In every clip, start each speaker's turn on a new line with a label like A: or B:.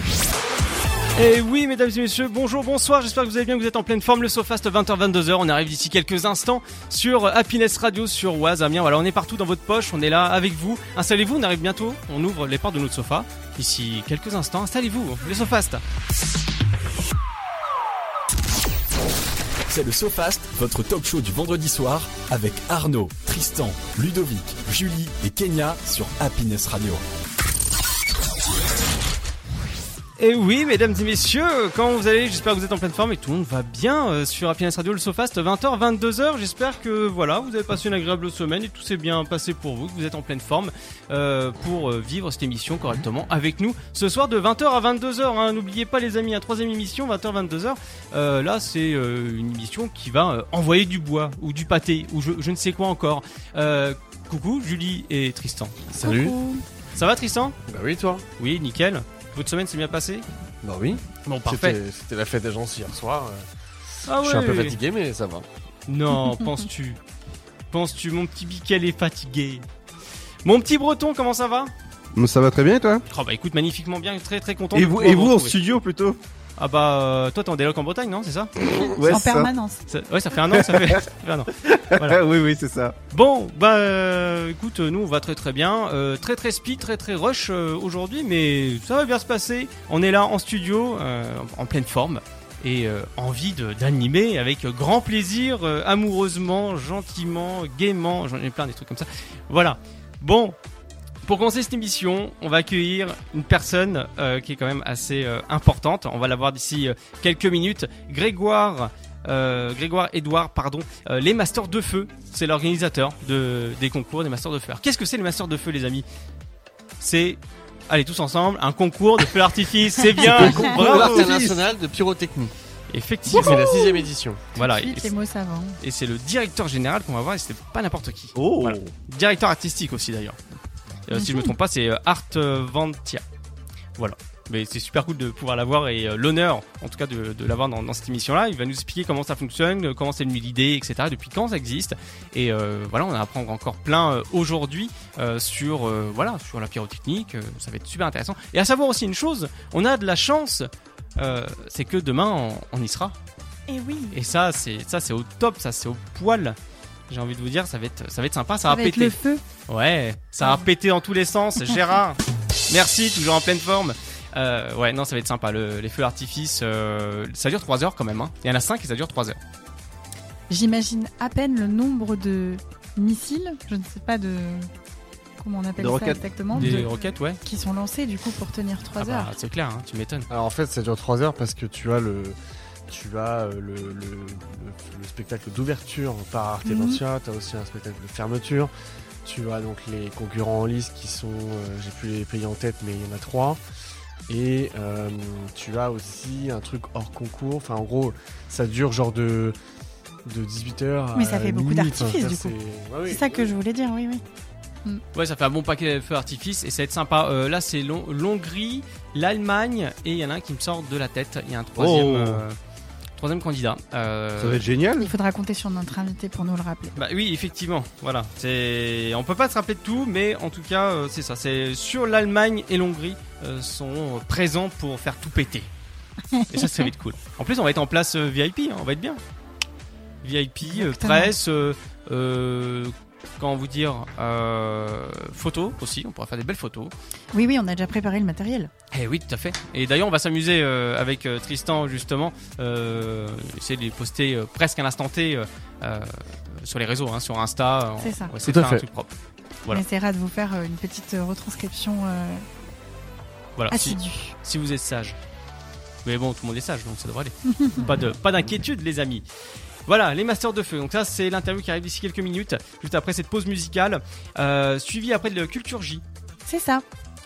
A: Et Eh oui, mesdames et messieurs, bonjour, bonsoir, j'espère que vous allez bien, que vous êtes en pleine forme, le SoFast 20h-22h, on arrive d'ici quelques instants sur euh, Happiness Radio, sur Oise, Amiens, voilà, on est partout dans votre poche, on est là avec vous, installez-vous, on arrive bientôt, on ouvre les portes de notre sofa, d'ici quelques instants, installez-vous, le SoFast
B: C'est le SoFast, votre talk show du vendredi soir avec Arnaud, Tristan, Ludovic, Julie et Kenya sur Happiness Radio.
A: Et Eh oui, mesdames et messieurs, quand vous allez, j'espère que vous êtes en pleine forme et que tout le monde va bien euh, sur Happiness Radio, le SoFast, 20h, 22h. J'espère que voilà, vous avez passé une agréable semaine et que tout s'est bien passé pour vous, que vous êtes en pleine forme euh, pour euh, vivre cette émission correctement avec nous ce soir de 20h à 22h. hein. N'oubliez pas les amis, hein, troisième émission, 20h, 22h. Euh, là, c'est euh, une émission qui va euh, envoyer du bois ou du pâté ou je, je ne sais quoi encore. Euh, coucou Julie et Tristan.
C: Salut.
A: Ça va Tristan
C: Bah oui, toi
A: Oui, nickel. Votre semaine s'est bien passée
C: Bah oui.
A: Bon, parfait.
C: C'était- C'était la fête des gens hier soir. euh,
A: Ah
C: Je suis un peu
A: ouais.
C: fatigué, mais ça va.
A: Non, penses-tu Penses-tu, mon petit Biquel est fatigué Mon petit Breton, comment ça va
D: Mais Ça va très bien, et toi
A: Oh bah écoute, magnifiquement bien, très très content.
D: Et
A: de
D: vous,
A: pouvoir
D: et vous en
A: retrouver.
D: studio plutôt
A: Ah bah euh, toi t'es en déloc en Bretagne, non C'est ça,
D: Ouais,
E: en
D: c'est ça.
E: permanence.
A: Ça- Ouais, ça fait un an, ça fait, ça fait un an. Voilà.
C: Ah
D: oui, oui, c'est ça.
A: Bon, bah euh, écoute, euh, nous on va très très bien, Euh, très très speed, très très rush euh, aujourd'hui, mais ça va bien se passer. On est là en studio, euh, en pleine forme et euh, envie de- d'animer avec grand plaisir, euh, amoureusement, gentiment, gaiement. J'en ai plein des trucs comme ça. Voilà. Bon, pour commencer cette émission, on va accueillir une personne euh, qui est quand même assez euh, importante. On va la voir d'ici euh, quelques minutes. Grégoire. Euh, Grégoire Edouard, pardon, euh, les Masters de Feu, c'est l'organisateur de, des concours des Masters de Feu. Alors, qu'est-ce que c'est les Masters de Feu, les amis C'est, allez tous ensemble, un concours de feu d'artifice, c'est bien,
C: Concours
A: bravo
C: international de pyrotechnie. C'est
A: Effectivement,
C: la sixième édition.
A: voilà, et,
E: Suite, les mots savants.
A: et c'est le directeur général qu'on va voir, et c'est pas n'importe qui.
D: Oh
A: Voilà. Directeur artistique aussi d'ailleurs. Euh, Si je me trompe pas, c'est euh, Art euh, Vantia. Voilà. Mais c'est super cool de pouvoir l'avoir et euh, l'honneur, en tout cas, de, de l'avoir dans, dans cette émission-là. Il va nous expliquer comment ça fonctionne, euh, comment c'est venu l'idée, etc. Depuis quand ça existe. Et euh, voilà, on va apprendre encore plein euh, aujourd'hui euh, sur euh, voilà sur la pyrotechnique. euh, ça va être super intéressant. Et à savoir aussi une chose, on a de la chance. euh, c'est que demain on- on y sera
E: Et oui.
A: et ça, c'est ça, c'est au top, ça, c'est au poil. J'ai envie de vous dire, ça va être, ça va être Ah. sympa, ça va
E: Avec
A: péter.
E: le feu.
A: Ouais, ça va péter dans tous les sens. Gérard, merci, toujours en pleine forme. Euh, ouais, non, ça va être sympa. le- les feux d'artifice, euh, ça dure 3 heures quand même. hein. Il y en a 5 et ça dure 3 heures.
E: J'imagine à peine le nombre de missiles, je ne sais pas de comment on appelle
D: De
E: ça
D: roquettes.
E: exactement,
A: Des
E: de-
A: roquettes, ouais.
E: qui sont lancés du coup pour tenir 3
A: Ah bah,
E: heures.
A: c'est clair, hein, tu m'étonnes.
C: Alors en fait, ça dure 3 heures parce que tu as le. Tu as euh, le, le- le- le spectacle d'ouverture par Arte
E: Mhm.
C: Ventia, tu as aussi un spectacle de fermeture, tu as donc les concurrents en lice qui sont, euh, j'ai plus les pays en tête, mais il y en a trois. Et euh, tu as aussi un truc hors concours, enfin en gros, ça dure genre de, de 18h.
E: Mais ça fait beaucoup
C: hein.
E: d'artifices, du coup. C'est ça que
C: je
E: je voulais dire, oui, oui.
A: Ouais, ça fait un bon paquet de feux d'artifice et ça va être sympa. Euh, là, c'est Lon- l'Hongrie, l'Allemagne et il y en a un qui me sort de la tête. Il y a un troisième,
D: Oh.
A: euh, troisième candidat. Euh,
D: Ça va être génial.
E: Il faudra compter sur notre invité pour nous le rappeler.
A: Bah oui, effectivement. Voilà. C'est on peut pas se rappeler de tout, mais en tout cas, euh, c'est ça. C'est sur l'Allemagne et l'Hongrie euh, sont euh, présents pour faire tout péter. Et ça, ça va être cool. En plus, on va être en place euh, VIP. hein, on va être bien. VIP, euh,
E: Exactement.
A: presse, euh, euh, comment vous dire, euh, photos aussi. On pourra faire des belles photos.
E: Oui, oui, on a déjà préparé le matériel.
A: Eh oui, tout à fait. Et d'ailleurs, on va s'amuser euh, avec euh, Tristan, justement, euh, essayer de les poster euh, presque à l'instant T euh, euh, sur les réseaux, hein, sur Insta. on-
E: C'est ça.
A: On va essayer
C: Tout
A: de
C: à
A: faire un
C: fait.
A: truc propre. Voilà.
E: On essaiera de vous faire euh, une petite euh, retranscription euh, Ah,
A: Voilà, si,
E: assidue.
A: si vous êtes sage. Mais bon, tout le monde est sage, donc ça devrait aller. pas de- pas d'inquiétude, les amis. Voilà, les Masters de Feu. Donc ça, c'est l'interview qui arrive d'ici quelques minutes, juste après cette pause musicale, euh, suivie après de la Culture J.
E: C'est ça,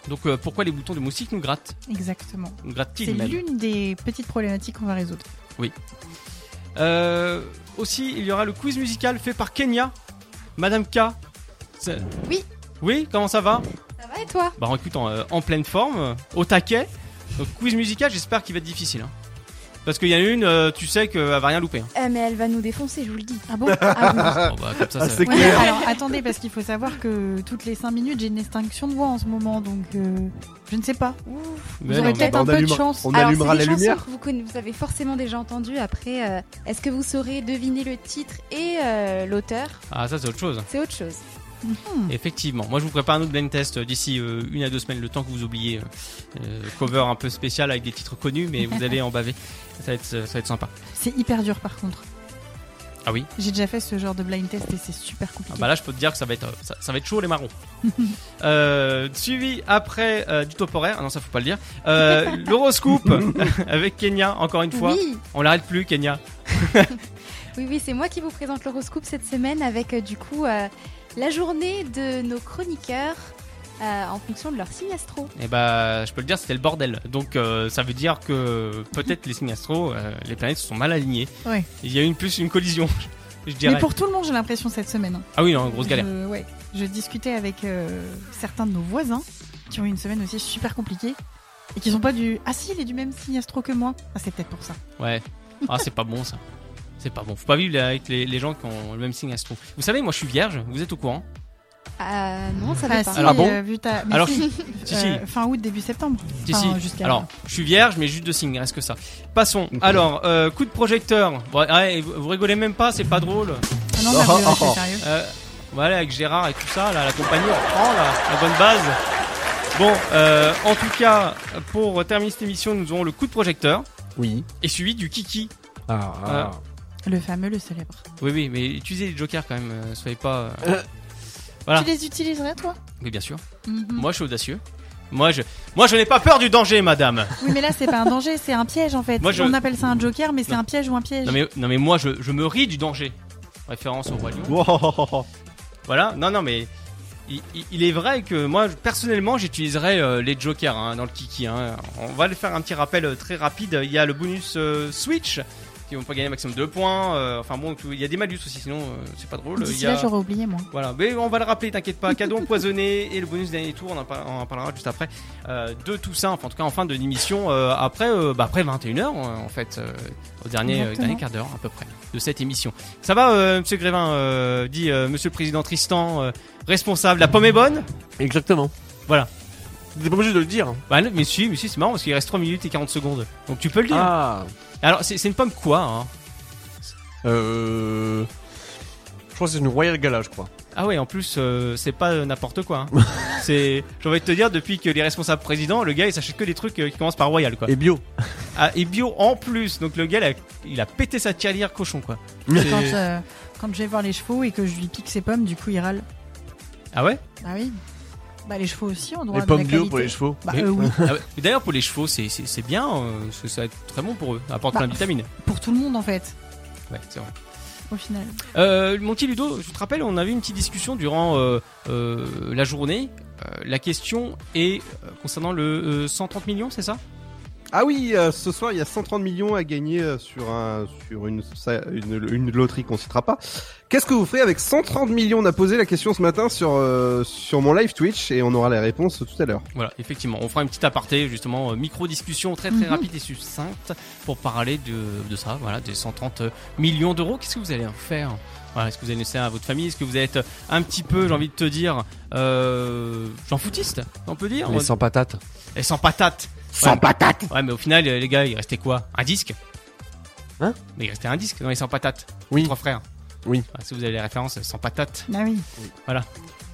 A: Donc euh, pourquoi les boutons de moustique nous grattent
E: exactement.
A: Nous
E: C'est
A: grattent-ils même
E: l'une des petites problématiques qu'on va résoudre.
A: Euh, aussi, il y aura le quiz musical fait par Kenya, Madame K. C'est-
F: Oui.
A: Oui, comment ça va
F: Ça va et toi
A: Bah écoute, en, euh, en pleine forme, euh, au taquet. Donc, quiz musical, j'espère qu'il va être difficile. hein. Parce qu'il y en a une, euh, tu sais qu'elle va rien louper. hein.
F: Euh, mais elle va nous défoncer, je vous le dis.
E: Ah bon Ah bon
A: Bon, bah, comme ça, ça-
D: Ah, c'est
E: Ouais, mais
D: clair.
E: alors attendez, parce qu'il faut savoir que toutes les 5 minutes, j'ai une extinction de voix en ce moment, donc euh, je ne sais pas.
A: Mais
E: vous aurez
A: non,
G: Eh
E: peut-être
G: ben,
D: bah,
E: un
D: on
E: peu de
D: allumera-
E: chance.
D: On
F: Alors,
D: allumera
F: c'est
D: la
F: des chansons
D: lumière.
F: que vous, conna- vous avez forcément déjà entendu. Après, euh, est-ce que vous saurez deviner le titre et euh, l'auteur
A: Ah, ça, c'est autre chose.
F: C'est autre chose.
E: Mhm.
A: Effectivement. Moi, je vous prépare un autre blind test euh, d'ici euh, une à deux semaines, le temps que vous oubliez. euh, euh, cover un peu spécial avec des titres connus, mais vous allez en baver. Ça va être, euh, ça va être sympa.
E: C'est hyper dur par contre.
A: Ah oui
E: J'ai déjà fait ce genre de blind test et c'est super
A: Ah
E: compliqué.
A: bah là, je peux te dire que ça va être, euh, ça, ça va être chaud les marrons. Euh, suivi après euh, du top horaire. Ah non, ça faut pas le dire. Euh, L'horoscope avec Kenya. Encore une fois,
F: Oui,
A: on l'arrête plus, Kenya.
F: oui, oui, c'est moi qui vous présente l'horoscope cette semaine avec euh, du coup euh, la journée de nos chroniqueurs euh, en fonction de leur signe astro.
A: Et bah, je peux le dire, c'était le bordel. Donc, euh, ça veut dire que peut-être les signes astro, euh, les planètes se sont mal alignées.
E: Ouais.
A: Il y a eu une plus une collision. Je dirais.
E: Mais pour tout le monde, j'ai l'impression cette semaine. hein.
A: Ah oui, non, grosse galère.
E: Je, ouais, je discutais avec euh, certains de nos voisins qui ont eu une semaine aussi super compliquée et qui sont pas du. Ah si, il est du même signe astro que moi. Ah, c'est peut-être pour ça.
A: Ouais. Ah, c'est pas bon ça. C'est pas bon. Faut pas vivre avec les, les gens qui ont le même signe astro. Vous savez, moi je suis vierge, vous êtes au courant.
F: Euh, non, ça
E: ah,
F: va pas.
E: si,
A: Alors bon
E: euh, vu ta- mais
A: Alors,
E: si,
A: si,
E: euh, fin août, début septembre.
A: Si,
E: Enfin,
A: si.
E: jusqu'à-
A: Alors, je suis vierge, mais juste de signe, reste que ça. Passons. Alors, euh, coup de projecteur. Bon, ouais, vous vous rigolez même pas, c'est pas drôle.
E: Ah non, mais
D: Oh,
E: oui, ouais,
D: oh, oh.
E: c'est sérieux.
A: Euh, voilà, avec Gérard et tout ça, là, la compagnie on reprend là, la bonne base. Bon, euh, en tout cas, pour terminer cette émission, nous aurons le coup de projecteur
C: Oui.
A: et suivi du kiki.
C: Ah, ah.
E: Le fameux, le célèbre.
A: Oui, oui, mais utilisez les jokers quand même, euh, soyez pas. euh, Voilà.
E: Tu les utiliserais toi
A: Oui, bien sûr.
E: Mhm.
A: Moi, je suis audacieux. Moi, je, moi, je n'ai pas peur du danger, madame.
E: Oui, mais là, c'est pas un danger, c'est un piège en fait.
A: Moi, je-
E: On appelle ça un joker, mais c'est
A: Non.
E: un piège ou un piège.
A: Non mais, non mais moi, je, je me ris du danger. Référence au roi lion.
D: Wow.
A: Voilà. Non, non, mais il, il- il est vrai que moi, je- personnellement, j'utiliserai euh, les jokers hein, dans le kiki. hein. On va le faire un petit rappel euh, très rapide. Il y a le bonus euh, switch qui vont pas gagner maximum 2 points. Euh, enfin bon, tout- il y a des malus aussi, sinon euh, c'est pas drôle. Il
E: D'ici
A: y a-
E: là, j'aurais oublié moi.
A: Voilà, mais on va le rappeler, t'inquiète pas. Cadeau empoisonné et le bonus dernier tour, on en, par- on en parlera juste après euh, de tout ça. Enfin, en tout cas, en fin de l'émission, euh, après, euh, bah, après 21h, en fait, euh, au dernier, euh,
E: Exactement.
A: dernier quart d'heure à peu près de cette émission. Ça va, euh, monsieur Grévin, euh, dit euh, monsieur le président Tristan, euh, responsable, la pomme est bonne
C: Exactement.
A: Voilà.
C: T'es pas obligé de le dire.
A: Bah, non, mais si, mais si, c'est marrant parce qu'il reste 3 minutes et 40 secondes. Donc tu peux le dire.
C: Ah.
A: Alors, c'est c'est une pomme quoi hein
C: Euh. Je crois que c'est une Royal Gala, je crois.
A: Ah ouais, en plus, euh, c'est pas euh, n'importe quoi. hein. c'est, j'ai envie de te dire, depuis que les responsables présidents, le gars, il s'achète que des trucs euh, qui commencent par royal, quoi.
C: Et bio.
A: Ah, et bio en plus. Donc le gars, il a, il a pété sa tirelire cochon, quoi. C'est-
E: Quand, euh, quand je vais voir les chevaux et que je lui pique ses pommes, du coup, il râle.
A: Ah ouais
E: Bah oui. Bah les chevaux aussi, on doit
C: Les
E: avoir
C: pommes
E: de la
C: bio
E: qualité.
C: pour les chevaux.
E: Bah
A: Mais-
E: euh, oui,
A: Ah ouais. Mais D'ailleurs, pour les chevaux, c'est, c'est, c'est bien. euh, parce que ça va être très bon pour eux. Ça apporte
E: Bah.
A: plein de vitamines.
E: pour tout le monde en fait,
A: Ouais, c'est vrai.
E: au final.
A: Euh, mon petit Ludo, je te rappelle, on avait une petite discussion durant euh, euh, la journée. Euh, la question est euh, concernant le euh, 130 millions, c'est ça
D: Ah oui, euh, ce soir, il y a 130 millions à gagner euh, sur, un, sur une, sa- une, une loterie qu'on citera pas. Qu'est-ce que vous ferez avec 130 millions On a posé la question ce matin sur, euh, sur mon live Twitch et on aura les réponses tout à l'heure.
A: Voilà, effectivement. On fera une petite aparté, justement, euh, micro-discussion très très
E: Mhm.
A: rapide et succincte pour parler de, de ça, voilà, des 130 millions d'euros. Qu'est-ce que vous allez en faire voilà, Est-ce que vous allez laisser à votre famille Est-ce que vous êtes un petit peu, j'ai envie de te dire, euh, j'en foutiste, on peut dire
C: Mais sans patate.
A: Et sans patate Sans patate Ouais, mais au final, euh, les gars, il restait quoi Un disque
C: Hein
A: Mais il restait un disque dans les sans patates.
C: Oui.
A: Trois frères.
C: Oui.
A: Ah, si vous avez les références, sans patates.
E: Ah oui,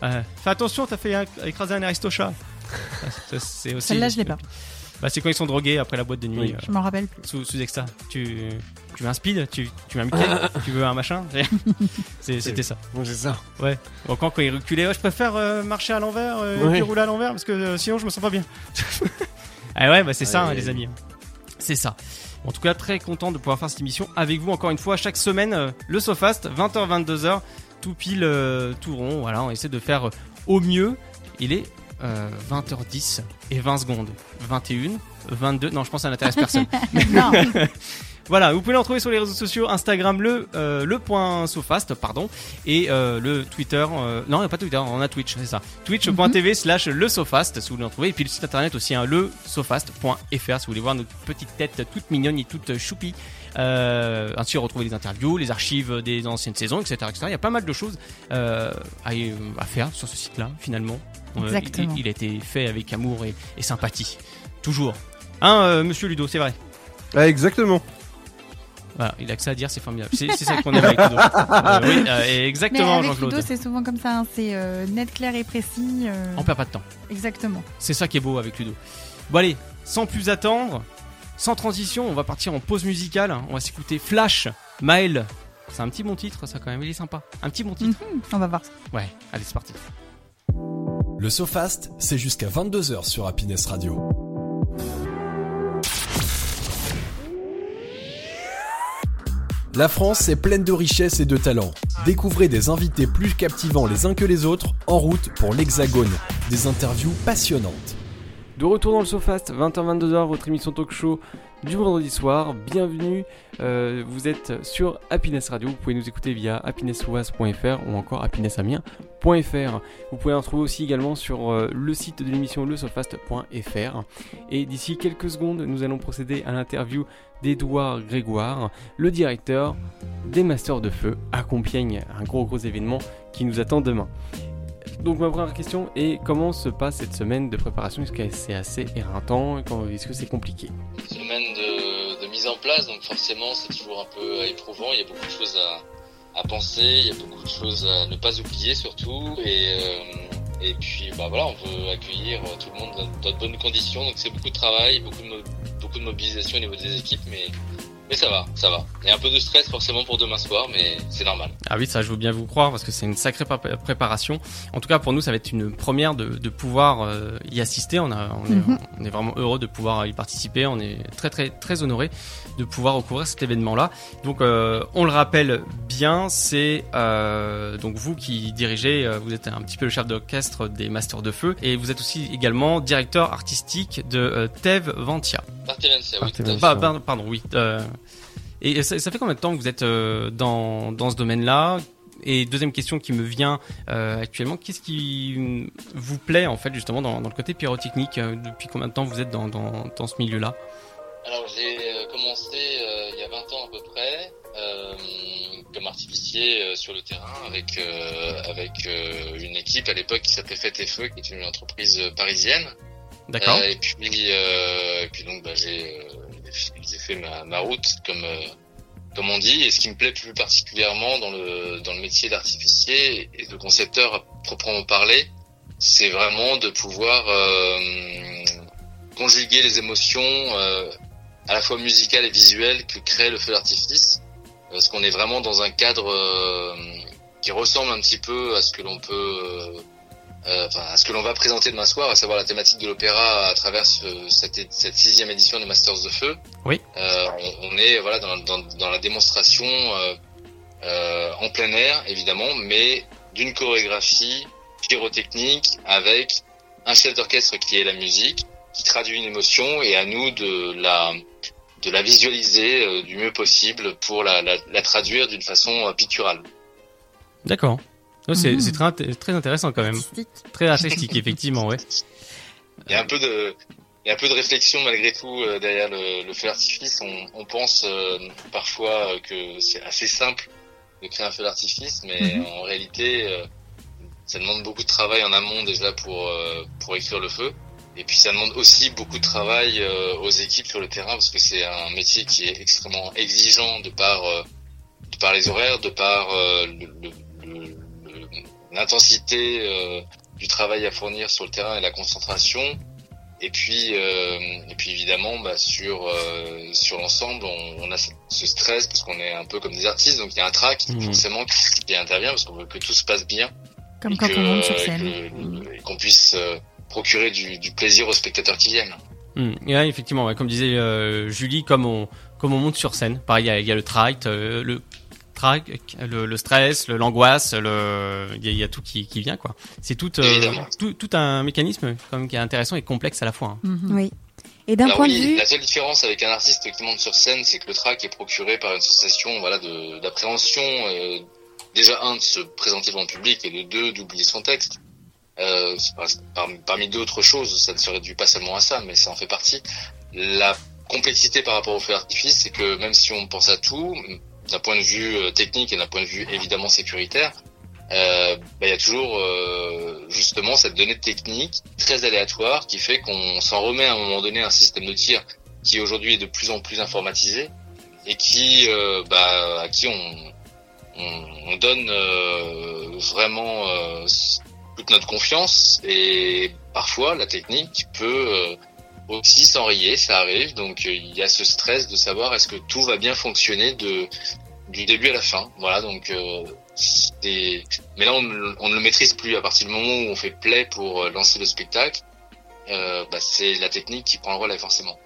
A: Euh, fais attention, t'as fait un- écraser un aristochat. Ah, ça, c'est aussi-
E: celle-là je l'ai pas,
A: bah, c'est quand ils sont drogués après la boîte de nuit.
C: Oui.
A: euh,
E: je m'en rappelle plus.
A: sous, sous extra. Tu, tu veux un speed tu, tu veux un Mickey Tu veux un machin C'est- C'était ça.
C: Donc c'est ça.
A: Bon, quand, quand il reculait, ouais, je préfère euh, marcher à l'envers euh, et
C: Oui.
A: puis rouler à l'envers parce que euh, sinon je me sens pas bien. ah ouais, bah c'est ça,
C: Aïe,
A: hein,
C: aïe,
A: les
C: aïe.
A: amis. C'est ça. En tout cas, très content de pouvoir faire cette émission avec vous encore une fois chaque semaine, euh, le SoFast, 20h, 22h, tout pile, euh, tout rond. Voilà, on essaie de faire euh, au mieux. Il est euh, 20h10 et 20 secondes. 21, 22. Non, je pense que ça n'intéresse personne.
E: non,
A: Voilà, vous pouvez en trouver sur les réseaux sociaux Instagram le euh, le point sofast pardon et euh, le Twitter euh, non pas Twitter on a Twitch c'est ça twitch.tv slash le sofast si vous voulez en trouver et puis le site internet aussi hein, le sofast.fr si vous voulez voir notre petite tête toute mignonne et toute choupie euh, ainsi retrouver des interviews les archives des anciennes saisons etc etc il y a pas mal de choses euh, à, à faire sur ce site là finalement Euh, il-
E: Exactement.
A: il, a été fait avec amour et, et sympathie toujours hein euh, Monsieur Ludo c'est vrai
D: Ah, exactement.
A: voilà, il a que ça à dire, c'est formidable. C'est c'est ça qu'on aime avec Ludo. Euh, oui, euh,
E: Mais
A: exactement,
E: avec Ludo,
A: Jean-Claude.
E: c'est souvent comme ça. hein, C'est euh, net, clair et précis. euh,
A: On perd pas de temps.
E: Exactement.
A: C'est ça qui est beau avec Ludo. Bon allez, sans plus attendre, sans transition, on va partir en pause musicale. On va s'écouter Flash, Maël. C'est un petit bon titre, ça quand même, il est sympa. Un petit bon titre.
E: Mhm, on va voir.
A: Ouais, allez, c'est parti.
B: Le SoFast, c'est jusqu'à 22h sur Happiness Radio. La France est pleine de richesses et de talents. Découvrez des invités plus captivants les uns que les autres en route pour l'Hexagone. Des interviews passionnantes.
H: De retour dans le SoFast, 20h-22h, votre émission talk show du vendredi soir. Bienvenue, euh, vous êtes sur Happiness Radio. Vous pouvez nous écouter via happinesswas.fr ou encore happinessamiens.fr. Vous pouvez en trouver aussi également sur euh, le site de l'émission lesofast.fr. Et d'ici quelques secondes, nous allons procéder à l'interview d'Edouard Grégoire, le directeur des Masters de Feu à Compiègne, un gros gros événement qui nous attend demain. Donc ma première question est comment se passe cette semaine de préparation Est-ce que c'est assez éreintant Quand- Est-ce que c'est compliqué
I: semaine de, de mise en place, donc forcément c'est toujours un peu euh, éprouvant, il y a beaucoup de choses à, à penser, il y a beaucoup de choses à ne pas oublier surtout, et, euh, et puis bah voilà, on veut accueillir euh, tout le monde dans, dans de bonnes conditions, donc c'est beaucoup de travail, beaucoup de, mo- beaucoup de mobilisation au niveau des équipes, mais, mais ça va, ça va. Et un peu de stress forcément pour demain soir, mais c'est normal.
A: Ah oui, ça, je veux bien vous croire parce que c'est une sacrée pa- préparation. En tout cas, pour nous, ça va être une première de, de pouvoir euh, y assister. On, a, on, est,
E: Mhm.
A: on est vraiment heureux de pouvoir y participer. On est très, très, très honoré de pouvoir recouvrir cet événement-là. Donc, euh, on le rappelle bien, c'est euh, donc vous qui dirigez. euh, vous êtes un petit peu le chef d'orchestre des Masters de Feu et vous êtes aussi également directeur artistique de euh, Tev Ventia.
I: Partenance, oui, tout à fait.
H: Partenance.
A: Bah, pardon, pardon, oui. Euh, et ça, ça fait combien de temps que vous êtes euh, dans, dans ce domaine-là Et deuxième question qui me vient euh, actuellement, qu'est-ce qui mm, vous plaît en fait justement dans, dans le côté pyrotechnique euh, Depuis combien de temps vous êtes dans, dans, dans ce milieu-là
I: Alors j'ai euh, commencé euh, il y a 20 ans à peu près euh, comme artificier euh, sur le terrain avec euh, avec euh, une équipe à l'époque qui s'appelait Fête et Feu qui est une entreprise euh, parisienne.
A: D'accord
I: Euh, et puis euh, et puis donc bah, j'ai euh, j'ai fait ma, ma route comme euh, comme on dit et ce qui me plaît plus particulièrement dans le dans le métier d'artificier et de concepteur à proprement parler, c'est vraiment de pouvoir euh, conjuguer les émotions euh, à la fois musicales et visuelles que crée le feu d'artifice, parce qu'on est vraiment dans un cadre euh, qui ressemble un petit peu à ce que l'on peut, euh, euh, enfin, à ce que l'on va présenter demain soir, à savoir la thématique de l'opéra à travers ce- cette, é- cette sixième édition des Masters de Feu.
A: Oui.
I: Euh, on, on est voilà dans, dans, dans la démonstration euh, euh, en plein air évidemment, mais d'une chorégraphie pyrotechnique avec un chef d'orchestre qui est la musique qui traduit une émotion et à nous de la de la visualiser euh, du mieux possible pour la, la, la traduire d'une façon euh, picturale.
A: D'accord. Non, C'est
E: Mhm.
A: c'est très, int- très intéressant quand même.
E: Artistique.
A: Très artistique, effectivement, ouais.
I: Il y a un peu de il y a un peu de réflexion malgré tout euh, derrière le, le feu d'artifice. On, on pense euh, parfois euh, que c'est assez simple de créer un feu d'artifice, mais
E: Mhm.
I: en réalité, euh, ça demande beaucoup de travail en amont déjà pour euh, pour écrire le feu. Et puis ça demande aussi beaucoup de travail euh, aux équipes sur le terrain parce que c'est un métier qui est extrêmement exigeant de par euh, de par les horaires, de par euh, le- le- le- le- l'intensité euh, du travail à fournir sur le terrain et la concentration. Et puis, euh, et puis évidemment, bah, sur euh, sur l'ensemble, on, on a ce ce stress parce qu'on est un peu comme des artistes, donc il y a un trac
A: Mhm.
I: forcément qui, qui intervient parce qu'on veut que tout se passe bien
E: Comme
I: et
E: quand
I: que,
E: on monte sur
I: euh,
E: scène.
I: que- et qu'on puisse euh, procurer du, du plaisir aux spectateurs qui viennent.
A: Hum, et ouais, effectivement, ouais, comme disait euh, Julie, comme on, comme on monte sur scène, pareil, il y a- il y, a le tract, euh, le, tract, le, le stress, le- l'angoisse, le- il y, a- il y a tout qui, qui vient, quoi. C'est tout, euh,
I: Évidemment.
A: tout, tout un mécanisme comme, qui est intéressant et complexe à la fois. hein.
E: Mhm.
F: Oui. Et d'un
I: Alors
F: point
I: Ah oui,
F: de vue,
I: la seule différence avec un artiste qui monte sur scène, c'est que le track est procuré par une sensation voilà, de- d'appréhension, euh, déjà un, de se présenter devant le public, et de deux, d'oublier son texte. Euh, c'est par- par- parmi d'autres choses, ça ne se réduit pas seulement à ça, mais ça en fait partie. La complexité par rapport au feu d'artifice, c'est que même si on pense à tout, d'un point de vue euh, technique et d'un point de vue évidemment sécuritaire, euh, bah, il y a toujours euh, justement cette donnée technique très aléatoire qui fait qu'on s'en remet à un moment donné à un système de tir qui aujourd'hui est de plus en plus informatisé et qui euh, bah, à qui on, on, on donne euh, vraiment euh, toute notre confiance et parfois la technique peut euh, aussi s'enrayer, ça arrive. Donc euh, il y a ce stress de savoir est-ce que tout va bien fonctionner de du début à la fin. Voilà donc. Euh, c'est- mais là, on, ne- on ne le maîtrise plus. À partir du moment où on fait play pour euh, lancer le spectacle, euh, bah, c'est la technique qui prend le relais forcément.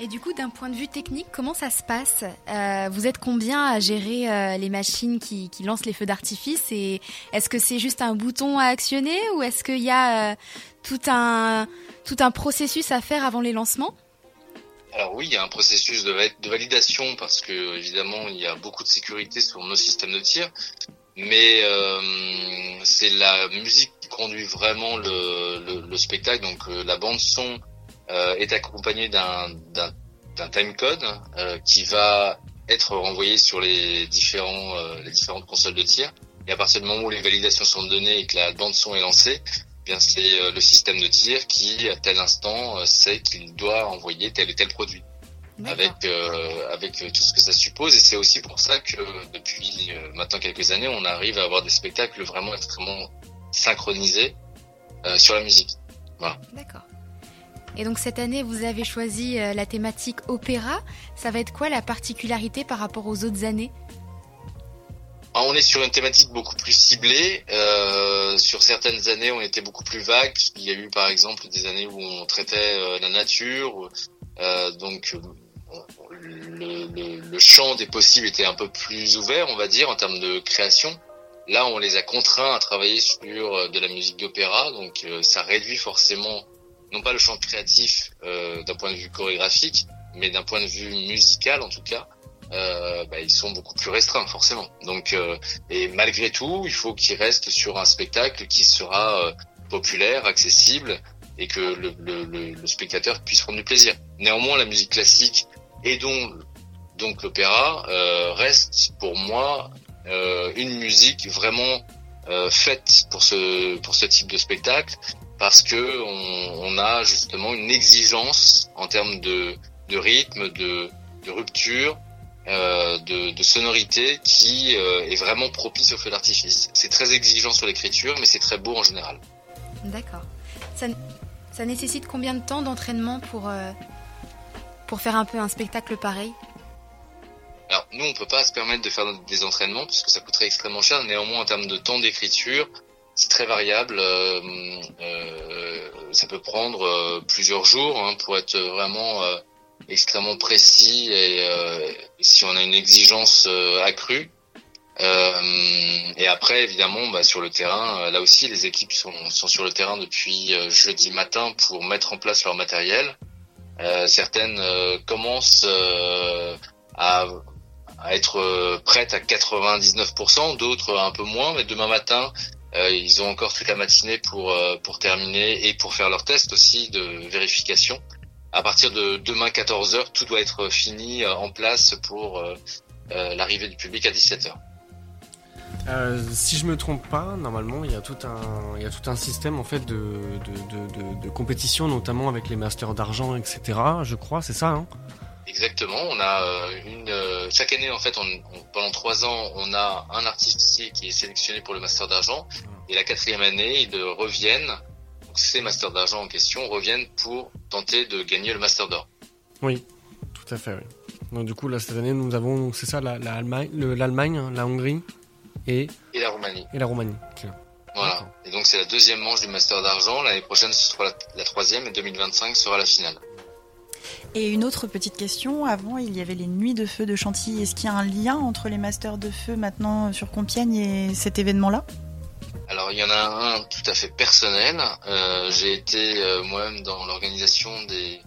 F: et du coup, d'un point de vue technique, comment ça se passe Euh, Vous êtes combien à gérer euh, les machines qui, qui lancent les feux d'artifice Et est-ce que c'est juste un bouton à actionner ou est-ce qu'il y a euh, tout un tout un processus à faire avant les lancements
I: Alors oui, il y a un processus de, va- de validation parce que évidemment, il y a beaucoup de sécurité sur nos systèmes de tir, mais euh, c'est la musique qui conduit vraiment le, le, le spectacle. Donc euh, la bande son euh, est accompagnée d'un d'un d'un timecode euh, qui va être renvoyé sur les différents euh, les différentes consoles de tir. Et à partir du moment où les validations sont données et que la bande son est lancée, eh bien c'est euh, le système de tir qui à tel instant euh, sait qu'il doit envoyer tel et tel produit avec euh, avec euh, tout ce que ça suppose et c'est aussi pour ça que euh, depuis euh, maintenant quelques années on arrive à avoir des spectacles vraiment extrêmement synchronisés euh, sur la musique.
F: D'accord. Et donc cette année, vous avez choisi euh, la thématique opéra. Ça va être quoi la particularité par rapport aux autres années
I: Ah, on est sur une thématique beaucoup plus ciblée. Euh, sur certaines années, on était beaucoup plus vague. Il y a eu, par exemple, des années où on traitait euh, la nature. Euh, donc, euh, on- on- le, le- le champ des possibles était un peu plus ouvert, on va dire, en termes de création. Là, on les a contraints à travailler sur euh, de la musique d'opéra. Donc, euh, ça réduit forcément, non pas le champ créatif euh, d'un point de vue chorégraphique, mais d'un point de vue musical, en tout cas euh, bah, ils sont beaucoup plus restreints forcément. Donc euh, et malgré tout, il faut qu'ils restent sur un spectacle qui sera euh, populaire, accessible et que le, le- le- le spectateur puisse prendre du plaisir. Néanmoins, la musique classique et donc donc l'opéra euh, reste pour moi euh, une musique vraiment euh, faite pour ce pour ce type de spectacle parce que on, on a justement une exigence en termes de de rythme, de, de rupture euh, de, de sonorité qui euh, est vraiment propice au feu d'artifice. C'est très exigeant sur l'écriture, mais c'est très beau en général.
F: D'accord. Ça, ça nécessite combien de temps d'entraînement pour, euh, pour faire un peu un spectacle pareil
I: Alors nous, on peut pas se permettre de faire des entraînements parce que ça coûterait extrêmement cher. Néanmoins, en termes de temps d'écriture, c'est très variable. Euh, euh, ça peut prendre euh, plusieurs jours hein, pour être vraiment euh, extrêmement précis et euh, si on a une exigence euh, accrue. Euh, et après, évidemment, bah, sur le terrain, euh, là aussi, les équipes sont, sont sur le terrain depuis euh, jeudi matin pour mettre en place leur matériel. Euh, certaines euh, commencent euh, à, à être euh, prêtes à 99%, d'autres euh, un peu moins, mais demain matin, euh, ils ont encore toute la matinée pour, euh, pour terminer et pour faire leur test aussi de vérification. À partir de demain 14h, tout doit être fini euh, en place pour euh, euh, l'arrivée du public à 17h.
C: Euh, si je me trompe pas, normalement, il y a tout un, il y a tout un système en fait de, de, de, de- de compétition, notamment avec les masters d'argent, etc. Je crois, c'est ça. Hein
I: Exactement, on a euh, une euh, chaque année en fait on, on- pendant trois ans on a un artiste ici qui est sélectionné pour le master d'argent et la quatrième année ils euh, reviennent donc ces masters d'argent en question reviennent pour tenter de gagner le master d'or.
C: oui, tout à fait. Oui. Donc du coup, là cette année, nous avons, donc, c'est ça, la- la Allemagne- le- l'Allemagne, la Hongrie et,
I: Et la Roumanie.
C: et la Roumanie. Ok.
I: Voilà.
C: D'accord.
I: Et donc c'est la deuxième manche du master d'argent, l'année prochaine ce sera la, la troisième et 2025 sera la finale.
E: Et une autre petite question, avant il y avait les nuits de feu de Chantilly, est-ce qu'il y a un lien entre les masters de feu maintenant sur Compiègne et cet événement-là
I: Alors il y en a un tout à fait personnel. Euh, J'ai été euh, moi-même dans l'organisation des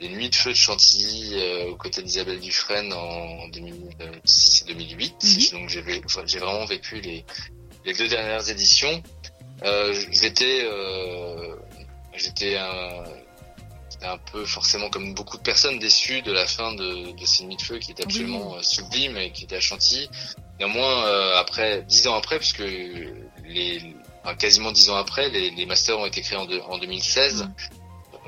I: des nuits de feu de Chantilly euh, aux côtés d'Isabelle Dufresne en 2006 et 2008.
E: Mhm.
I: Donc j'ai vé- enfin, j'ai vraiment vécu les, les deux dernières éditions. Euh, j'étais euh, j'étais un, j'étais un peu forcément comme beaucoup de personnes déçu de la fin de, de ces nuits de feu qui était absolument euh, sublime et qui était à Chantilly. Néanmoins, euh, après dix ans après, puisque les enfin, quasiment dix ans après, les, les masters ont été créés en, deux- en 2016.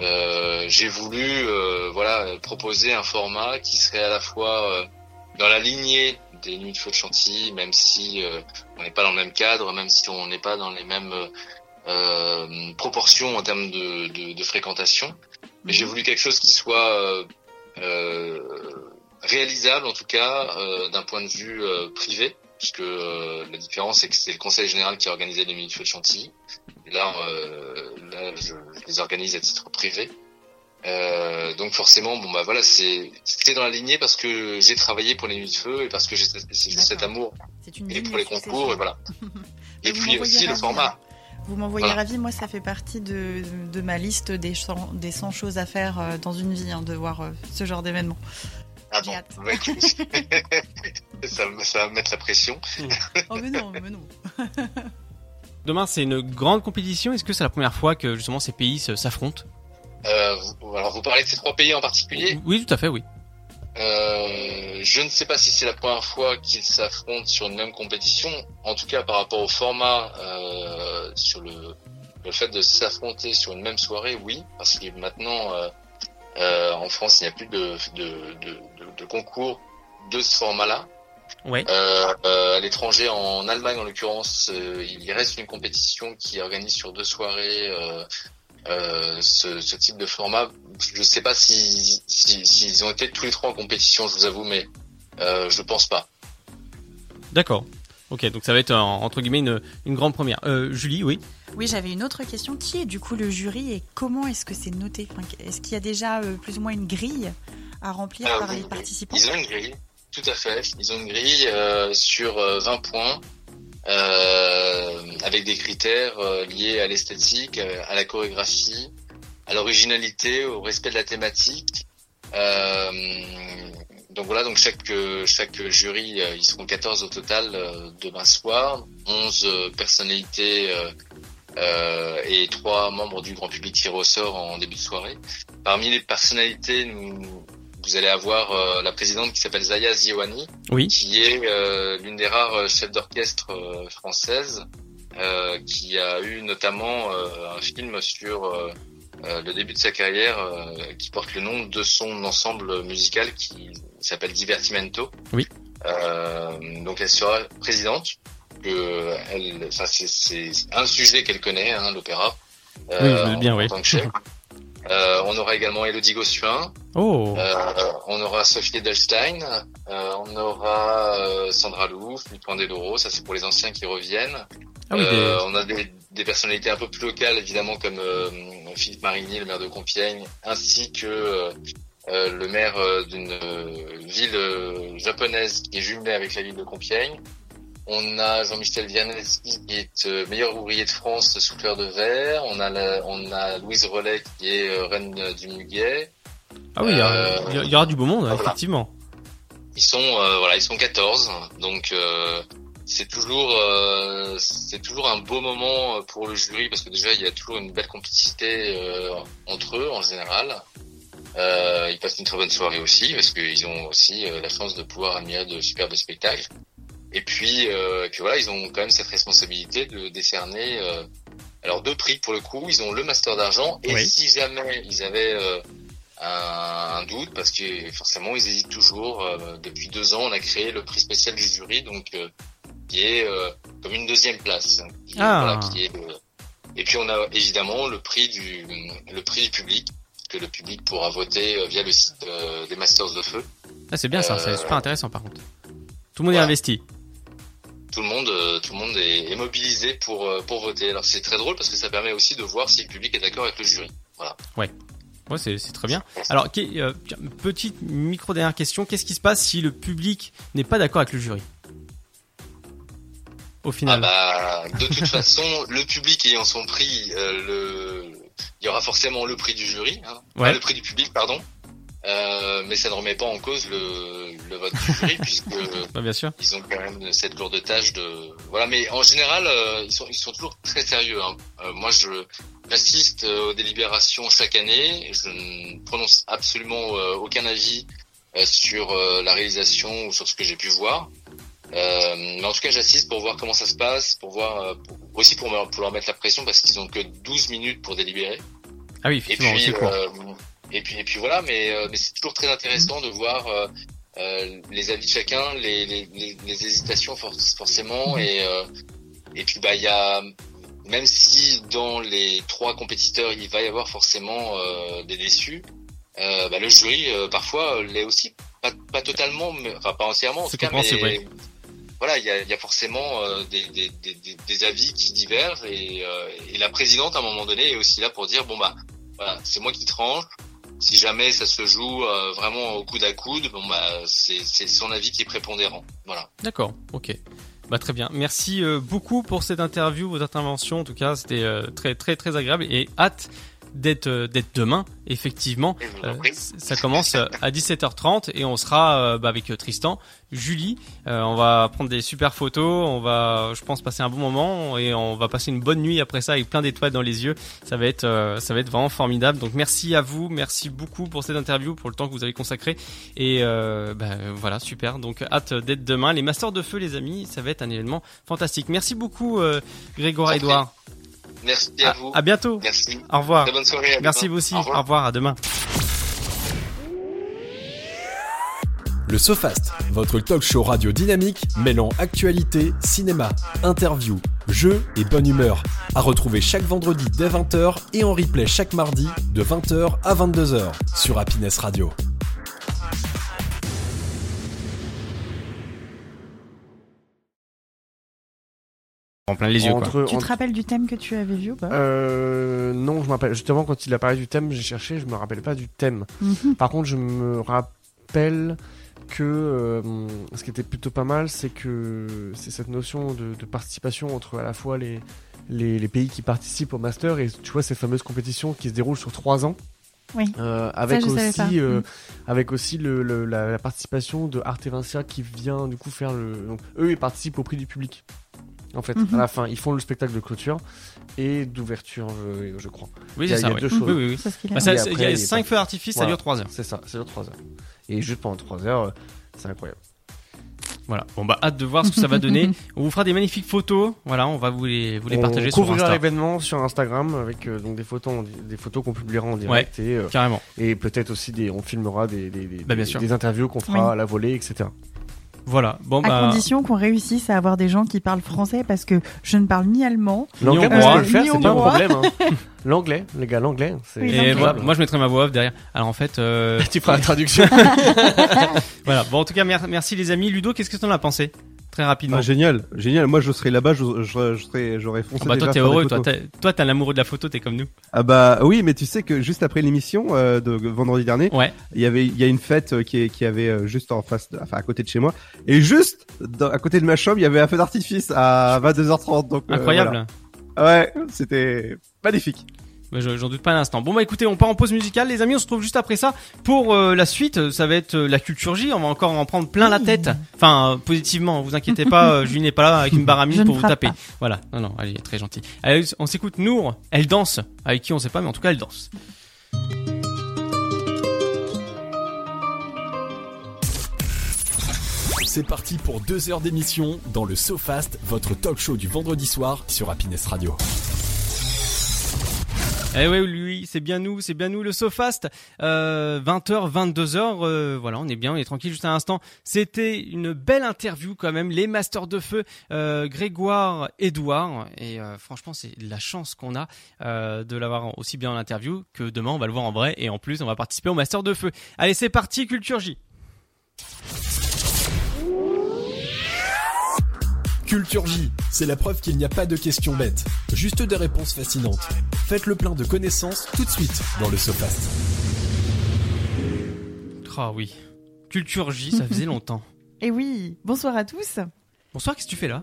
I: Euh, j'ai voulu euh, voilà euh, proposer un format qui serait à la fois euh, dans la lignée des Nuits de Feu de Chantilly, même si euh, on n'est pas dans le même cadre, même si on n'est pas dans les mêmes euh, euh, proportions en termes de, de, de fréquentation. Mais
E: Mhm.
I: j'ai voulu quelque chose qui soit euh, euh, réalisable, en tout cas, euh, d'un point de vue euh, privé, puisque euh, la différence, c'est que c'est le Conseil général qui organisait les Minutes de Chantilly. Et Là, euh, là je, je les organise à titre privé. Euh, donc forcément, bon bah voilà, c'est c'était dans la lignée parce que j'ai travaillé pour les nuits de feu et parce que j'ai j'ai cet
E: D'accord.
I: amour
E: C'est une
I: et
E: ligne
I: pour les
E: de succession.
I: concours et voilà.
E: Mais
I: Et
E: vous
I: puis
E: m'envoyez
I: aussi le
E: ravi.
I: format.
E: Vous m'envoyez
I: Voilà.
E: ravi, moi ça fait partie de, de ma liste des 100, des 100 choses à faire euh, dans une vie, hein, de voir euh, ce genre d'événement.
I: Ah
E: J'ai
I: bon,
E: hâte.
I: bah, écoute, ça, me- ça va me mettre la pression.
E: Oh mais non, mais non.
A: Demain, c'est une grande compétition. Est-ce que c'est la première fois que justement ces pays se- s'affrontent
I: Euh, vous- alors vous parlez de ces trois pays en particulier.
A: Oui, tout à fait, oui.
I: Euh, je ne sais pas si c'est la première fois qu'ils s'affrontent sur une même compétition. En tout cas, par rapport au format, euh, sur le, le fait de s'affronter sur une même soirée, oui, parce que maintenant, euh, euh, en France, il n'y a plus de, de, de, de, de concours de ce format-là.
A: Ouais.
I: Euh, euh, à l'étranger, en Allemagne en l'occurrence, euh, il y reste une compétition qui organise sur deux soirées euh, euh, ce, ce type de format. Je ne sais pas s'ils si, s'ils ont été tous les trois en compétition, je vous avoue, mais euh, je pense pas.
A: D'accord. Ok, donc ça va être un- entre guillemets une, une grande première. Euh, Julie, oui.
E: Oui, j'avais une autre question. Qui est du coup le jury et comment est-ce que c'est noté Enfin, Est-ce qu'il y a déjà euh, plus ou moins une grille à remplir
I: Ah,
E: par
I: oui,
E: les
I: oui.
E: participants
I: Ils ont une grille, tout à fait. Ils ont une grille euh, sur euh, 20 points, euh, avec des critères euh, liés à l'esthétique, euh, à la chorégraphie, à l'originalité, au respect de la thématique. Euh, donc voilà, donc chaque euh, chaque jury, euh, ils seront 14 au total euh, demain soir, 11 euh, personnalités euh, euh, et trois membres du grand public tirés au sort en début de soirée. Parmi les personnalités, nous, vous allez avoir euh, la présidente qui s'appelle Zaya Ziwani,
A: Oui.
I: qui est euh, l'une des rares euh, chefs d'orchestre euh, françaises, euh, qui a eu notamment euh, un film sur euh, euh, le début de sa carrière euh, qui porte le nom de son ensemble musical qui s'appelle Divertimento.
A: Oui.
I: Euh, donc elle sera présidente. Que elle, enfin, c'est- c'est un sujet qu'elle connaît, hein, l'opéra.
A: je me doute bien,
I: en
A: oui.
I: tant que chef. Euh, on aura également Elodie Gossuin,
A: Oh.
I: euh, on aura Sophie Edelstein, euh, on aura euh, Sandra Louf, Philippe Pandeloro, ça c'est pour les anciens qui reviennent.
A: ah oui,
I: Euh,
A: des-
I: on a des, des personnalités un peu plus locales évidemment comme euh, Philippe Marigny, le maire de Compiègne, ainsi que euh, euh, le maire euh, d'une euh, ville euh, japonaise qui est jumelée avec la ville de Compiègne. On a Jean-Michel Vianelski qui est euh, meilleur ouvrier de France sous fleur de verre. On a, la- on a Louise Rollet qui est euh, reine euh, du Muguet.
A: ah oui, il y aura-
I: euh,
A: il y, aura du beau monde,
I: voilà.
A: effectivement.
I: Ils sont euh, voilà, ils sont 14, donc euh, c'est toujours euh, c'est toujours un beau moment euh, pour le jury parce que déjà il y a toujours une belle complicité euh, entre eux en général. Euh, ils passent une très bonne soirée aussi parce qu'ils ont aussi euh, la chance de pouvoir admirer de superbes spectacles. Et puis, euh, et puis voilà, ils ont quand même cette responsabilité de décerner euh, alors deux prix pour le coup. Ils ont le master d'argent et
A: Oui.
I: si jamais ils avaient euh, un, un doute parce que forcément ils hésitent toujours. euh, depuis deux ans, on a créé le prix spécial du jury, donc euh, qui est euh, comme une deuxième place. hein, qui est-
A: Ah.
I: voilà, qui est, euh, et puis on a évidemment le prix du le prix du public que le public pourra voter euh, via le site euh, des Masters de Feu.
A: Ah, c'est bien ça, c'est
I: euh,
A: super intéressant par contre. Tout le monde est
I: voilà.
A: investi.
I: Tout le monde, euh, tout le monde est, est mobilisé pour euh, pour voter. Alors c'est très drôle parce que ça permet aussi de voir si le public est d'accord avec le jury.
A: Ouais, c'est c'est très bien. Alors, qu'est- euh, tiens, petite micro dernière question, qu'est-ce qui se passe si le public n'est pas d'accord avec le jury Au
I: Ah
A: final.
I: bah, de toute façon, le public ayant son prix, euh, le... il y aura forcément le prix du jury, hein.
A: Ouais.
I: Ah, le prix du public, pardon. Euh, mais ça ne remet pas en cause le, le vote du jury puisque euh,
A: Bah, bien sûr.
I: ils ont quand même cette lourde tâche de voilà. Mais en général, euh, ils sont ils sont toujours très sérieux. hein. Euh, moi, je j'assiste euh, aux délibérations chaque année. Je ne prononce absolument euh, aucun avis euh, sur euh, la réalisation ou sur ce que j'ai pu voir. Euh, mais en tout cas, j'assiste pour voir comment ça se passe, pour voir euh, pour- aussi pour, me- pour leur mettre la pression parce qu'ils ont que 12 minutes pour délibérer.
A: Ah oui,
I: Et
A: effectivement,
I: puis,
A: c'est court.
I: euh, et puis, et puis voilà, mais, euh, mais c'est toujours très intéressant de voir euh, euh, les avis de chacun, les, les, les, les hésitations for- forcément, et euh, et puis bah il y a même si dans les trois compétiteurs il va y avoir forcément euh, des déçus, euh, bah, le jury euh, parfois euh, l'est aussi, pas, pas totalement, mais- enfin pas entièrement en
A: C'est
I: tout cas,
A: compréhensible,
I: mais
A: ouais.
I: voilà il y a, il y a forcément euh, des, des, des, des- des avis qui divergent et, euh, et la présidente à un moment donné est aussi là pour dire bon bah voilà, c'est moi qui tranche. Si jamais ça se joue euh, vraiment au coude à coude, bon bah c'est c'est son avis qui est prépondérant. Voilà.
A: D'accord, ok. Bah, très bien. Merci euh, beaucoup pour cette interview, vos interventions. En tout cas, c'était euh, très, très, très agréable et hâte d'être euh, d'être demain, effectivement.
I: Et je vous en
A: Euh,
I: prie.
A: ça commence euh, à 17h30 et on sera euh, bah, avec euh, Tristan, Julie. Euh, on va prendre des super photos, on va, je pense, passer un bon moment et on va passer une bonne nuit après ça avec plein d'étoiles dans les yeux. Ça va être, euh, ça va être vraiment formidable. Donc merci à vous, merci beaucoup pour cette interview, pour le temps que vous avez consacré et euh, bah, voilà, super. Donc hâte d'être demain. Les Masters de feu, les amis, ça va être un événement fantastique. Merci beaucoup, euh, Grégoire,
I: Je vous en
A: Edouard.
I: Merci à,
A: À,
I: vous.
A: à bientôt.
I: Merci.
A: Au revoir.
I: Très bonne soirée. à
A: Merci
I: demain.
A: vous aussi.
I: Au revoir.
A: Au revoir. À demain.
B: Le SoFast, votre talk show radio dynamique mêlant actualité, cinéma, interview, jeux et bonne humeur. À retrouver chaque vendredi dès 20h et en replay chaque mardi de 20h à 22h sur Happiness Radio.
A: En plein les yeux, quoi.
J: Entre-
E: Tu te
J: entre-
E: rappelles du thème que tu avais vu ou
J: Ah,
E: pas
J: Euh, non, je m'appelle. Justement, quand il a parlé du thème, j'ai cherché, je me rappelle pas du thème.
E: Mhm.
J: Par contre, je me rappelle que euh, ce qui était plutôt pas mal, c'est que c'est cette notion de, de participation entre à la fois les, les, les pays qui participent au master et tu vois ces fameuses compétitions qui se déroulent sur trois ans.
E: Oui.
J: Euh, avec,
E: je savais pas.
J: aussi, euh,
E: Mhm.
J: avec aussi le, le- la, la participation de Arte Vincia qui vient du coup faire le. Donc, eux, ils participent au prix du public. En fait,
E: Mhm.
J: à la fin, ils font le spectacle de clôture et d'ouverture, je, je crois.
A: Oui,
J: Il y a-
A: c'est ça.
J: il y a
A: ouais.
J: deux
A: oui,
J: choses.
A: oui, oui.
E: C'est ce qu'il a
A: Bah,
J: Et
A: ça,
E: dit.
A: c'est- il y a
J: après,
A: 5 feux d'artifice, ça
J: Voilà.
A: dure 3 heures.
J: C'est ça, c'est dans 3 heures. Et juste pendant 3 heures, euh, c'est incroyable.
A: Voilà. Bon, bah, hâte de voir ce que ça va donner. On vous fera des magnifiques photos. Voilà, on va vous les, vous les partager
J: on
A: sur
J: couvrira
A: Insta.
J: l'événement sur Instagram avec euh, donc des photos, en- des photos qu'on publiera en direct et, euh,
A: Carrément.
J: et peut-être aussi des, on filmera des, des, des,
A: Bah, bien
J: des-
A: sûr.
J: des interviews qu'on fera
E: Oui.
J: à la volée, etc.
A: Voilà. Bon,
E: À
A: bah.
E: condition qu'on réussisse à avoir des gens qui parlent français parce que je ne parle ni allemand.
J: L'anglais,
A: hongrois.
J: moi, je peux le
E: Ni
J: faire, c'est pas un
E: hongrois.
J: problème. hein. l'anglais, les gars, l'anglais, c'est
E: Oui,
A: Et
E: l'anglais.
A: moi,
J: faisable.
A: moi, je mettrai ma voix off derrière. Alors, en fait, euh,
J: tu feras la traduction.
A: voilà. Bon, en tout cas, mer- merci les amis. Ludo, qu'est-ce que t'en as pensé Très rapidement.
D: Ah, génial, génial. Moi, je serais là-bas, je- je- je serais- j'aurais foncé.
A: Ah bah, toi,
D: déjà
A: t'es
D: faire des
A: heureux. Toi,
D: photos.
A: t'es toi, t'es un amoureux de la photo, t'es comme nous.
D: Ah bah oui, mais tu sais que juste après l'émission euh, de vendredi dernier,
A: Ouais.
D: il y avait, il y a une fête euh, qui, est- qui avait euh, juste en face, de- enfin à côté de chez moi, et juste dans- à côté de ma chambre, il y avait un feu d'artifice à 22h30. Donc euh,
A: Incroyable.
D: voilà. Ouais, c'était magnifique.
A: Bah, je- J'en doute pas un instant. Bon bah écoutez, on part en pause musicale, les amis. On se trouve juste après ça pour euh, la suite. euh, Ça va être euh, la culture J. On va encore en prendre plein la tête. Enfin, euh, positivement. Vous inquiétez pas, euh, Julie n'est pas là avec une barre à mine
E: Je ne
A: pour vous
E: frappe
A: taper.
E: pas.
A: Voilà. Non non, elle est très gentille. Allez, on s'écoute Nour. Elle danse. Avec qui on sait pas, mais en tout cas elle danse.
B: C'est parti pour deux heures d'émission dans le SoFast, votre talk show du vendredi soir sur Happiness Radio.
A: Eh ouais, lui, c'est bien nous, c'est bien nous, le Sofast. Euh, 20h, 22h, euh, voilà, on est bien, on est tranquille juste un instant. C'était une belle interview quand même, les Masters de Feu, euh, Grégoire, Edouard, et euh, franchement, c'est de la chance qu'on a euh, de l'avoir aussi bien en interview que demain, on va le voir en vrai, et en plus, on va participer au Masters de Feu. Allez, c'est parti, Culture J.
B: Culture J, c'est la preuve qu'il n'y a pas de questions bêtes, juste des réponses fascinantes. Faites le plein de connaissances tout de suite dans le SoFast.
A: Ah oui, Culture J, ça faisait longtemps.
E: Et oui, bonsoir à tous.
A: Bonsoir, qu'est-ce que tu fais là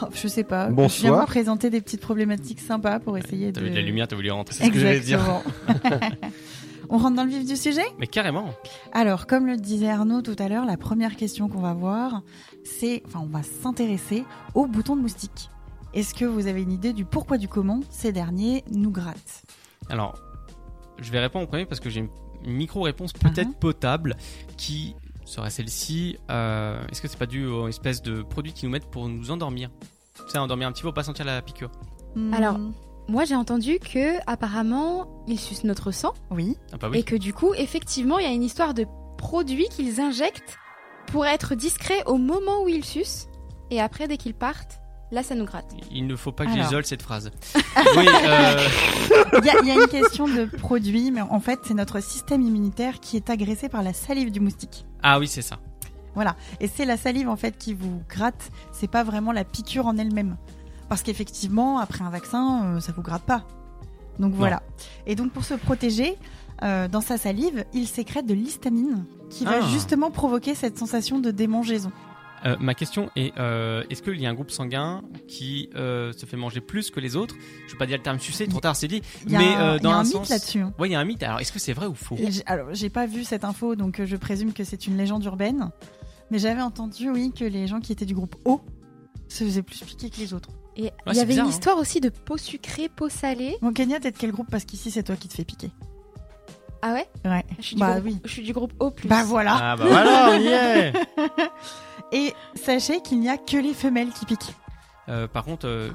E: Oh, je sais pas. Je viens
D: Bonsoir.
E: vous présenter des petites problématiques sympas pour essayer
A: T'as
E: de.
A: vu de la lumière, t'as voulu rentrer.
J: C'est ce que j'allais dire.
E: Exactement. On rentre dans le vif du sujet
A: Mais carrément.
E: Alors, comme le disait Arnaud tout à l'heure, la première question qu'on va voir, c'est, enfin, on va s'intéresser aux boutons de moustique. Est-ce que vous avez une idée du pourquoi du comment ces derniers nous grattent
A: Alors, je vais répondre au premier parce que j'ai une micro-réponse peut-être
E: Mhm.
A: potable qui serait celle-ci. Euh, Est-ce que c'est pas dû aux espèces de produits qu'ils nous mettent pour nous endormir Tu sais, endormir un petit peu pour pas sentir la piqûre.
F: Alors-
E: Hmm,
F: Moi, j'ai entendu que apparemment, ils sucent notre sang
E: oui,
A: Ah bah oui.
F: et que du coup, effectivement, il y a une histoire de produits qu'ils injectent pour être discrets au moment où ils sucent et après, dès qu'ils partent, là, ça nous gratte.
A: Il ne faut pas que
E: Alors.
A: j'isole cette phrase. oui, euh,
E: il y, a- il y a une question de produit, mais en fait, c'est notre système immunitaire qui est agressé par la salive du moustique.
A: Ah oui, c'est ça.
E: Et c'est la salive en fait qui vous gratte, c'est pas vraiment la piqûre en elle-même. Parce qu'effectivement, après un vaccin, euh, ça vous gratte pas. Donc voilà. Et donc pour se protéger, euh, dans sa salive, il sécrète de l'histamine qui va
A: Ah.
E: justement provoquer cette sensation de démangeaison.
A: Euh, ma question est euh, est-ce qu'il y a un groupe sanguin qui euh, se fait manger plus que les autres Je vais pas dire le terme sucé, trop tard, c'est dit.
E: Il y a,
A: Mais
E: un-
A: euh,
E: il y
A: dans
E: a un,
A: un,
E: mythe
A: sens.
E: là-dessus. hein.
A: Ouais, il y a un mythe. Alors, est-ce que c'est vrai ou faux
E: Et j'- Alors, j'ai pas vu cette info, donc euh, je présume que c'est une légende urbaine. Mais j'avais entendu, oui, que les gens qui étaient du groupe O se faisaient plus piquer que les autres.
F: Et il
A: c'est
F: y avait
A: bizarre,
F: une
A: hein.
F: histoire aussi de peau sucrée, peau salée.
E: Mon Kenya, t'es de quel groupe Parce qu'ici, c'est toi qui te fais piquer.
F: Ah ouais
E: Ouais.
F: je suis, du
E: Bah
F: groupe,
E: oui.
F: je suis du groupe O+.
E: Bah voilà.
A: Ah bah voilà, on y est
C: Ah.
E: Et sachez qu'il n'y a que les femelles qui piquent.
A: Euh, Par contre, euh,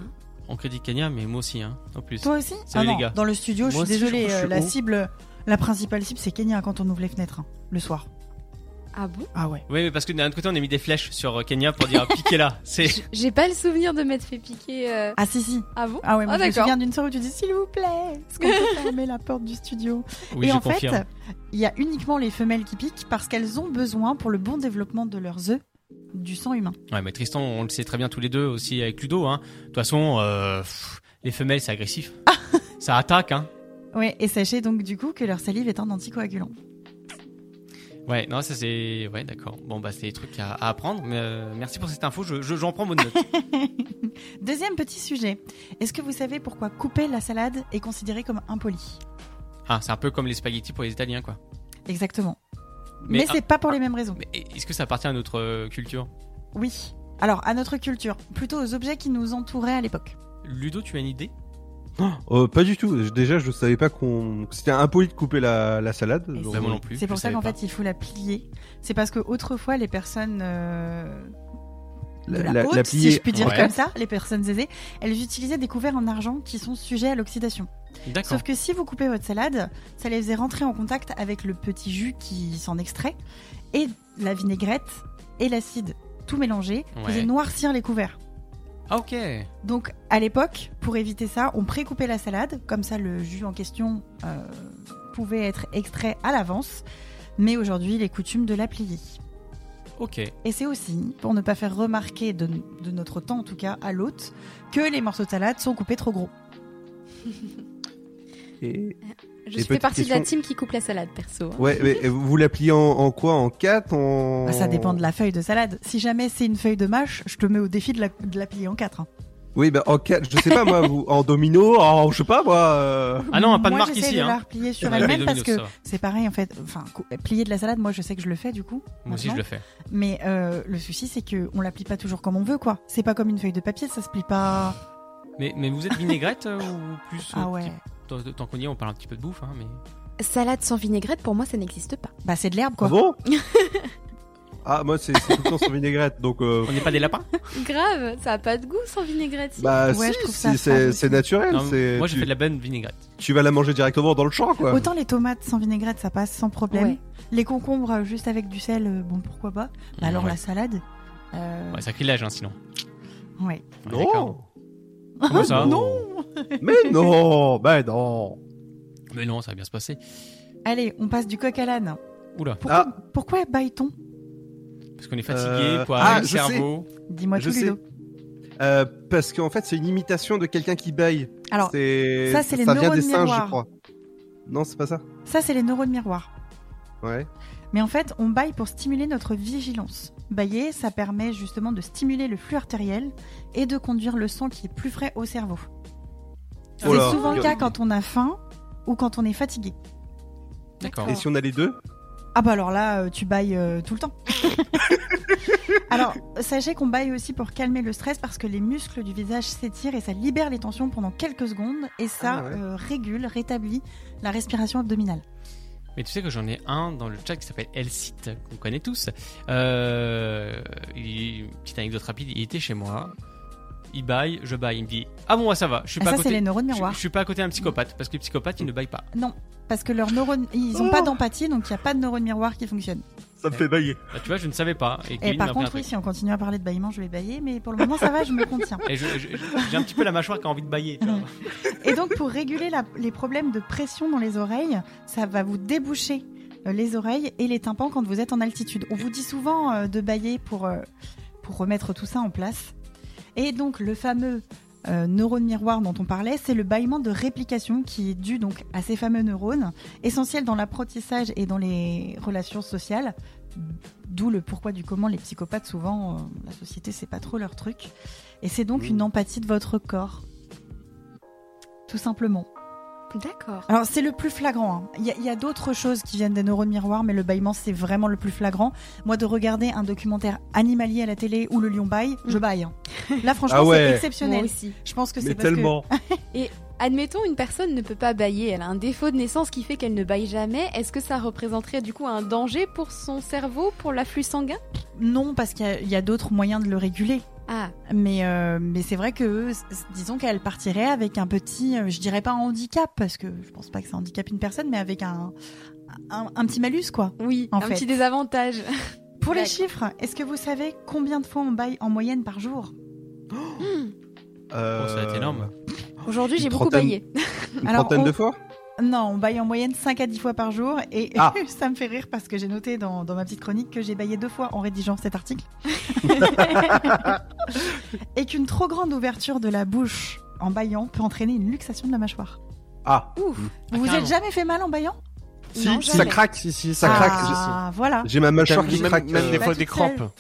A: on critique Kenya, mais moi aussi, hein, en plus.
E: Toi aussi
A: Salut
E: Ah non,
A: les gars.
E: dans le studio,
C: Moi
E: je suis
C: aussi, je
E: désolée,
C: crois que je
E: euh,
C: suis
E: la
C: haut.
E: cible, la principale cible, c'est Kenya quand on ouvre les fenêtres, hein, le soir.
F: Ah bon
E: Ah ouais.
A: Oui, mais parce que d'un autre côté, on a mis des flèches sur euh, Kenya pour dire piquez là. C'est.
F: J'ai pas le souvenir de m'être fait piquer euh,
E: Ah si, si.
F: Ah bon
E: Ah ouais, moi,
F: Ah,
E: je me
F: d'accord.
E: souviens d'une soirée où tu dis s'il vous plaît, est-ce qu'on peut fermer la porte du studio
A: Oui,
E: Et
A: je
E: en
A: confirme.
E: fait, il y a uniquement les femelles qui piquent parce qu'elles ont besoin pour le bon développement de leurs œufs du sang humain.
A: Ouais, mais Tristan, on le sait très bien tous les deux aussi avec Ludo. Hein. De toute façon, euh, pff, les femelles, c'est agressif. ça attaque, hein.
E: Ouais, et sachez donc du coup que leur salive est un anticoagulant.
A: Ouais, non, ça c'est. Ouais, d'accord. Bon, bah, c'est des trucs à, à apprendre. Mais, euh, merci pour cette info. J'en je, j'en prends bonne note.
E: Deuxième petit sujet. Est-ce que vous savez pourquoi couper la salade est considéré comme impoli
A: ah, c'est un peu comme les spaghettis pour les Italiens, quoi.
E: Exactement.
A: Mais- ah,
E: Mais, c'est pas pour les mêmes raisons.
A: Mais est-ce que ça appartient à notre euh, culture
E: Oui. Alors, à notre culture, plutôt aux objets qui nous entouraient à l'époque.
A: Ludo, tu as une idée
D: Euh, pas du tout. Déjà, je savais pas qu'on que c'était impoli de couper la, la salade.
E: Et
D: donc-
A: Bah, moi non plus.
E: C'est pour
A: je
E: ça
A: savais
E: qu'en
A: pas.
E: fait, il faut la plier. C'est parce que autrefois, les personnes euh, de
D: La-
E: la,
D: la-
E: haute,
D: la plier,
E: si je puis dire
A: ouais.
E: comme ça, les personnes aisées, elles utilisaient des couverts en argent qui sont sujets à l'oxydation.
A: D'accord.
E: Sauf que si vous coupez votre salade, ça les faisait rentrer en contact avec le petit jus qui s'en extrait et la vinaigrette et l'acide tout mélangé
A: Ouais.
E: faisait noircir les couverts.
A: Ah, ok.
E: Donc à l'époque, pour éviter ça, on précoupait la salade, comme ça le jus en question euh, pouvait être extrait à l'avance. Mais aujourd'hui, il est coutume de la plier.
A: Ok.
E: Et c'est aussi pour ne pas faire remarquer de, de notre temps, en tout cas à l'hôte, que les morceaux de salade sont coupés trop gros.
D: Et-
F: Je
D: Et
F: fais
D: petite
F: partie de la
D: question.
F: team qui coupe la salade, perso. hein.
D: Ouais, mais vous la pliez en, en quoi En 4 en...
E: Bah, ça dépend de la feuille de salade. Si jamais c'est une feuille de mâche, je te mets au défi de la, de la plier en quatre. hein.
D: Oui, bah en 4, je sais pas moi, vous, en domino, en je sais pas moi. euh,
A: Ah non, pas de
E: Moi,
A: marque
E: j'essaye
A: ici.
E: de la
A: Hein.
E: replier sur
A: Ouais,
E: elle-même
A: les
E: parce
A: dominos,
E: que
A: ça va.
E: c'est pareil en fait. Enfin, cou- plier de la salade, moi je sais que je le fais du coup.
A: Moi aussi, je
E: maintenant.
A: le fais.
E: Mais euh, le souci, c'est que on la plie pas toujours comme on veut, quoi. C'est pas comme une feuille de papier, ça se plie pas.
A: Mais, mais vous êtes vinaigrette euh, ou plus euh,
E: Ah ouais.
A: Tant, tant qu'on y est, on parle un petit peu de bouffe, hein, mais.
F: Salade sans vinaigrette, pour moi, ça n'existe pas.
E: Bah, c'est de l'herbe,
D: ah
E: quoi.
D: bon Ah, moi c'est c'est tout le temps sans vinaigrette, donc... euh,
A: On n'est pas des lapins
F: Grave, ça a pas de goût sans vinaigrette. si.
D: Bah
E: Ouais,
D: si,
E: je trouve
D: si,
E: ça
D: c'est
E: fade
D: c'est
E: aussi.
D: naturel,
A: Non,
D: c'est-
A: Moi, j'ai
D: tu,
A: fait de la bonne vinaigrette.
D: tu vas la manger directement dans le champ quoi.
E: Autant les tomates sans vinaigrette, ça passe sans problème.
F: Ouais.
E: Les concombres euh, juste avec du sel, euh, bon, pourquoi pas. Bah, alors
A: Ouais.
E: la salade. euh,
A: Ouais, sacrilège, hein, sinon.
E: ouais.
A: Ouais, d'accord.
D: Non
A: Comment ça
D: Non Mais non Bah non
A: Mais non, ça va bien se passer.
E: Allez, on passe du coq à l'âne.
A: Oula,
E: Pourquoi,
D: Ah.
E: pourquoi baille-t-on
A: parce qu'on est fatigué,
D: Euh,
A: quoi,
D: ah,
A: le
D: je
A: cerveau.
E: Dis-moi
D: Je
E: tout,
D: sais.
E: Ludo.
D: Euh, parce qu'en fait, c'est une imitation de quelqu'un qui baille.
E: Alors,
D: c'est...
E: ça, c'est les
D: vient des
E: neurones
D: singes,
E: miroirs.
D: je crois. Non, c'est pas ça.
E: Ça, c'est les neurones miroirs.
D: Ouais.
E: Mais en fait, on baille pour stimuler notre vigilance. Bailler, ça permet justement de stimuler le flux artériel et de conduire le sang qui est plus frais au cerveau.
D: Oh là.
E: C'est souvent le cas quand on a faim ou quand on est fatigué.
A: D'accord.
D: Et si on a les deux
E: Ah bah alors là, euh, tu bailles euh, tout le temps. alors, sachez qu'on baille aussi pour calmer le stress parce que les muscles du visage s'étirent et ça libère les tensions pendant quelques secondes et ça
D: Ah ouais.
E: euh, régule, rétablit la respiration abdominale.
A: Mais tu sais que j'en ai un dans le chat qui s'appelle Elsite, qu'on connaît tous. Euh, il- petite anecdote rapide, il était chez moi. Il baille, je baille. Il me dit Ah bon, ouais, ça va, je suis
E: Ah,
A: pas
E: ça,
A: à
E: c'est
A: côté.
E: les neurones
A: je,
E: miroirs.
A: je suis pas à côté d'un psychopathe, parce que les psychopathes, ils ne baillent pas.
E: Parce que leurs neurones, ils n'ont pas d'empathie, donc il n'y a pas de neurones miroirs qui fonctionnent.
D: Ça me fait bailler.
A: Bah, tu vois, je ne savais pas. Et,
E: Et
A: Kevin m'a
E: Eh, par
A: appris un
E: contre, oui,
A: truc.
E: si on continue à parler de bâillement, je vais bailler, mais pour le moment, ça va, je me contiens.
A: Et je- je- je- j'ai un petit peu la mâchoire qui a envie de bailler. tu vois.
E: Mhm. Et donc, pour réguler la- les problèmes de pression dans les oreilles, ça va vous déboucher euh, les oreilles et les tympans quand vous êtes en altitude. On vous dit souvent euh, de bailler pour, euh, pour remettre tout ça en place. Et donc, le fameux euh, neurone miroir dont on parlait, c'est le bâillement de réplication qui est dû donc à ces fameux neurones, essentiels dans l'apprentissage et dans les relations sociales. D'où le pourquoi du comment les psychopathes, souvent, euh, la société, c'est pas trop leur truc. Et c'est donc une empathie de votre corps. Tout simplement.
F: D'accord.
E: Alors c'est le plus flagrant. hein. Il y a- il y a, d'autres choses qui viennent des neurones miroirs, mais le bâillement c'est vraiment le plus flagrant. Moi de regarder un documentaire animalier à la télé où le lion baille, je baille. hein. Là franchement
D: Ah ouais.
E: c'est
F: Moi
E: exceptionnel.
F: aussi.
E: Je pense que c'est
D: Mais
E: parce
D: tellement.
F: Admettons, une personne ne peut pas bailler, elle a un défaut de naissance qui fait qu'elle ne baille jamais. Est-ce que ça représenterait du coup un danger pour son cerveau, pour l'afflux sanguin
E: que non parce qu'il y a- il y a, d'autres moyens de le réguler.
F: Ah,
E: Mais euh, mais c'est vrai que c- c- disons qu'elle partirait avec un petit, euh, je dirais pas un handicap parce que je pense pas que ça handicape une personne, mais avec un un, un petit malus quoi.
F: oui,
E: En
F: un
E: fait.
F: petit désavantage.
E: Pour les
F: D'accord.
E: chiffres, est-ce que vous savez combien de fois on baille en moyenne par jour
A: Oh, ça va être énorme.
F: Aujourd'hui,
D: Une
F: j'ai beaucoup
D: trentaine.
F: baillé.
D: Euh, Une
E: Alors,
D: trentaine
E: on-
D: de fois
E: Non, on baille en moyenne 5 à 10 fois par jour. Et
D: Ah.
E: ça me fait rire parce que j'ai noté dans, dans ma petite chronique que j'ai baillé deux fois en rédigeant cet article. et qu'une trop grande ouverture de la bouche en baillant peut entraîner une luxation de la mâchoire.
D: Ah.
A: Ah,
E: vous vous êtes
A: carrément.
E: jamais fait mal en baillant
C: Si,
F: Non,
C: si,
F: jamais.
C: ça craque, si, si, ça
E: ah,
C: craque. si, si.
E: voilà.
D: J'ai ma mâchoire qui
C: même,
D: craque.
C: même
D: euh,
C: des
E: Pas
C: fois des
E: toute seule.
C: crampes.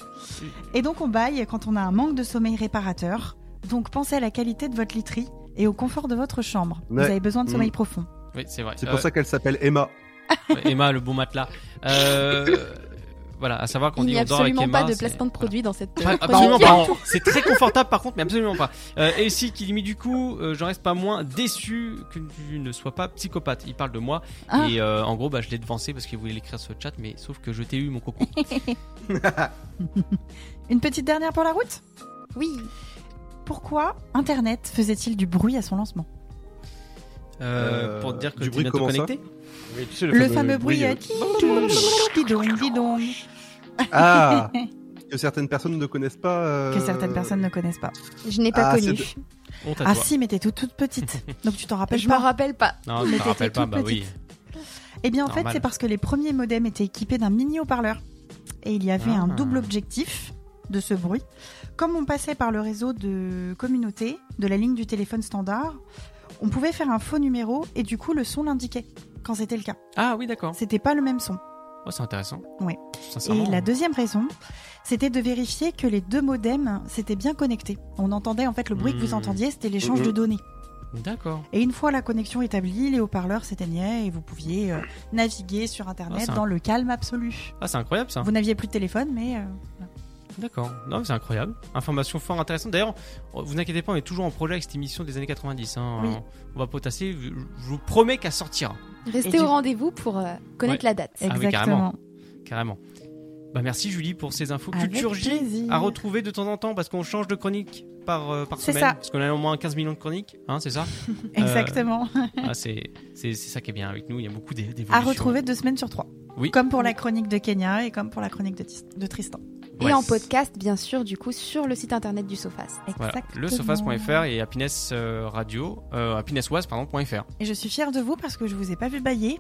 E: Et donc on baille quand on a un manque de sommeil réparateur. Donc pensez à la qualité de votre literie et au confort de votre chambre.
D: Ouais.
E: Vous avez besoin de
D: Mm.
E: sommeil profond.
A: Oui, c'est vrai.
D: C'est
A: Euh,
D: pour ça qu'elle s'appelle Emma.
A: Emma, le bon matelas. Euh, voilà, à savoir qu'on
F: Il
A: dit
F: n'y a
A: on dort avec Emma.
F: absolument pas de
A: c'est-
F: placement de produit dans cette
A: Pas-
F: euh,
A: absolument
F: chronique.
A: pas. C'est très confortable par contre, mais absolument pas. Euh, et aussi qui dit mais du coup, euh, j'en reste pas moins déçu que tu ne sois pas psychopathe. Il parle de moi
E: Ah.
A: et euh, en gros, bah, je l'ai devancé parce qu'il voulait l'écrire sur le chat, mais sauf que je t'ai eu mon coco.
E: Une petite dernière pour la route
F: Oui,
E: Pourquoi Internet faisait-il du bruit à son lancement
A: Euh,
D: Euh,
A: pour te dire que
D: du
A: tu
D: bruit,
A: bientôt
D: comment ça
A: connecté.
C: Oui, tu sais,
E: Le fameux bruit,
C: euh,
E: euh, ti- dis donc, dis donc,
D: Ah Que certaines personnes ne connaissent pas. euh,
E: que certaines personnes ne connaissent pas.
F: je n'ai pas
D: Ah,
F: connu.
D: c'est
A: Honte à
E: Ah
A: toi.
E: si, mais t'es toute, toute petite, donc tu t'en rappelles
F: Je m'en
E: pas.
F: rappelle pas.
A: Non,
E: mais
A: je me
E: t'étais
A: rappelle pas.
E: toute
A: Bah oui.
E: Eh bien, en fait,
A: Normal.
E: c'est parce que les premiers modems étaient équipés d'un mini haut-parleur. Et il y avait
A: Ah.
E: un double objectif de ce bruit. Comme on passait par le réseau de communauté, de la ligne du téléphone standard, on pouvait faire un faux numéro et du coup, le son l'indiquait quand c'était le cas.
A: Ah oui, d'accord.
E: C'était pas le même son.
A: Oh, c'est intéressant.
E: Ouais.
A: Sincèrement.
E: Et la deuxième raison, c'était de vérifier que les deux modems s'étaient bien connectés. On entendait en fait le bruit que vous
A: Mmh.
E: entendiez, c'était l'échange
D: Mhm.
E: de données.
A: D'accord.
E: Et une fois la connexion établie, les haut-parleurs s'éteignaient et vous pouviez euh, naviguer sur
A: Ah,
E: Internet
A: c'est un-
E: dans le calme absolu.
A: Ah, c'est incroyable ça.
E: Vous n'aviez plus de téléphone, mais euh,
A: D'accord. Non, mais c'est incroyable. Information fort intéressante. D'ailleurs, vous inquiétez pas, on est toujours en projet avec cette émission des années 90. hein.
E: Oui.
A: On va potasser. Je vous promets qu'à sortir,
E: Et
F: Restez
E: du-
F: au rendez-vous pour euh, connaître la date.
A: oui,
E: exactement.
A: carrément. Bah merci Julie pour ces infos
E: Avec
A: culture J
E: plaisir.
A: à retrouver de temps en temps parce qu'on change de chronique par euh, par
E: C'est
A: semaine
E: ça.
A: parce qu'on a au moins 15 millions de chroniques, hein, c'est ça
E: exactement.
A: Ah, c'est c'est c'est ça qui est bien avec nous, il y a beaucoup d'é- d'évolutions.
E: À retrouver deux semaines sur trois.
A: Oui.
E: Comme pour la chronique de Kenya et comme pour la chronique de, Tis- de Tristan.
F: Et
A: Ouais.
F: en podcast, bien sûr, du coup, sur le site internet du Sofast.
A: Voilà,
E: Exactement.
A: le sofas.fr et happiness euh, radio euh, happinesswas pardon, point Euh, .fr.
E: Et je suis fière de vous parce que je vous ai pas vu bailler.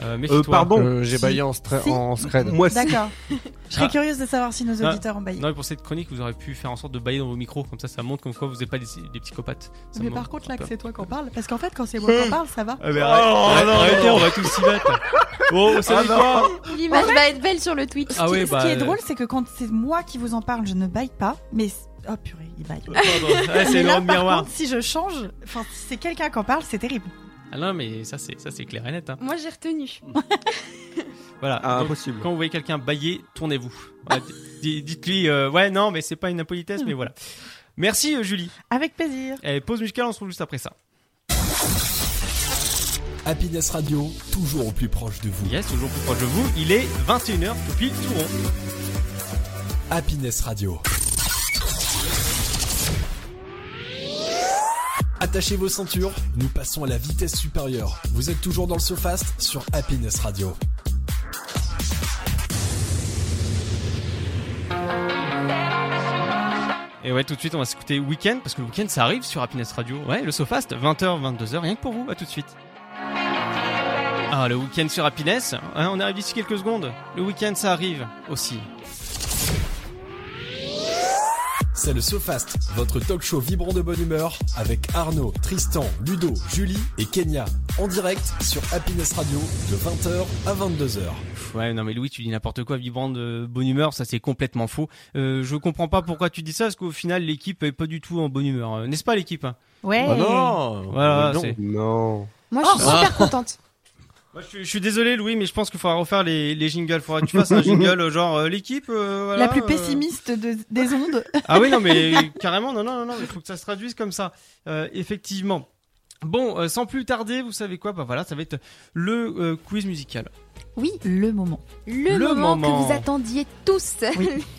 A: Euh,
D: Euh,
A: méfie-toi.
D: pardon,
C: J'ai
E: Si.
C: baillé en, stra-
E: Si.
C: en scred.
D: moi si.
E: D'accord. je serais
A: Ah.
E: curieuse de savoir si nos
A: Non.
E: auditeurs ont baillé.
A: Non, mais pour cette chronique, vous aurez pu faire en sorte de bailler dans vos micros, comme ça, ça montre comme quoi vous n'êtes pas des, des psychopathes. Ça
E: Mais
A: me-
E: par contre, là,
A: ça
E: que
A: me-
E: c'est toi qu'on parle, parce qu'en fait, quand c'est moi qu'on parle, ça va.
A: Ah, mais arrête- arrête- Ah, arrêtez, on va tous s'y battre. Bon, vous savez quoi
F: L'image va être belle sur le Twitch.
A: Ah
E: Ce qui-
A: oui,
E: ce
A: bah,
E: qui
A: euh,
E: est drôle, c'est que quand c'est moi qui vous en parle, je ne baille pas, mais. Oh purée, il baille.
A: Pardon. Ah,
E: Mais
A: c'est
E: là,
A: le
E: par
A: miroir.
E: contre, si je change, enfin, si c'est quelqu'un qui en parle, c'est terrible.
A: Ah non, mais ça c'est ça c'est clair et net. hein.
G: Moi, j'ai retenu.
A: Voilà.
D: Ah,
A: Donc,
D: impossible.
A: quand vous voyez quelqu'un bailler, tournez-vous. Voilà, di- di- Dites-lui, euh, ouais, non, mais c'est pas une impolitesse, mais voilà. Merci euh, Julie.
E: Avec plaisir.
A: Et pause musicale, on se retrouve juste après ça.
B: Happiness Radio, toujours au plus proche de vous.
A: Yes, toujours plus proche de vous. Il est 21h tout pile tout rond.
B: Happiness Radio. Attachez vos ceintures, nous passons à la vitesse supérieure. Vous êtes toujours dans le SoFast sur Happiness Radio.
A: Et ouais, tout de suite, on va s'écouter Weekend parce que le week-end ça arrive sur Happiness Radio. Ouais, le SoFast, 20h, 22h, rien que pour vous. À tout de suite. Ah, le week-end sur Happiness, hein, on arrive d'ici quelques secondes. Le week-end ça arrive aussi.
B: C'est le SoFast, votre talk show vibrant de bonne humeur avec Arnaud, Tristan, Ludo, Julie et Kenya. En direct sur Happiness Radio de 20h à 22h.
A: Ouais, non mais Louis, tu dis n'importe quoi, vibrant de bonne humeur, ça c'est complètement faux. Euh, je comprends pas pourquoi tu dis ça, parce qu'au final l'équipe est pas du tout en bonne humeur, Euh, n'est-ce pas l'équipe hein
E: Ouais.
J: Bah
D: Ah non
J: Euh,
A: Voilà,
D: non,
A: c'est-
D: non.
G: Moi, je suis
A: Ah.
G: super contente.
A: Moi, je, suis- je suis désolé Louis, mais je pense qu'il faudra refaire les, les jingles. Faudra que tu fasses un jingle euh, genre euh, l'équipe. euh, voilà,
E: la plus
A: euh.
E: pessimiste de- des ondes.
A: Ah oui, non mais carrément, non, non, non, non, il faut que ça se traduise comme ça. Euh, effectivement. Bon, euh, sans plus tarder, vous savez quoi Bah voilà, ça va être le euh, quiz musical.
G: Oui,
E: Le moment.
G: le,
A: Le
G: moment,
A: moment.
G: que vous attendiez tous.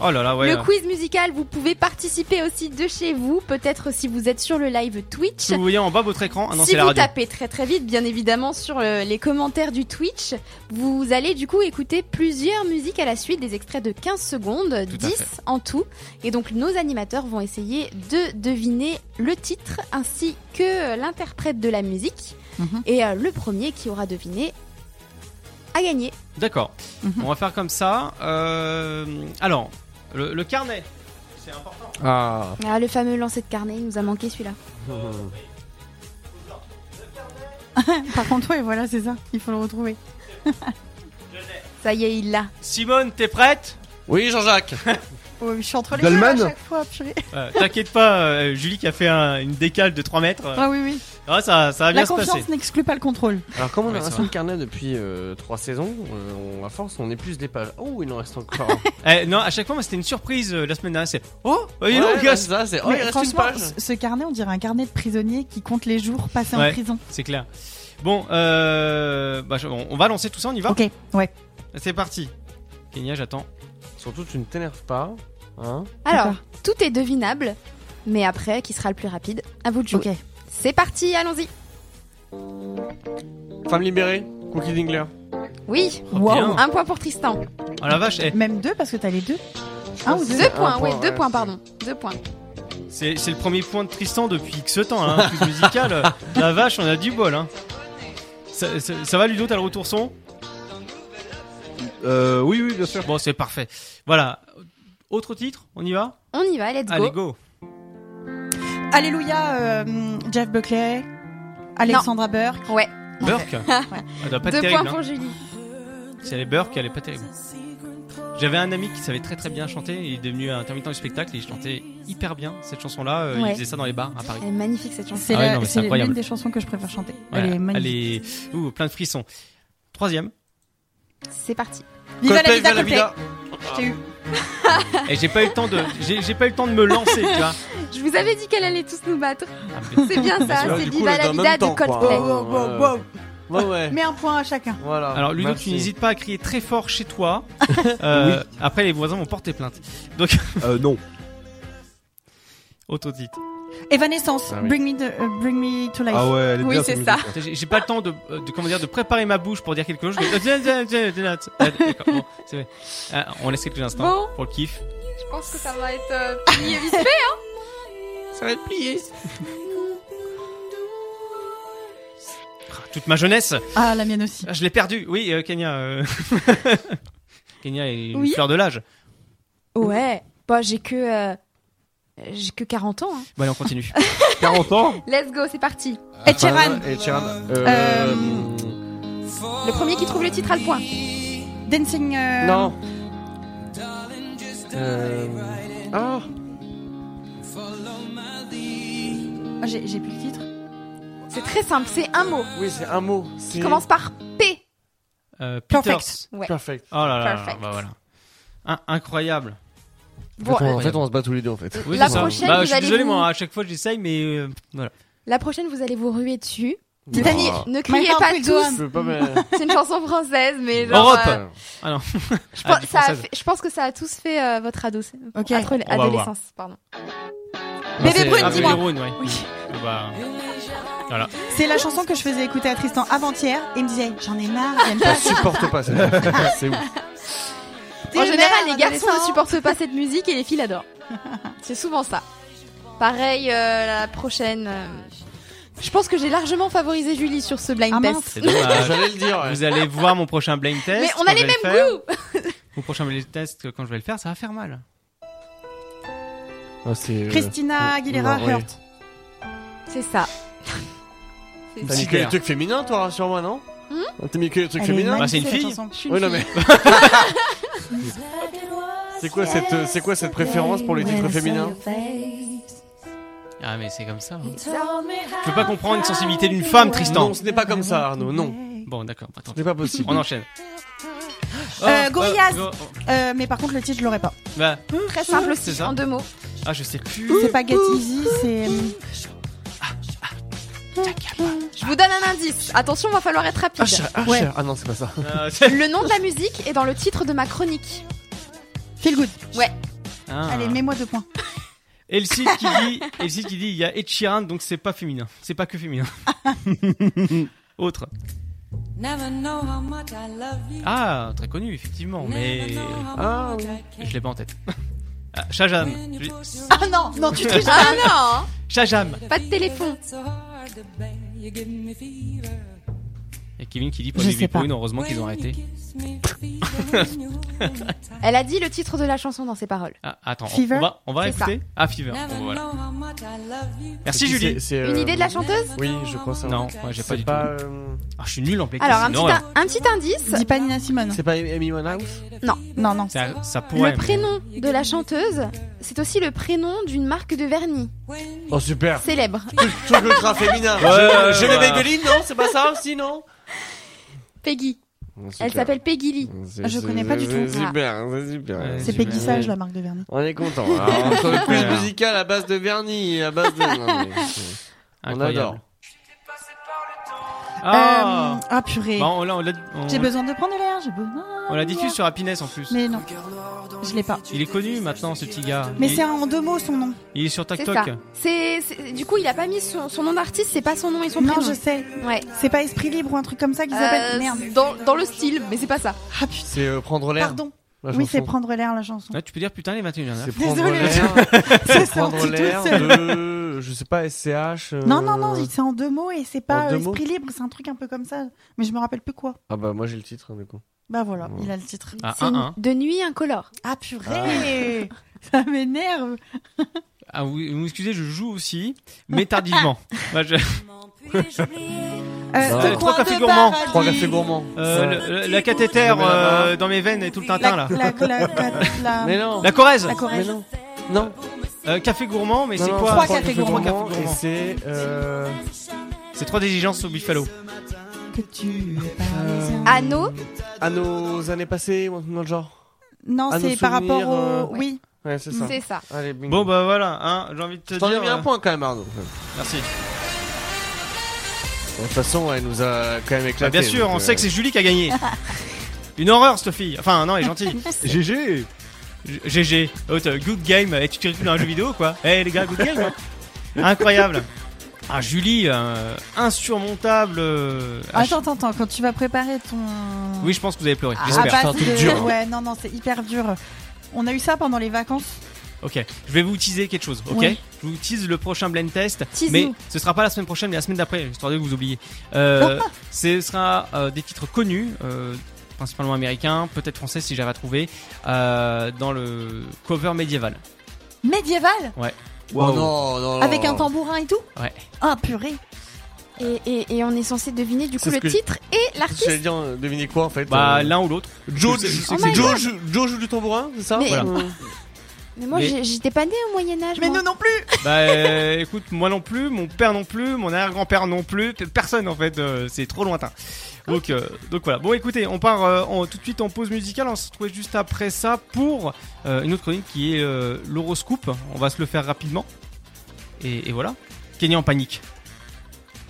A: Oh là là, ouais.
G: Le quiz musical, vous pouvez participer aussi de chez vous, peut-être si vous êtes sur le live Twitch.
A: Si vous voyez en bas de votre écran, ah non,
G: si
A: c'est la
G: vous
A: radio.
G: tapez très très vite, bien évidemment, sur le- les commentaires du Twitch, vous allez du coup écouter plusieurs musiques à la suite, des extraits de 15 secondes,
A: Tout à
G: 10 en tout. Et donc nos animateurs vont essayer de deviner le titre ainsi que euh, l'interprète de la musique.
E: Mhm.
G: Et euh, le premier qui aura deviné a gagné.
A: D'accord.
E: Mhm.
A: On va faire comme ça. Euh, alors, le, le carnet. C'est important.
D: Ah.
G: Ah, le fameux lancer de carnet, il nous a manqué celui-là.
E: Par contre, ouais, voilà, c'est ça. Il faut le retrouver.
G: Ça y est, il l'a.
A: Simone, t'es prête
J: Oui, Jean-Jacques.
E: Oh, je suis entre les
D: Goldman
E: deux à chaque fois, purée.
A: Euh, T'inquiète pas, euh, Julie qui a fait un- une décale de 3 mètres.
E: Ah oui, oui.
A: Ah, ça, ça va bien
E: La
A: se passer.
E: confiance n'exclut pas le contrôle.
J: Alors, comme on
A: Ouais,
J: a
A: ça
J: un
A: va.
J: seul carnet depuis 3 saisons, euh, on, à force, on épuise les pages. Oh, il en reste encore.
A: Eh, non, à chaque fois, moi, c'était une surprise euh, la semaine dernière. C'est Oh, il est
J: Ouais,
A: long,
J: ouais,
A: gosse.
J: ça, c'est... Oh, il
E: Mais
J: reste une
E: franchement,
J: page.
E: ce ce carnet, on dirait un carnet de prisonnier qui compte les jours passés
A: Ouais.
E: en prison.
A: C'est clair. Bon, euh, bah, je- on on va lancer tout ça, on y va
E: Ok, ouais.
A: C'est parti. Kenya, j'attends.
J: Surtout, tu ne t'énerves pas. Hein
G: Alors, tout est devinable, mais après, qui sera le plus rapide À vous de jouer.
A: hein.
E: Ok.
G: C'est parti, allons-y.
J: Femme libérée, Cookie Dingler.
G: Oui,
E: Wow.
A: bien.
G: un point pour Tristan.
A: Oh la vache, eh,
E: Même deux, parce que t'as les deux. Un ou Ah, deux.
G: Deux points,
J: un
G: oui,
J: point,
G: deux
J: ouais,
G: points,
J: c'est-
G: pardon. Deux points.
A: c'est c'est le premier point de Tristan depuis X temps, hein, plus musical. La vache, on a du bol. Hein. Ça, ça- ça va, Ludo, t'as le retour son
D: Euh, oui, oui, bien sûr.
A: Bon, c'est parfait. Voilà. Autre titre, on y va
G: On y va, let's go.
A: Allez, go.
E: Alléluia, euh, Jeff Buckley, Alexandra Burke.
G: Ouais,
A: Burke Ah, Elle doit pas
G: deux
A: être terrible.
G: points pour Julie.
A: hein. Si elle est Burke, elle est pas terrible. J'avais un ami qui savait très très bien chanter. Il est devenu intermittent du spectacle et il chantait hyper bien cette chanson-là. euh,
G: Ouais.
A: Il faisait ça dans les bars à Paris.
G: Elle est magnifique cette chanson.
E: C'est
A: Ah ouais,
E: la-
A: non, mais c'est
E: c'est l'une
A: incroyable.
E: des chansons que je préfère chanter. Elle
A: Voilà.
E: est magnifique.
A: est- Ouh, plein de frissons. Troisième.
G: C'est parti.
E: Viva la
J: Coldplay,
E: vida,
J: Viva la
E: Coldplay.
J: vida.
E: Je t'ai eu.
A: Et j'ai pas eu le temps de, j'ai j'ai pas eu le temps de me lancer, tu vois.
G: Je vous avais dit qu'elle allait tous nous battre.
A: Ah, mais-
G: C'est bien ça,
J: Alors,
G: c'est
J: du coup,
G: Viva
J: là,
G: la
J: d'un
G: vida
J: même
G: de
J: temps, quoi.
G: Coldplay.
J: Oh.
E: Wow, wow, wow, wow.
J: Ouais, ouais.
E: Euh, Mets un point à chacun.
J: Voilà.
A: Alors Ludo,
J: Merci.
A: tu n'hésites pas à crier très fort chez toi. Euh, Après, les voisins vont porter plainte. Donc,
D: Euh, non.
A: autre titre.
E: Evanescence,
J: Ah oui.
E: bring, me the- euh, bring me to life.
D: Ah ouais, elle est
G: Oui,
D: bien,
G: c'est
D: cette
G: ça.
D: musique.
A: J'ai j'ai pas le temps de, euh, de- comment dire de préparer ma bouche pour dire quelque chose. Je- Tiens, tiens, tiens, tiens, tiens. Ah, d'accord, bon, c'est vrai. Ah, on laisse quelques instants
G: Bon.
A: pour le kiff.
G: Je pense que ça va être euh, plié vite fait.
J: Ça va être plié.
A: Ah, Toute ma jeunesse,
E: Ah, la mienne aussi.
A: Ah, je l'ai perdue. Oui, euh, Kenya. euh. Kenya est une
G: Oui.
A: fleur de l'âge.
G: Ouais, bah j'ai que. euh, J'ai que 40 ans. hein.
A: Bon, allez, on continue.
J: 40 ans
G: Let's go, c'est parti.
E: Et Sheeran,
J: Et Sheeran.
E: Euh,
G: Le premier qui trouve le titre a le point.
E: Dancing. euh,
J: Non. Euh... Ah
E: ah, J'ai j'ai plus le titre.
G: C'est C'est très simple, c'est un mot
J: Oui, c'est un mot.
G: qui commence par P.
A: Euh, Peters.
E: Perfect.
G: Ouais.
J: Perfect.
A: Oh là là,
G: Perfect.
A: bah voilà. Un- incroyable.
G: Bon, euh,
J: en fait, on se bat tous les deux en fait.
A: Oui,
G: La
A: c'est ça.
G: prochaine,
A: Bah,
G: vous
A: je suis
G: allez
A: désolé,
G: vous-
A: moi, à chaque fois j'essaye, mais euh, voilà.
G: la prochaine, vous allez vous ruer dessus.
E: Titanic.
G: Ne criez
E: Maintenant,
G: pas
E: plus de
G: tous.
J: Je veux pas mais-
G: C'est une chanson française, mais genre,
A: Europe.
G: euh, je,
A: Ah,
G: pense,
A: du
G: ça a
A: française.
G: fait- je pense que ça a tous fait euh, votre ados-
E: Ok.
G: atro-
A: On va voir.
G: adolescence. Pardon.
A: Non,
E: Bébé
A: c'est-
E: Brune,
A: ah,
E: dis-moi.
A: Bébé Brune, ouais. Euh, bah,
E: C'est la chanson que je faisais écouter à Tristan avant-hier. Il me disait J'en ai marre, j'aime pas.
J: supporte pas ça. C'est ouf.
G: En général, les garçons ne supportent pas cette musique et les filles adorent. C'est souvent ça. Pareil, euh, la prochaine. euh, Je pense que j'ai largement favorisé Julie sur ce blind
E: Ah, mince.
G: test.
A: c'est dommage.
J: J'allais le dire. ouais.
A: Vous allez voir mon prochain blind test.
G: Mais on
A: quand
G: a
A: je
G: les
A: vais le
G: mêmes
A: faire.
G: goûts
A: Mon prochain blind test, quand je vais le faire, ça va faire mal.
J: Ah, c'est, euh,
E: Christina Aguilera
J: Ouais.
E: Hurt.
G: C'est ça.
J: T'as mis que les trucs féminins, toi, rassure-moi, non T'as mis que les trucs
E: Elle est
J: féminins
A: Bah, c'est une
E: magnifique,
A: fille.
E: cette chanson.
J: Oui, non, mais. c'est quoi cette, euh, c'est quoi cette préférence pour les titres féminins
A: Ah, mais c'est comme ça. hein. Je peux pas comprendre une sensibilité d'une femme, Tristan. Oh
J: Non, ce n'est pas comme ça, Arnaud, non.
A: Bon, d'accord, attends.
J: Ce n'est pas possible.
A: On enchaîne.
E: Euh,
A: Oh,
E: Gorillaz.
A: oh, oh, oh.
E: Euh, mais par contre, le titre, je l'aurais pas.
A: Bah,
G: Très simple
A: C'est
G: aussi,
A: ça.
G: en deux mots.
A: ah, je sais plus.
E: C'est pas Get Easy, c'est. euh,
G: Je vous donne un indice. Attention, va falloir être rapide.
J: Usher, Usher.
E: Ouais.
J: Ah non, c'est pas ça.
A: Euh, c'est-
G: Le nom de la musique est dans le titre de ma chronique.
E: Feel good.
A: Ah.
E: Allez, mets-moi deux points.
A: Et le site qui dit, et le site qui dit, il y a Ed Sheeran, donc c'est pas féminin. C'est pas que féminin. Autre. Ah, très connu, effectivement, mais
J: Ah, oui.
A: je l'ai pas en tête. Ah, Shazam. Je-
E: Ah non, non, tu triches.
G: Ah non
A: Shazam.
G: hein. Pas de téléphone.
A: Il y a Kevin qui dit pas
E: Je
A: Bébé
E: sais pas.
A: Brune, heureusement qu'ils ont arrêté.
G: Elle a dit le titre de la chanson dans ses paroles.
A: Ah, attends, on-
E: Fever
A: on va, on va
G: C'est ça.
A: écouter. Ah, Fever. Bon, voilà. Merci
J: C'est qui,
A: Julie.
J: c'est- c'est, euh,
G: Une idée de la chanteuse
J: Oui, je crois ça.
A: Non, moi j'ai pas
J: C'est
A: du
J: pas,
A: tout.
J: euh,
A: Ah, je suis nul en play
G: Alors, un
A: c'est une
G: petit,
A: horreur.
G: un petit indice.
E: Dis pas Nina Simone.
J: C'est pas Amy Winehouse
E: Non, non.
A: ça, ça pourrait.
G: Le
A: mais-
G: prénom de la chanteuse, c'est aussi le prénom d'une marque de vernis
J: Oh, super.
G: célèbre.
J: Truc ultra féminin.
A: Ouais, ouais,
J: je je
A: ouais.
J: l'ai Maybelline, non C'est pas ça aussi, non
G: Peggy. Elle s'appelle Peggy Lee.
E: Je connais pas du tout.
J: C'est super, c'est super.
A: Ouais.
E: C'est
A: J'ai
E: Peggy
A: pas-
E: Sage, la marque de vernis.
J: On est content. Alors, Entre plus
A: Voilà.
J: musical à base de vernis, à base de. Non, mais c'est- on
A: Incroyable.
J: adore.
A: Ah.
E: Euh, ah purée.
A: Bah, on l'a- on l'a- on-
E: J'ai besoin de prendre l'air, j'ai besoin.
A: on l'a diffuse sur Happiness en plus.
E: Mais non, je l'ai pas.
A: Il est connu maintenant ce petit gars.
E: Mais
A: il,
E: c'est en deux mots son nom.
A: il est sur
G: C'est
A: TikTok.
G: ça. C'est c'est- du coup, il a pas mis son, son nom d'artiste, c'est pas son nom et son
E: Non,
G: prénom.
E: je sais.
G: Ouais.
E: C'est pas Esprit Libre ou un truc comme ça qu'ils
G: Euh,
E: appellent. Merde.
G: dans, dans le style, mais c'est pas ça.
E: Ah putain.
J: C'est euh, prendre l'air.
E: Pardon.
J: la
E: Oui,
J: chanson.
E: c'est prendre l'air la chanson.
A: Là, Ah, tu peux dire putain les 21
J: C'est
A: h
J: prendre
E: Désolée.
J: l'air.
E: C'est ça,
J: prendre
E: c'est tout
J: l'air
E: seul.
J: de. Je sais pas, SCH. euh,
E: Non, non, non, c'est en deux mots et c'est pas
J: deux
E: euh,
J: mots
E: Esprit Libre, c'est un truc un peu comme ça. Mais je me rappelle plus quoi.
J: Ah bah, moi j'ai le titre, du coup.
E: Bah voilà,
J: Ouais.
E: il a le titre.
A: Ah,
G: C'est
A: 1
G: une-
A: 1.
G: de nuit incolore.
E: Ah purée Ça m'énerve. Euh,
A: Ah oui, vous m'excusez, je joue aussi, mais tardivement. Bah, je-
E: Euh,
J: Ouais.
E: au
A: Trois
E: coin
A: cafés
E: de
A: gourmands.
E: paradis.
J: Ah. Trois cafés gourmands.
A: euh,
J: Ouais.
A: le- le- la cathéter
J: Je mets la
A: euh, dans mes veines et tout le tintin là.
E: La, la, la, la, Ah, la-
J: Mais non.
A: La Corrèze.
E: la Corrèze.
J: Mais non. Non.
A: Euh, café gourmand, mais
J: Non,
A: c'est
J: non,
A: quoi
E: Trois cafés
A: Trois
E: gourmands.
A: cafés
J: Et
A: gourmands.
J: c'est. euh,
A: C'est trois déligences au Buffalo.
E: Que tu es parisien.
G: Anneau,
J: À nos années passées ou un truc dans le genre.
E: Non,
J: à nos
E: c'est par
J: souvenirs,
E: rapport
J: euh,
E: au. Oui.
J: Ouais, c'est ça.
G: c'est ça.
J: Allez, bingo.
A: Bon bah voilà, hein, j'ai envie de te
J: T'en as
A: dire.
J: mis un
A: euh,
J: point quand même, Arnaud.
A: Merci.
J: De toute façon, elle nous a quand même éclaté.
A: Bah, bien sûr,
J: donc,
A: on
J: euh,
A: sait que c'est Julie qui a gagné. Une horreur cette fille. Enfin non, elle est gentille.
D: GG
A: G- GG. Oh, t'as- good game. Et tu te recules dans un jeu vidéo, quoi. Eh, les gars, good game. hein. Incroyable. Ah, Julie, euh, insurmontable. euh, ah,
E: Attends, attends, attends, quand tu vas préparer ton.
A: je- oui, je pense que vous avez
J: Ah,
A: pleuré.
E: à- à
A: J'espère.
E: base
J: C'est un truc
E: de-
J: dur, hein.
E: Ouais, non, non, c'est hyper dur. On a eu ça pendant les vacances.
A: Ok. Je vais vous teaser quelque chose, ok
E: Oui.
A: Je vous tease le prochain blend test.
G: Tease-nous.
A: mais ce sera pas la semaine prochaine, mais la semaine d'après, histoire de que vous oubliez. Euh, ce sera euh, des titres connus. euh, principalement américains, peut-être français si j'avais à trouver, euh, dans le cover médiéval.
E: Médiéval
J: Oh non, non, non.
E: Avec un tambourin et tout
A: Ouais.
E: Ah, purée
G: Et, et- et on est censé deviner du coup
J: C'est ce
G: le
J: que-
G: titre et l'artiste.
J: J'allais dire, euh, devinez quoi en fait
A: Bah
J: euh,
A: l'un ou l'autre.
J: Joe,
A: je sais- je sais
J: Joe,
A: que c'est
J: Joe, Joe joue du tambourin, c'est ça
G: Mais-
J: Euh,
G: Mais moi,
A: Ah, Mais-
G: j'ai- j'étais pas née au Moyen-Âge.
E: Mais
G: moi.
E: nous non plus
A: Bah euh, écoute, moi non plus, mon père non plus, mon arrière-grand-père non plus, pe- personne en fait, euh, c'est trop lointain. Donc, euh, donc voilà. Bon écoutez, on part euh, en- tout de suite en pause musicale, on se retrouve juste après ça pour euh, une autre chronique qui est euh, l'horoscope. On va se le faire rapidement. Et, et voilà. Kenny en panique.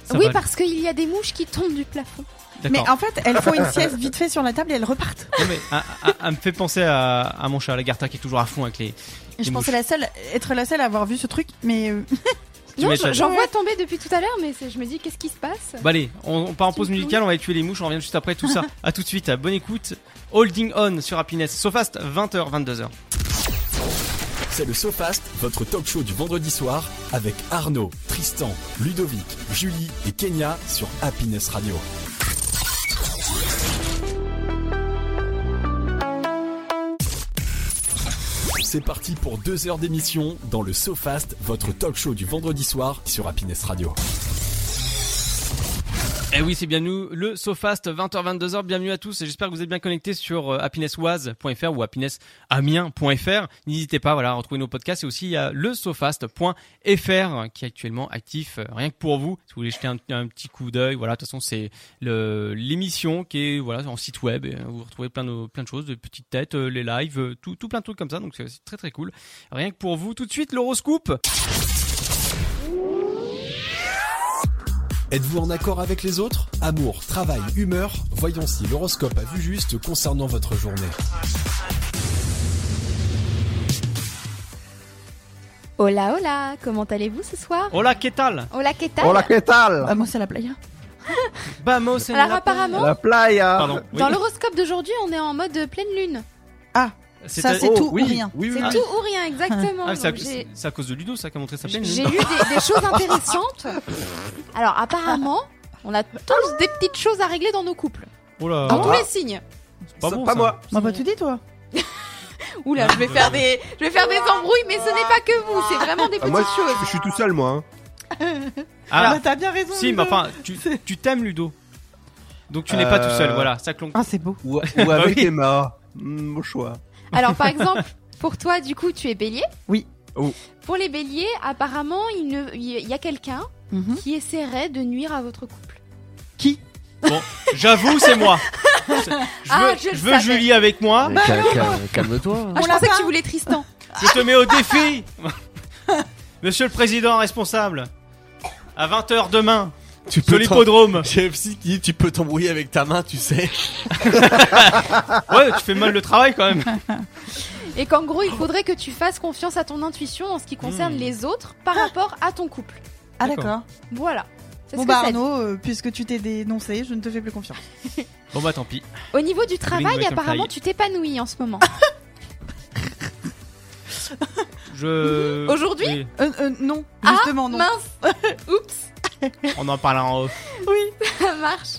A: Ça
G: oui,
A: va,
G: parce qu'il y a des mouches qui tombent du plafond.
A: d'accord.
E: Mais en fait, elles font une sieste vite fait sur la table et elles repartent.
A: Non, mais, ah, ah, ah, me fait penser à, à mon chat, la Garta qui est toujours à fond avec les.
E: Et je
A: Les
E: pensais
A: mouches.
E: la seule, être la seule à avoir vu ce truc, mais euh,
A: Tu
G: non,
A: m'étonnes.
G: j'en vois tomber depuis tout à l'heure, mais c'est- je me dis, qu'est-ce qui se passe
A: Bah allez, on, on part en pause musicale, on va aller tuer les mouches, on revient juste après tout ça. à tout de suite, bonne écoute. Holding on sur Happiness, SoFast, 20h, 22h.
B: C'est le SoFast, votre talk show du vendredi soir avec Arnaud, Tristan, Ludovic, Julie et Kenya sur Happiness Radio. C'est parti pour deux heures d'émission dans le SoFast, votre talk show du vendredi soir sur Happiness Radio.
A: Eh oui, c'est bien nous, le SoFast, 20h, 22h. Bienvenue à tous et j'espère que vous êtes bien connectés sur euh, happinesswaz.fr ou happinessamiens.fr. N'hésitez pas voilà, à retrouver nos podcasts et aussi il y a le sofast.fr qui est actuellement actif euh, rien que pour vous. Si vous voulez jeter un, un petit coup d'œil, voilà, de toute façon, c'est le- l'émission qui est voilà, en site web. Et, euh, vous retrouvez plein de, plein de choses, de petites têtes, euh, les lives, euh, tout, tout plein de trucs comme ça. Donc c'est c'est très très cool. Rien que pour vous, tout de suite, l'horoscope.
B: Êtes-vous en accord avec les autres Amour, travail, humeur, voyons si l'horoscope a vu juste concernant votre journée.
G: Hola, hola, comment allez-vous ce soir
A: Hola, ¿qué tal?
G: Hola, que tal
D: Hola, que tal
E: bah, moi c'est la playa.
A: Vamos en
G: Alors
A: la-
G: apparemment,
D: La playa
A: Pardon. oui.
G: dans l'horoscope d'aujourd'hui, on est en mode pleine lune.
E: Ça
A: C'était-
E: c'est
D: Oh,
E: tout
D: oui,
E: ou rien.
D: oui, oui,
G: C'est
A: Ah.
G: tout ou rien, exactement.
A: Ah, c'est à,
G: Donc, j'ai-
A: c'est à cause de Ludo, ça, qui a montré sa pleine
G: J'ai
A: lune.
G: lu des, des choses intéressantes. Alors apparemment, on a tous des petites choses à régler dans nos couples.
A: Oh là,
G: Dans tous les signes.
A: c'est pas
D: Ça,
A: bon,
D: pas
A: ça.
D: moi.
E: Bah, bah, tu dis toi.
G: Oula, je vais faire des, je vais faire des embrouilles, mais ce n'est pas que vous, c'est vraiment des
D: Ah,
G: petites
D: Moi,
G: choses.
D: je suis tout seul, moi. hein.
E: Ah,
A: Ah,
E: bah, t'as bien raison.
A: si,
E: Ludo.
A: mais enfin, tu tu t'aimes Ludo. Donc tu n'es pas tout seul,
D: Euh,
A: voilà, ça clonque.
E: Ah c'est beau.
D: Ou, ou avec
A: oui.
D: Emma. Mm, Mon choix.
G: Alors par exemple, pour toi, du coup, tu es bélier.
E: Oui.
D: Oh.
G: Pour les béliers, apparemment, il, ne, il y a quelqu'un
E: Mhm.
G: qui essaierait de nuire à votre couple.
A: J'avoue, c'est moi. Je
G: Ah,
A: veux,
G: je le
A: je veux
G: savais.
A: Julie avec moi,
E: bah
J: Mais cal- cal- Calme-toi.
G: Ah, je
E: l'a
G: pensais que
E: pas.
G: tu voulais Tristan.
A: je te mets au défi. Monsieur le président responsable, à 20h demain,
J: Tu
A: sur l'hippodrome.
J: J'ai un psy qui dit tu peux t'embrouiller avec ta main, tu sais.
A: Ouais, tu fais mal le travail quand même.
G: Et qu'en gros, il faudrait que tu fasses confiance à ton intuition en ce qui concerne
A: Hmm.
G: les autres par rapport à ton couple.
E: Ah
A: D'accord.
E: d'accord.
G: Voilà. C'est
E: Bon
G: ce que
E: bah
G: ça dit.
E: Arnaud, euh, puisque tu t'es dénoncé, je ne te fais plus confiance.
A: Bon bah tant pis.
G: Au niveau du
A: Bring
G: travail,
A: back
G: apparemment,
A: and fly.
G: tu t'épanouis en ce moment.
A: Je.
G: Aujourd'hui
A: Oui,
E: Euh, euh, non,
G: Ah,
E: justement non.
G: Mince Oups
A: On en parle en off.
G: Ça marche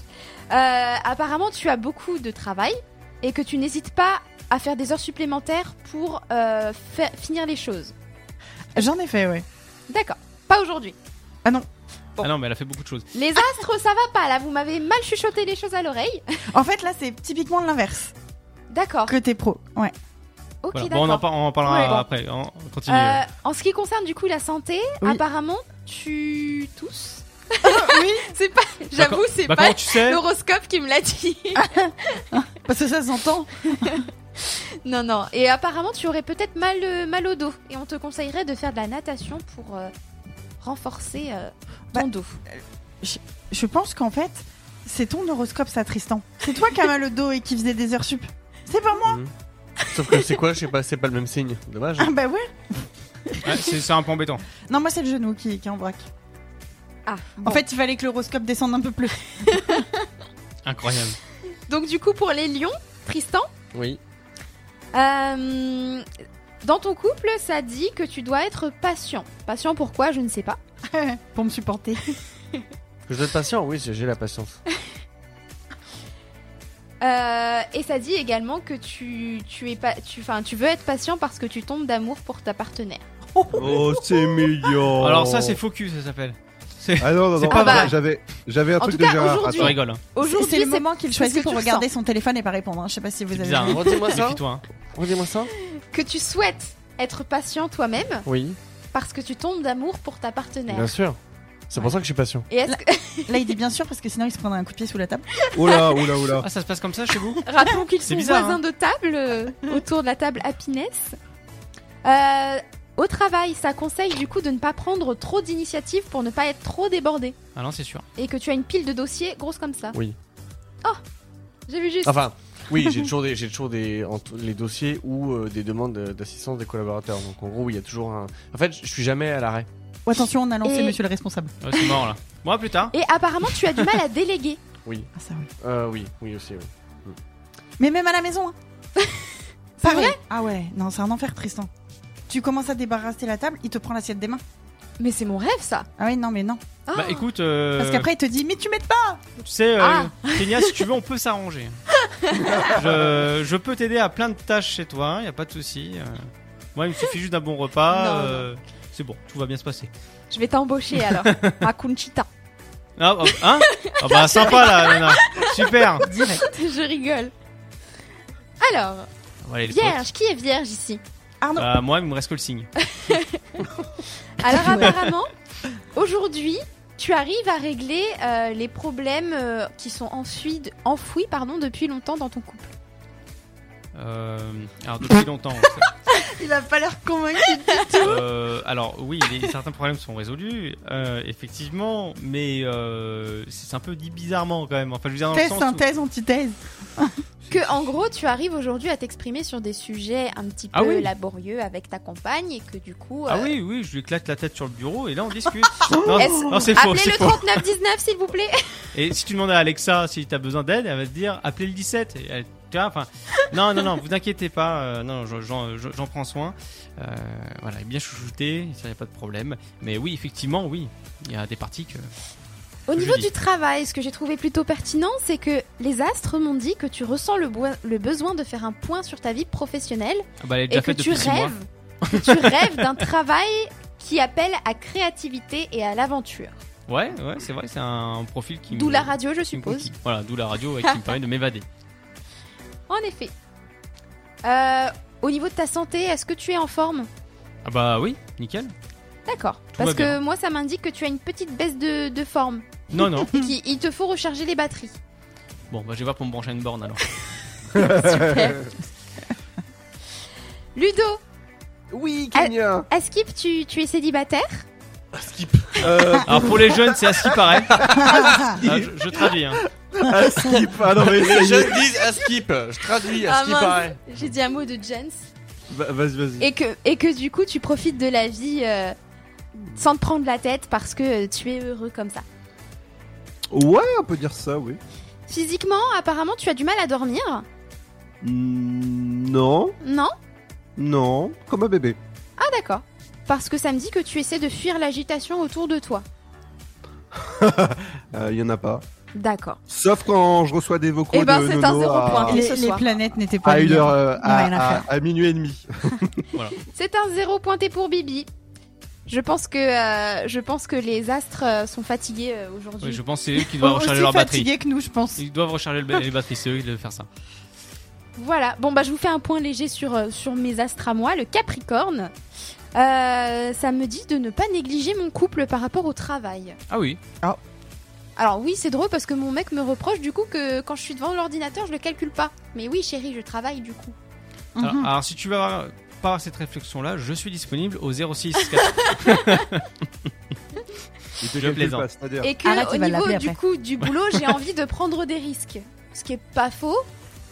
G: Euh, Apparemment, tu as beaucoup de travail et que tu n'hésites pas à faire des heures supplémentaires pour euh, fa- finir les choses.
E: J'en ai fait ouais.
G: D'accord. Pas aujourd'hui. Bon.
A: Ah non, mais elle a fait beaucoup de choses.
G: Les astres, ça va pas là, vous m'avez mal chuchoté les choses à l'oreille.
E: En fait là c'est typiquement l'inverse
G: D'accord.
E: que t'es pro. Ouais.
G: Ok,
A: Voilà.
G: d'accord.
A: Bon, on en, par- on en parlera
G: Ouais, bon.
A: après. On on continue. Bah,
G: Euh, en ce qui concerne du coup la santé,
E: Oui.
G: apparemment tu tous.
E: oui.
G: C'est pas. J'avoue, c'est
A: bah
G: pas
A: comment tu sais
G: l'horoscope qui me l'a dit.
E: Parce que ça s'entend.
G: non, non. Et apparemment, tu aurais peut-être mal, euh, mal au dos. Et on te conseillerait de faire de la natation pour euh, renforcer euh, ton
E: Bah,
G: dos.
E: Je pense qu'en fait c'est ton horoscope ça Tristan. C'est toi qui as mal au dos et qui faisait des heures sup. C'est pas moi.
J: Sauf que c'est quoi Je sais pas, c'est pas le même signe. Dommage.
E: Ah bah ouais.
A: Ouais, C'est c'est un peu embêtant.
E: Non moi c'est le genou qui, qui est en braque.
G: Ah.
E: En fait il fallait que l'horoscope descende un peu plus.
A: Incroyable.
G: Donc du coup, pour les lions, Tristan,
J: Oui.
G: euh, dans ton couple, ça dit que tu dois être patient. Patient pourquoi Je ne sais pas.
E: pour me supporter.
J: Que je dois être patient Oui, j'ai j'ai la patience.
A: Ah.
G: Euh, et ça dit également que tu, tu es pas, tu, enfin, tu veux être patient parce que tu tombes d'amour pour ta partenaire.
D: Oh, c'est mignon.
A: Alors ça, c'est faux cul, ça s'appelle.
D: Ah non, non,
A: C'est
D: non.
A: pas
D: j'avais-
G: vrai.
D: J'avais, j'avais un
G: En
D: truc
G: tout cas,
D: de Gérard.
G: aujourd'hui-
A: Je
D: Attends.
A: rigole. hein.
G: Aujourd'hui,
E: C'est le
G: c'est-
E: moment qu'il
G: ce
E: choisit
G: que
E: pour
G: tu
E: regarder son téléphone et pas répondre. hein. Je sais pas si vous
A: C'est
E: avez
A: bizarre.
E: vu.
A: hein.
J: Redis-moi ça.
A: Méfie-toi. hein.
J: Redis-moi ça.
G: que tu souhaites être patient toi-même
C: Oui,
G: parce que tu tombes d'amour pour ta partenaire.
C: bien sûr. C'est pour ça que je suis patient.
G: Et est-ce que-
E: Là, il dit bien sûr parce que sinon il se prendrait un coup de pied sous la table.
D: Oh là, oh là, oh là.
A: Ah, ça se passe comme ça chez vous
G: rappelons qu'ils
A: C'est
G: sont
A: bizarre,
G: voisins
A: hein.
G: de table euh, autour de la table happiness. Euh, au travail, ça conseille du coup de ne pas prendre trop d'initiatives pour ne pas être trop débordé
A: Ah non, c'est sûr.
G: et que tu as une pile de dossiers grosse comme ça.
C: Oui.
G: Oh, j'ai vu juste.
A: Ah,
J: Enfin,
C: Oui, j'ai toujours des, j'ai toujours des en tout- les dossiers ou euh, des demandes euh, d'assistance des collaborateurs. Donc en gros, il y a toujours un. En fait, je je suis jamais à l'arrêt.
E: Oh, attention, on a lancé
G: Et-
E: monsieur le responsable.
A: Ouais, c'est mort là. Moi, plus tard.
G: Et apparemment, tu as du mal à déléguer.
E: Ah, ça oui.
C: Euh, oui, oui aussi. Oui.
E: Mais même à la maison. hein.
G: C'est
E: Pareil. Ah ouais, non, c'est un enfer, Tristan. Tu commences à débarrasser la table, il te prend l'assiette des mains.
G: Mais c'est mon rêve, ça.
E: Ah ouais, non, mais non.
G: Ah.
A: Bah écoute, euh,
E: Parce qu'après, il te dit, mais tu m'aides pas
A: tu sais, euh,
G: Ah.
A: Kenya, si tu veux, on peut s'arranger. je, je peux t'aider à plein de tâches chez toi, il y a pas de souci. euh. Moi, il me suffit juste d'un bon repas.
G: Non, non.
A: euh, C'est bon, tout va bien se passer.
G: Je vais t'embaucher alors, à Conchita.
A: Ah, bah, hein Ah bah sympa là, nana. super.
E: Direct.
G: Je rigole. Alors,
A: On va aller les potes.
G: vierge, qui est vierge ici
E: Arnaud,
A: Bah, moi, il me reste que le signe.
G: Alors apparemment, aujourd'hui, tu arrives à régler euh, les problèmes euh, qui sont enfouis, de- enfouis pardon, depuis longtemps dans ton couple.
A: Euh, alors depuis longtemps. en fait.
E: il a pas l'air convaincu.
A: Euh, alors oui, les- certains problèmes sont résolus, euh, effectivement, mais euh, c'est un peu dit bizarrement quand même. Enfin, je veux dire dans le
E: Thèse,
A: sens où-
E: synthèse, antithèse.
G: Que en gros, tu arrives aujourd'hui à t'exprimer sur des sujets un petit peu
A: Ah oui.
G: laborieux avec ta compagne et que du coup...
A: Ah
G: euh,
A: oui, oui, je lui éclate la tête sur le bureau et là on discute. non,
G: Oh Est-ce-
A: non, Oh, c'est faux,
G: Appelez
A: c'est
G: le
A: faux.
G: 3919 s'il vous plaît.
A: Et si tu demandes à Alexa si t'as besoin d'aide, elle va te dire appelez le 17. Et elle- tu vois, enfin, non, non, non, vous inquiétez pas, euh, non, j'en- j'en j'en prends soin. Euh, voilà, bien chouchouté, ça n'y a pas de problème. Mais oui, effectivement, oui, il y a des parties que.
G: Au
A: Je
G: niveau
A: dis.
G: du travail, ce que j'ai trouvé plutôt pertinent, c'est que les astres m'ont dit que tu ressens le, boi- le besoin de faire un point sur ta vie professionnelle
A: Ah bah, elle est déjà
G: et que
A: faite
G: tu
A: depuis six mois.
G: rêves, que tu rêves d'un travail qui appelle à créativité et à l'aventure.
A: Ouais, ouais, c'est vrai, c'est un profil qui.
G: D'où
A: me-
G: la radio,
A: qui
G: je
A: me
G: suppose.
A: conquille. Voilà, d'où la radio et qui me permet de m'évader.
G: En effet. Euh, au niveau de ta santé, est-ce que tu es en forme
A: Ah bah oui, nickel.
G: D'accord.
A: Tout
G: Parce
A: va bien.
G: que moi, ça m'indique que tu as une petite baisse de, de forme
A: Non, non.
G: et qu'il il te faut recharger les batteries.
A: Bon, bah je vais voir pour me brancher à une borne alors.
G: Super. Ludo,
D: Oui, Kenya.
G: Askip, tu, tu es célibataire
D: Euh,
A: Alors pour les jeunes, c'est à ce qui paraît. Ah, je, je traduis. hein.
D: ah, skip. Ah non, mais
J: les
D: ça y est.
J: jeunes disent à skip. Je traduis à
G: Ah,
J: skip
G: mince.
J: pareil.
G: J'ai dit un mot de Jens.
D: Va- Vas-y, vas-y.
G: Et que, et que du coup, tu profites de la vie euh, sans te prendre la tête parce que euh, tu es heureux comme ça.
D: Ouais, on peut dire ça, oui.
G: Physiquement, apparemment, tu as du mal à dormir,
D: Mm, Non,
G: non
D: non, comme un bébé.
G: Ah d'accord. Parce que ça me dit que tu essaies de fuir l'agitation autour de toi.
D: Euh, Il y en a pas.
G: D'accord.
D: Sauf quand je reçois des vocaux
G: Eh ben,
D: de
G: c'est
D: Nono
G: un zéro
D: à-
G: point. Et
E: Ah, Les,
G: ce
E: les
G: soir.
E: planètes n'étaient pas.
D: à, une
E: alignées.
D: heure, euh,
E: On a
D: à,
E: rien à
D: à-
E: faire.
D: à minuit et demi.
G: C'est un zéro pointé pour Bibi. Je pense que, euh, je pense que les astres euh, sont fatigués euh, aujourd'hui.
A: Oui, je pense que c'est eux qui doivent
E: Aussi
A: recharger leur batterie.
E: fatigués que nous, je pense.
A: Ils doivent recharger le- les batteries, c'est eux qui doivent faire ça.
G: Voilà. Bon bah je vous fais un point léger sur, euh, sur mes astres à moi, le Capricorne. Euh, ça me dit de ne pas négliger mon couple par rapport au travail.
A: Ah oui.
G: Alors oui, c'est drôle parce que mon mec me reproche du coup que quand je suis devant l'ordinateur, je le calcule pas. Mais oui, chérie, je travaille du coup.
A: Alors,
E: Mhm.
A: alors, si tu veux avoir- pas avoir cette réflexion-là, je suis disponible au 06.
D: Il te
A: Je
D: calcule
A: plaisante.
D: pas, c'est-à-dire-
G: Et que
E: Arrête,
G: au
E: il va
G: niveau
E: l'appeler
G: du
E: après.
G: coup du boulot, j'ai envie de prendre des risques, ce qui est pas faux.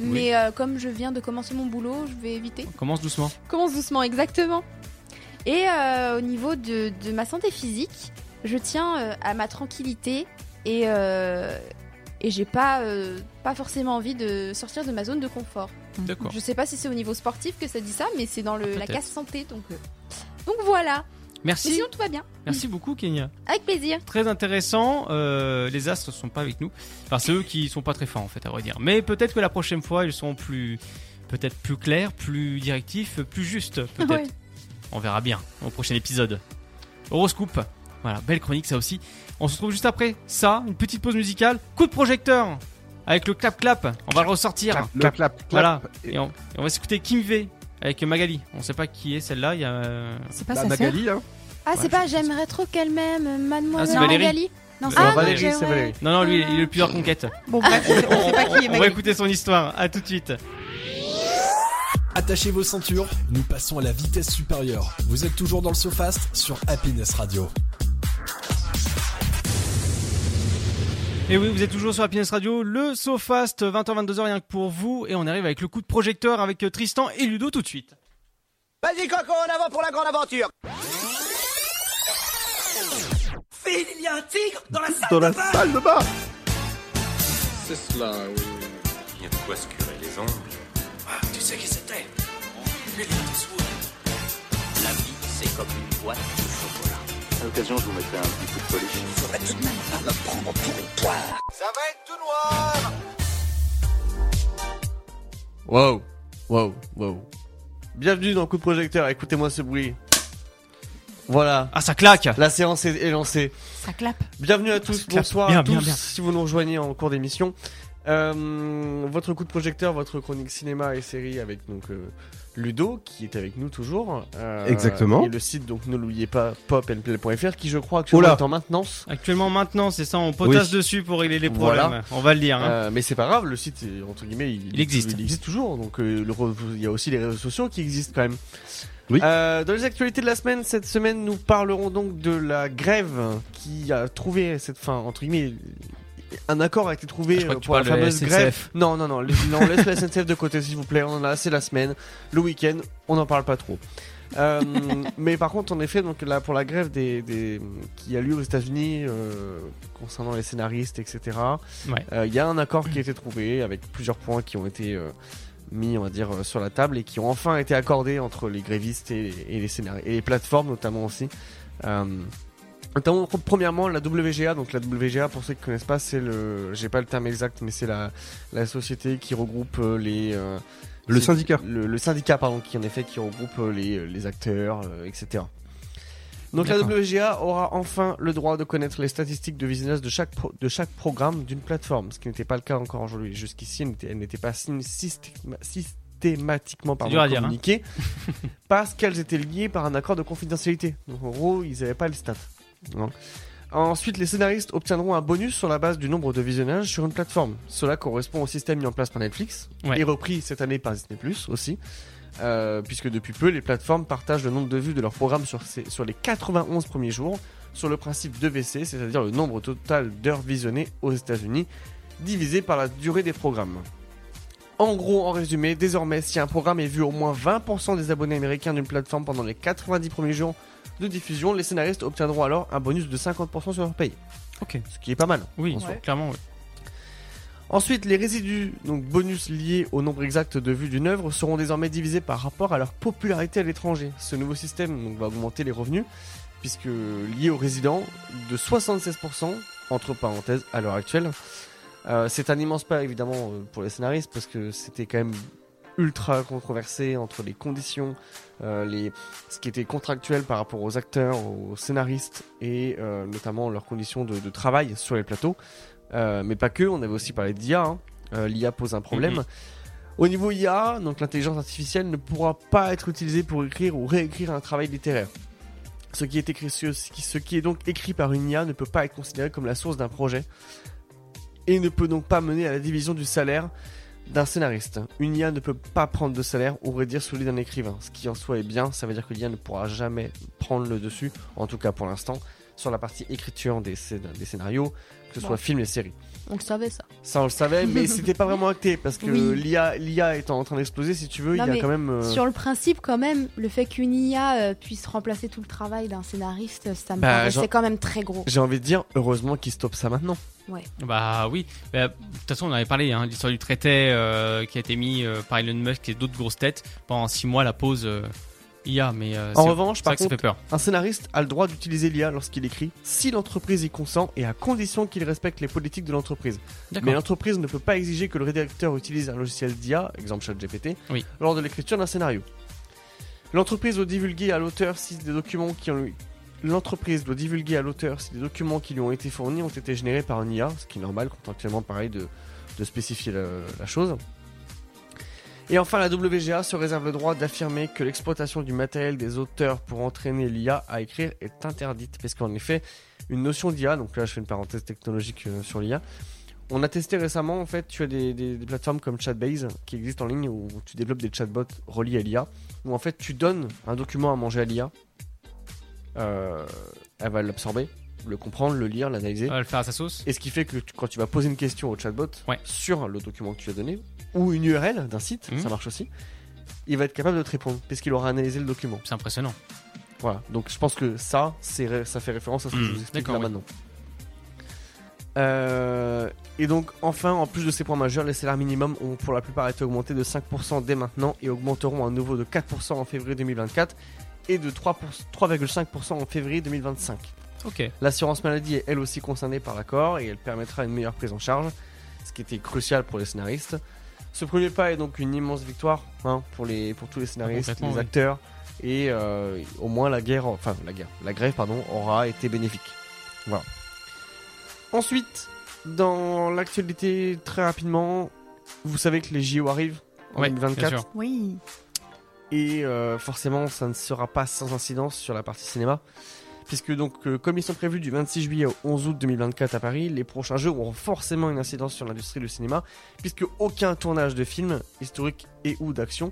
G: Mais euh, comme je viens de commencer mon boulot, je vais éviter.
A: On commence doucement.
G: Commence doucement, exactement. Et euh, au niveau de, de ma santé physique, je tiens euh, à ma tranquillité et, euh, et j'ai pas, euh, pas forcément envie de sortir de ma zone de confort.
E: Mhm.
A: D'accord. Ah,
G: Je sais pas si c'est au niveau sportif que ça dit ça, mais c'est dans le, la
A: Peut-être.
G: case santé. Donc, euh, donc voilà. Mais
A: Merci.
G: sinon, tout va bien.
A: Merci beaucoup, Kenya.
G: Avec plaisir.
A: Très intéressant. Euh, les astres sont pas avec nous. Enfin, c'est eux qui sont pas très forts, en fait, à vrai dire. Mais peut-être que la prochaine fois, ils seront plus. Peut-être plus clairs, plus directifs, plus justes, peut-être.
G: Ouais.
A: On verra bien au prochain épisode. Horoscope. Voilà, belle chronique, ça aussi. On se retrouve juste après ça, une petite pause musicale. Coup de projecteur avec le clap-clap. On va le ressortir.
D: Le clap, clap.
A: Voilà. Et on, et on va s'écouter Kim V avec Magali. On sait pas qui est celle-là. Il y a. euh,
E: C'est pas
D: Bah,
E: sa sœur.
D: Magali,
A: hein.
D: là.
G: Ah, c'est pas j'aimerais trop qu'elle m'aime, mademoiselle
A: Ah, c'est Valérie.
G: Magali.
E: Non, c'est
G: Ah,
E: pas
G: non,
C: Valérie,
G: j'ai-
C: c'est
G: ouais.
C: Valérie.
A: Non, non, lui, il a eu plusieurs conquêtes.
E: Bon, bref, on sait- on sait pas qui est
A: On va
E: Magali.
A: écouter son histoire. À tout de suite.
B: Attachez vos ceintures, nous passons à la vitesse supérieure. Vous êtes toujours dans le SoFast sur Happiness Radio.
A: Et oui, vous êtes toujours sur Happiness Radio, le SoFast, 20h-22h rien que pour vous. Et on arrive avec le coup de projecteur avec euh, Tristan et Ludo tout de suite.
K: Vas-y Coco, en avant pour la grande aventure Phil, il y a un tigre dans la salle
D: Dans
K: de
D: la
K: bain
D: salle de bain.
L: C'est cela, oui. Il y a de quoi se curer les ongles.
K: Ah, Tu sais qui c'était Mais il était sourd. La vie, c'est comme une boîte de chocolat.
L: À l'occasion, je vous mettrai un petit coup de polish.
K: Il faudrait tout de même pas la prendre pour une poire Ça va être tout noir
J: Wow, wow, wow. Bienvenue dans Coup de Projecteur, écoutez-moi ce bruit. Voilà,
A: Ah, ça claque
J: la séance est est lancée.
E: Ça clappe.
J: Bienvenue à tous,
A: claque.
J: bonsoir
A: Bien,
J: à tous,
A: bien, bien.
J: si vous nous rejoignez en cours d'émission. Euh, votre coup de projecteur, votre chronique cinéma et série avec donc euh, Ludo qui est avec nous toujours. Euh,
D: Exactement.
J: Et le site donc ne l'oubliez pas popnpl.fr qui je crois que
D: Oula.
J: est en maintenance.
A: Actuellement, maintenant, c'est ça, on potasse
J: Oui.
A: dessus pour régler les
J: Voilà.
A: problèmes. On va le dire. hein.
J: Euh, mais c'est pas grave, le site est, entre guillemets il,
A: Il existe.
J: il existe toujours. Donc euh, le re- il y a aussi les réseaux sociaux qui existent quand même.
D: Oui.
J: Euh, dans les actualités de la semaine, cette semaine nous parlerons donc de la grève qui a trouvé cette fin entre guillemets. Un accord a été trouvé
A: Ah, Je crois
J: euh,
A: que tu
J: pour la
A: parles de la
J: fameuse
A: SNCF.
J: grève. Non, non, non, laisse- non, on laisse la SNCF de côté s'il vous plaît, on en a assez la semaine. Le week-end, on n'en parle pas trop. Euh, mais par contre, en effet, donc là pour la grève des, des- qui a lieu aux États-Unis euh, concernant les scénaristes, etc. euh, Il
A: Ouais.
J: y a un accord qui a été trouvé avec plusieurs points qui ont été euh, mis, on va dire, euh, sur la table et qui ont enfin été accordés entre les grévistes et, et les scénaristes et les plateformes notamment aussi. Euh, notamment, pr- premièrement, la WGA. Donc la WGA, pour ceux qui connaissent pas, c'est le, j'ai pas le terme exact, mais c'est la la société qui regroupe euh, les euh,
D: Le
J: c'est-
D: syndicat.
J: le, le syndicat pardon qui en effet qui regroupe euh, les, les acteurs euh, etc donc la
A: D'accord.
J: WGA aura enfin le droit de connaître les statistiques de business de chaque, pro- de chaque programme d'une plateforme, ce qui n'était pas le cas encore aujourd'hui. Jusqu'ici, elle n'était- elle n'était pas sim- systéma- systématiquement pardon,
A: dur à dire, hein.
J: communiquée parce qu'elles étaient liées par un accord de confidentialité. Donc en gros, ils n'avaient pas le stat. Non. Ensuite, les scénaristes obtiendront un bonus sur la base du nombre de visionnages sur une plateforme. Cela correspond au système mis en place par Netflix
A: Ouais.
J: et repris cette année par Disney Plus aussi, euh, puisque depuis peu, les plateformes partagent le nombre de vues de leurs programmes sur, ces- sur les 91 premiers jours sur le principe de VC, c'est-à-dire le nombre total d'heures visionnées aux États-Unis divisé par la durée des programmes. En gros, en résumé, désormais, si un programme est vu au moins 20% des abonnés américains d'une plateforme pendant les 90 premiers jours de diffusion, les scénaristes obtiendront alors un bonus de 50% sur leur paye.
A: Ok.
J: Ce qui est pas mal.
A: oui,
J: en soi.
A: clairement, oui.
J: Ensuite, les résidus, donc bonus liés au nombre exact de vues d'une œuvre, seront désormais divisés par rapport à leur popularité à l'étranger. Ce nouveau système donc, va augmenter les revenus, puisque lié aux résidents, de 76%, entre parenthèses, à l'heure actuelle. Euh, c'est un immense pas, évidemment, euh, pour les scénaristes, parce que c'était quand même ultra controversé entre les conditions, euh, les... ce qui était contractuel par rapport aux acteurs, aux scénaristes, et euh, notamment leurs conditions de- de travail sur les plateaux. Euh, mais pas que, on avait aussi parlé d'IA. hein. Euh, L'IA pose un problème. Au niveau IA, donc l'intelligence artificielle ne pourra pas être utilisée pour écrire ou réécrire un travail littéraire. Ce qui est écrit, ce ce qui, ce qui est donc écrit par une IA ne peut pas être considéré comme la source d'un projet et ne peut donc pas mener à la division du salaire d'un scénariste. Une IA ne peut pas prendre de salaire ou réduire celui d'un écrivain. Ce qui en soi est bien, ça veut dire que l'IA ne pourra jamais prendre le dessus, en tout cas pour l'instant, sur la partie écriture des, scén- des scénarios, que ce soit film et série.
G: On le savait ça.
J: Ça, on le savait, mais c'était pas vraiment acté parce que
G: Oui.
J: l'IA, l'IA étant en train d'exploser, si tu veux,
G: Non,
J: il y
G: mais
J: a quand même. euh,
G: Sur le principe, quand même, le fait qu'une IA euh, puisse remplacer tout le travail d'un scénariste, ça me
J: Bah,
G: paraissait
J: genre-
G: quand même très gros.
J: J'ai envie de dire, heureusement qu'ils stoppent ça maintenant.
A: Bah oui, Bah, de toute façon on en avait parlé, hein, l'histoire du traité euh, qui a été mis euh, par Elon Musk et d'autres grosses têtes pendant 6 mois la pause euh, IA, mais euh,
J: En
A: c'est-
J: revanche,
A: c'est vrai
J: par
A: que ça fait
J: contre,
A: peur.
J: un scénariste a le droit d'utiliser l'IA lorsqu'il écrit, si l'entreprise y consent et à condition qu'il respecte les politiques de l'entreprise. Mais
A: D'accord.
J: l'entreprise ne peut pas exiger que le rédacteur utilise un logiciel d'IA, exemple ChatGPT,
A: Oui.
J: lors de l'écriture d'un scénario. L'entreprise doit divulguer à l'auteur si des documents qui ont L'entreprise doit divulguer à l'auteur si des documents qui lui ont été fournis ont été générés par une IA, ce qui est normal contractuellement pareil de, de spécifier la, la chose. Et enfin, la WGA se réserve le droit d'affirmer que l'exploitation du matériel des auteurs pour entraîner l'IA à écrire est interdite, parce qu'en effet, une notion d'IA, donc là je fais une parenthèse technologique euh, sur l'IA, on a testé récemment, en fait, tu as des, des- des plateformes comme Chatbase qui existent en ligne où tu développes des chatbots reliés à l'IA, où en fait tu donnes un document à manger à l'IA, euh, elle va l'absorber, le comprendre, le lire, l'analyser.
A: Elle va Ah, le faire à sa sauce.
J: Et ce qui fait que tu- quand tu vas poser une question au chatbot sur le document que tu as donné, ou une URL d'un site, ça marche aussi, il va être capable de te répondre, puisqu'il aura analysé le document.
A: C'est impressionnant.
J: Voilà, donc je pense que ça, c'est ré- ça fait référence à ce que je vous explique là
A: d'accord, oui.
J: maintenant. Euh, et donc, enfin, en plus de ces points majeurs, les salaires minimums ont pour la plupart été augmentés de 5% dès maintenant et augmenteront à nouveau de 4% en février 2024 et de 3 pour- 3,5% en février 2025.
A: Ok.
J: L'assurance maladie est elle aussi concernée par l'accord et elle permettra une meilleure prise en charge, ce qui était crucial pour les scénaristes. Ce premier pas est donc une immense victoire hein, pour, les, pour tous les scénaristes,
A: Complètement,
J: les
A: oui.
J: acteurs, et euh, au moins la guerre, enfin la guerre, la grève pardon, aura été bénéfique. Voilà. Ensuite, dans l'actualité très rapidement, vous savez que les JO arrivent en
A: Ouais, bien
J: 2024.
A: sûr.
E: Oui.
J: Et euh, forcément, ça ne sera pas sans incidence sur la partie cinéma. Puisque donc, euh, comme ils sont prévus du 26 juillet au 11 août 2024 à Paris, les prochains jeux auront forcément une incidence sur l'industrie du cinéma, puisque aucun tournage de film, historique et ou d'action,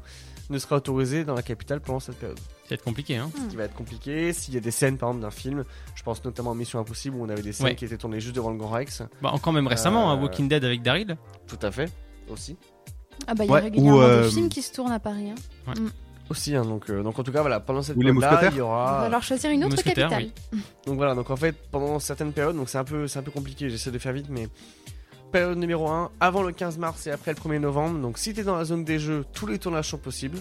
J: ne sera autorisé dans la capitale pendant cette période.
A: Ça va être compliqué, hein.
J: Ce qui va être compliqué, s'il y a des scènes par exemple d'un film, je pense notamment à Mission Impossible où on avait des scènes
A: Ouais.
J: qui étaient tournées juste devant le Grand Rex.
A: Bah, encore même récemment,
J: Euh,
A: hein, Walking Dead avec Daryl.
J: Tout à fait, aussi.
G: Ah bah il y
J: Ouais,
G: a régulièrement
J: ou, euh,
G: des films qui se tournent à Paris. hein.
A: Ouais.
G: Mm.
J: Aussi, hein, donc, euh, donc en tout cas, voilà, pendant cette
D: Ou les
J: période-là,
D: mousquetaires.
J: il y
G: On
J: aura.
G: va leur choisir une autre
J: Mousquetaires,
G: capitale.
J: Donc voilà, donc en fait, pendant certaines périodes, donc c'est un peu, c'est un peu compliqué, j'essaie de faire vite, mais période numéro 1, avant le 15 mars et après le 1er novembre. Donc si t'es dans la zone des jeux, tous les tournages sont possibles,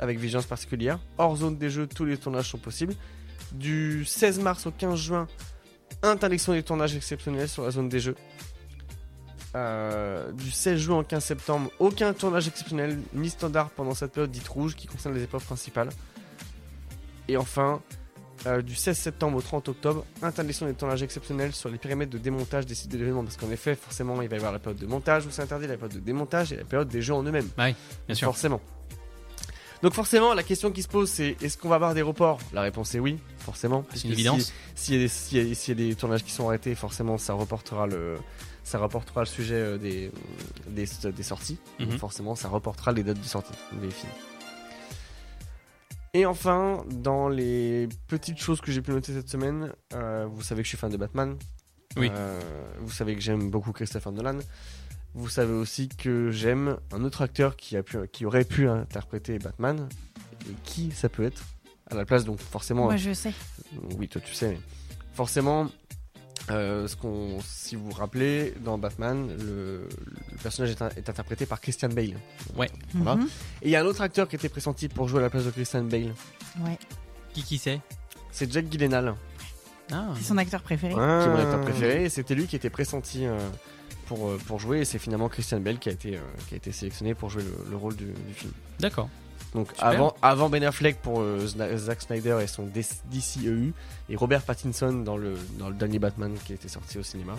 J: avec vigilance particulière. Hors zone des jeux, tous les tournages sont possibles. Du 16 mars au 15 juin, interdiction des tournages exceptionnels sur la zone des jeux. Euh, du 16 juin au 15 septembre, aucun tournage exceptionnel ni standard pendant cette période dite rouge qui concerne les épreuves principales. Et enfin, euh, du 16 septembre au 30 octobre, interdiction des tournages exceptionnels sur les périmètres de démontage des sites de l'événement. Parce qu'en effet, forcément, il va y avoir la période de montage où c'est interdit, la période de démontage et la période des jeux en eux-mêmes.
A: Bah oui, bien sûr.
J: Forcément. Donc forcément, la question qui se pose, c'est est-ce qu'on va avoir des reports La réponse est oui, forcément.
A: C'est
J: Parce
A: une
J: que
A: évidence.
J: si- S'il y, a des- s'il y a- s'il y a des tournages qui sont arrêtés, forcément, ça reportera le, ça reportera le sujet euh, des, des, des sorties. Donc
A: Mhm.
J: forcément, ça reportera les dates de sortie des films. Et enfin, dans les petites choses que j'ai pu noter cette semaine, euh, vous savez que je suis fan de Batman.
A: Oui.
J: Euh, vous savez que j'aime beaucoup Christopher Nolan. Vous savez aussi que j'aime un autre acteur qui, a pu, qui aurait pu interpréter Batman. Et qui ça peut être À la place, donc forcément.
E: Moi, je sais.
J: Oui, toi tu sais. mais Forcément, euh, ce qu'on, si vous vous rappelez, dans Batman, le, le personnage est, est interprété par Christian Bale.
A: Ouais.
J: Voilà.
A: Mhm.
J: Et il y a un autre acteur qui était pressenti pour jouer à la place de Christian Bale.
E: Ouais.
A: Qui qui c'est Ah,
J: C'est Jack Gyllenhaal.
E: C'est son acteur préféré.
D: Ah.
J: Qui est mon acteur préféré. Et c'était lui qui était pressenti euh, pour, euh, pour jouer. Et c'est finalement Christian Bale qui a été, euh, qui a été sélectionné pour jouer le, le rôle du, du film.
A: D'accord.
J: Donc
A: Super.
J: avant, avant Ben Affleck pour euh, Zna- Zack Snyder et son DC- DCEU E et Robert Pattinson dans le, dans le dernier Batman qui était sorti au cinéma,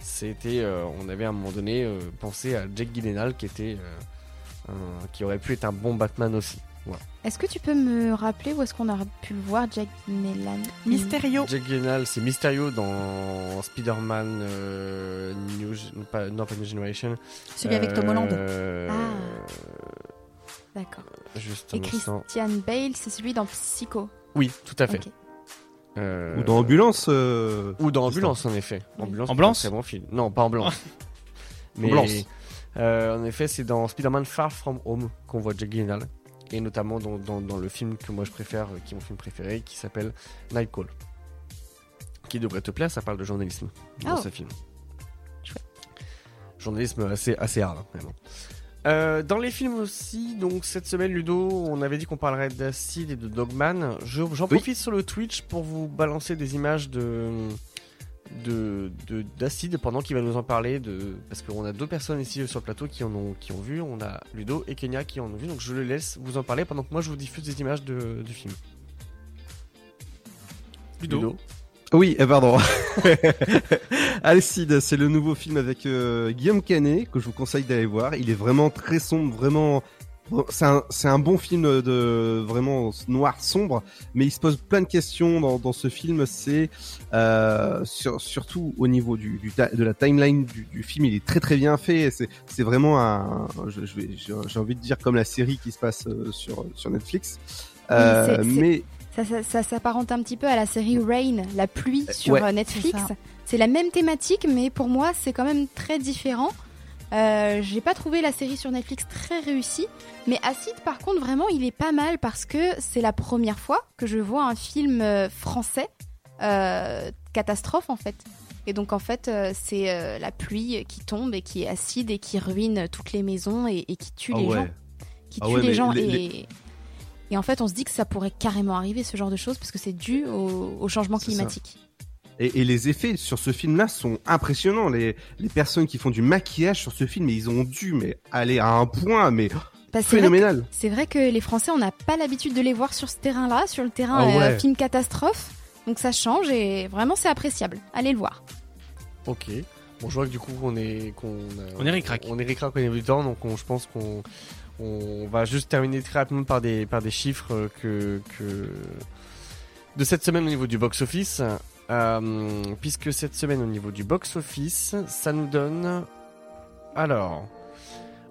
J: c'était euh, on avait à un moment donné euh, pensé à Jack Gyllenhaal qui était euh, un- qui aurait pu être un bon Batman aussi. Voilà.
G: Est-ce que tu peux me rappeler où est-ce qu'on aura pu le voir, Jack Melan
E: Mysterio.
J: Jack Gyllenhaal, c'est Mysterio dans Spider-Man euh, New, Gen- pas, non, pas New Generation.
G: Celui avec Tom Holland.
J: Euh,
G: D'accord.
J: Juste un
G: Et
J: instant.
G: Christian Bale, c'est celui dans Psycho.
J: Oui, tout à fait.
G: Ok.
J: Euh,
D: Ou dans Ambulance. euh,
J: Ou dans Ambulance, en effet. Ambulance,
D: Ambulance
J: c'est un très bon film. Non, pas Ambulance. Mais
D: Ambulance.
J: euh, en effet, c'est dans Spider-Man Far From Home qu'on voit Jack Gyllenhaal. Et notamment dans, dans- dans le film que moi je préfère, euh, qui est mon film préféré, qui s'appelle Nightcall. Qui devrait te plaire, ça parle de journalisme dans
G: Oh.
J: ce film. Journalisme assez, assez hard, hein, vraiment. Euh, dans les films aussi, donc cette semaine, Ludo, on avait dit qu'on parlerait d'Acid et de Dogman. Je- J'en profite sur le Twitch pour vous balancer des images de de de- d'acide pendant qu'il va nous en parler de parce qu'on a deux personnes ici sur le plateau qui en ont qui ont vu on a Ludo et Kenya qui en ont vu donc je le laisse vous en parler pendant que moi je vous diffuse des images de- du film Ludo,
D: Oui, eh, pardon. Alcide, c'est le nouveau film avec euh, Guillaume Canet que je vous conseille d'aller voir. Il est vraiment très sombre, vraiment c'est un, c'est un bon film de vraiment noir sombre, mais il se pose plein de questions dans, dans ce film. C'est euh, sur- surtout au niveau du, du ta- de la timeline du, du film, il est très très bien fait. C'est, c'est vraiment un, je, je vais, j'ai j'ai envie de dire comme la série qui se passe euh, sur sur Netflix.
G: c'est-
D: Euh,
G: c'est-
D: mais
G: Ça, ça- ça s'apparente un petit peu à la série Rain, la pluie sur
D: ouais.
G: euh, Netflix.
E: C'est ça.
G: C'est la même thématique, mais pour moi, c'est quand même très différent. Euh, J'ai pas trouvé la série sur Netflix très réussie, mais Acide, par contre, vraiment, il est pas mal parce que c'est la première fois que je vois un film euh, français euh, catastrophe en fait. Et donc en fait, euh, c'est euh, la pluie qui tombe et qui est acide et qui ruine toutes les maisons et, et qui tue
D: Ah
G: les
D: ouais.
G: gens, qui
D: Ah
G: tue
D: ouais,
G: les
D: mais
G: gens
D: les-
G: et
D: les-
G: et en fait, on se dit que ça pourrait carrément arriver, ce genre de choses, parce que c'est dû au, au changement
D: ça.
G: climatique.
D: Et, et les effets sur ce film-là sont impressionnants. Les, les personnes qui font du maquillage sur ce film, ils ont dû mais aller à un point mais
G: Bah, c'est vrai
D: phénoménal.
G: que- C'est vrai, que les Français, on n'a pas l'habitude de les voir sur ce terrain-là, sur le terrain
D: Ah
G: euh,
D: ouais.
G: film catastrophe. Donc ça change et vraiment, c'est appréciable. Allez le voir.
H: Ok. Bon, je vois que du coup, on est. qu'on euh,
A: On est ric-rac.
H: On est ric-rac au niveau du temps, donc on- je pense qu'on on va juste terminer très rapidement par des, par des chiffres euh, que, que. de cette semaine au niveau du box-office. Euh, puisque cette semaine au niveau du box-office, ça nous donne. Alors.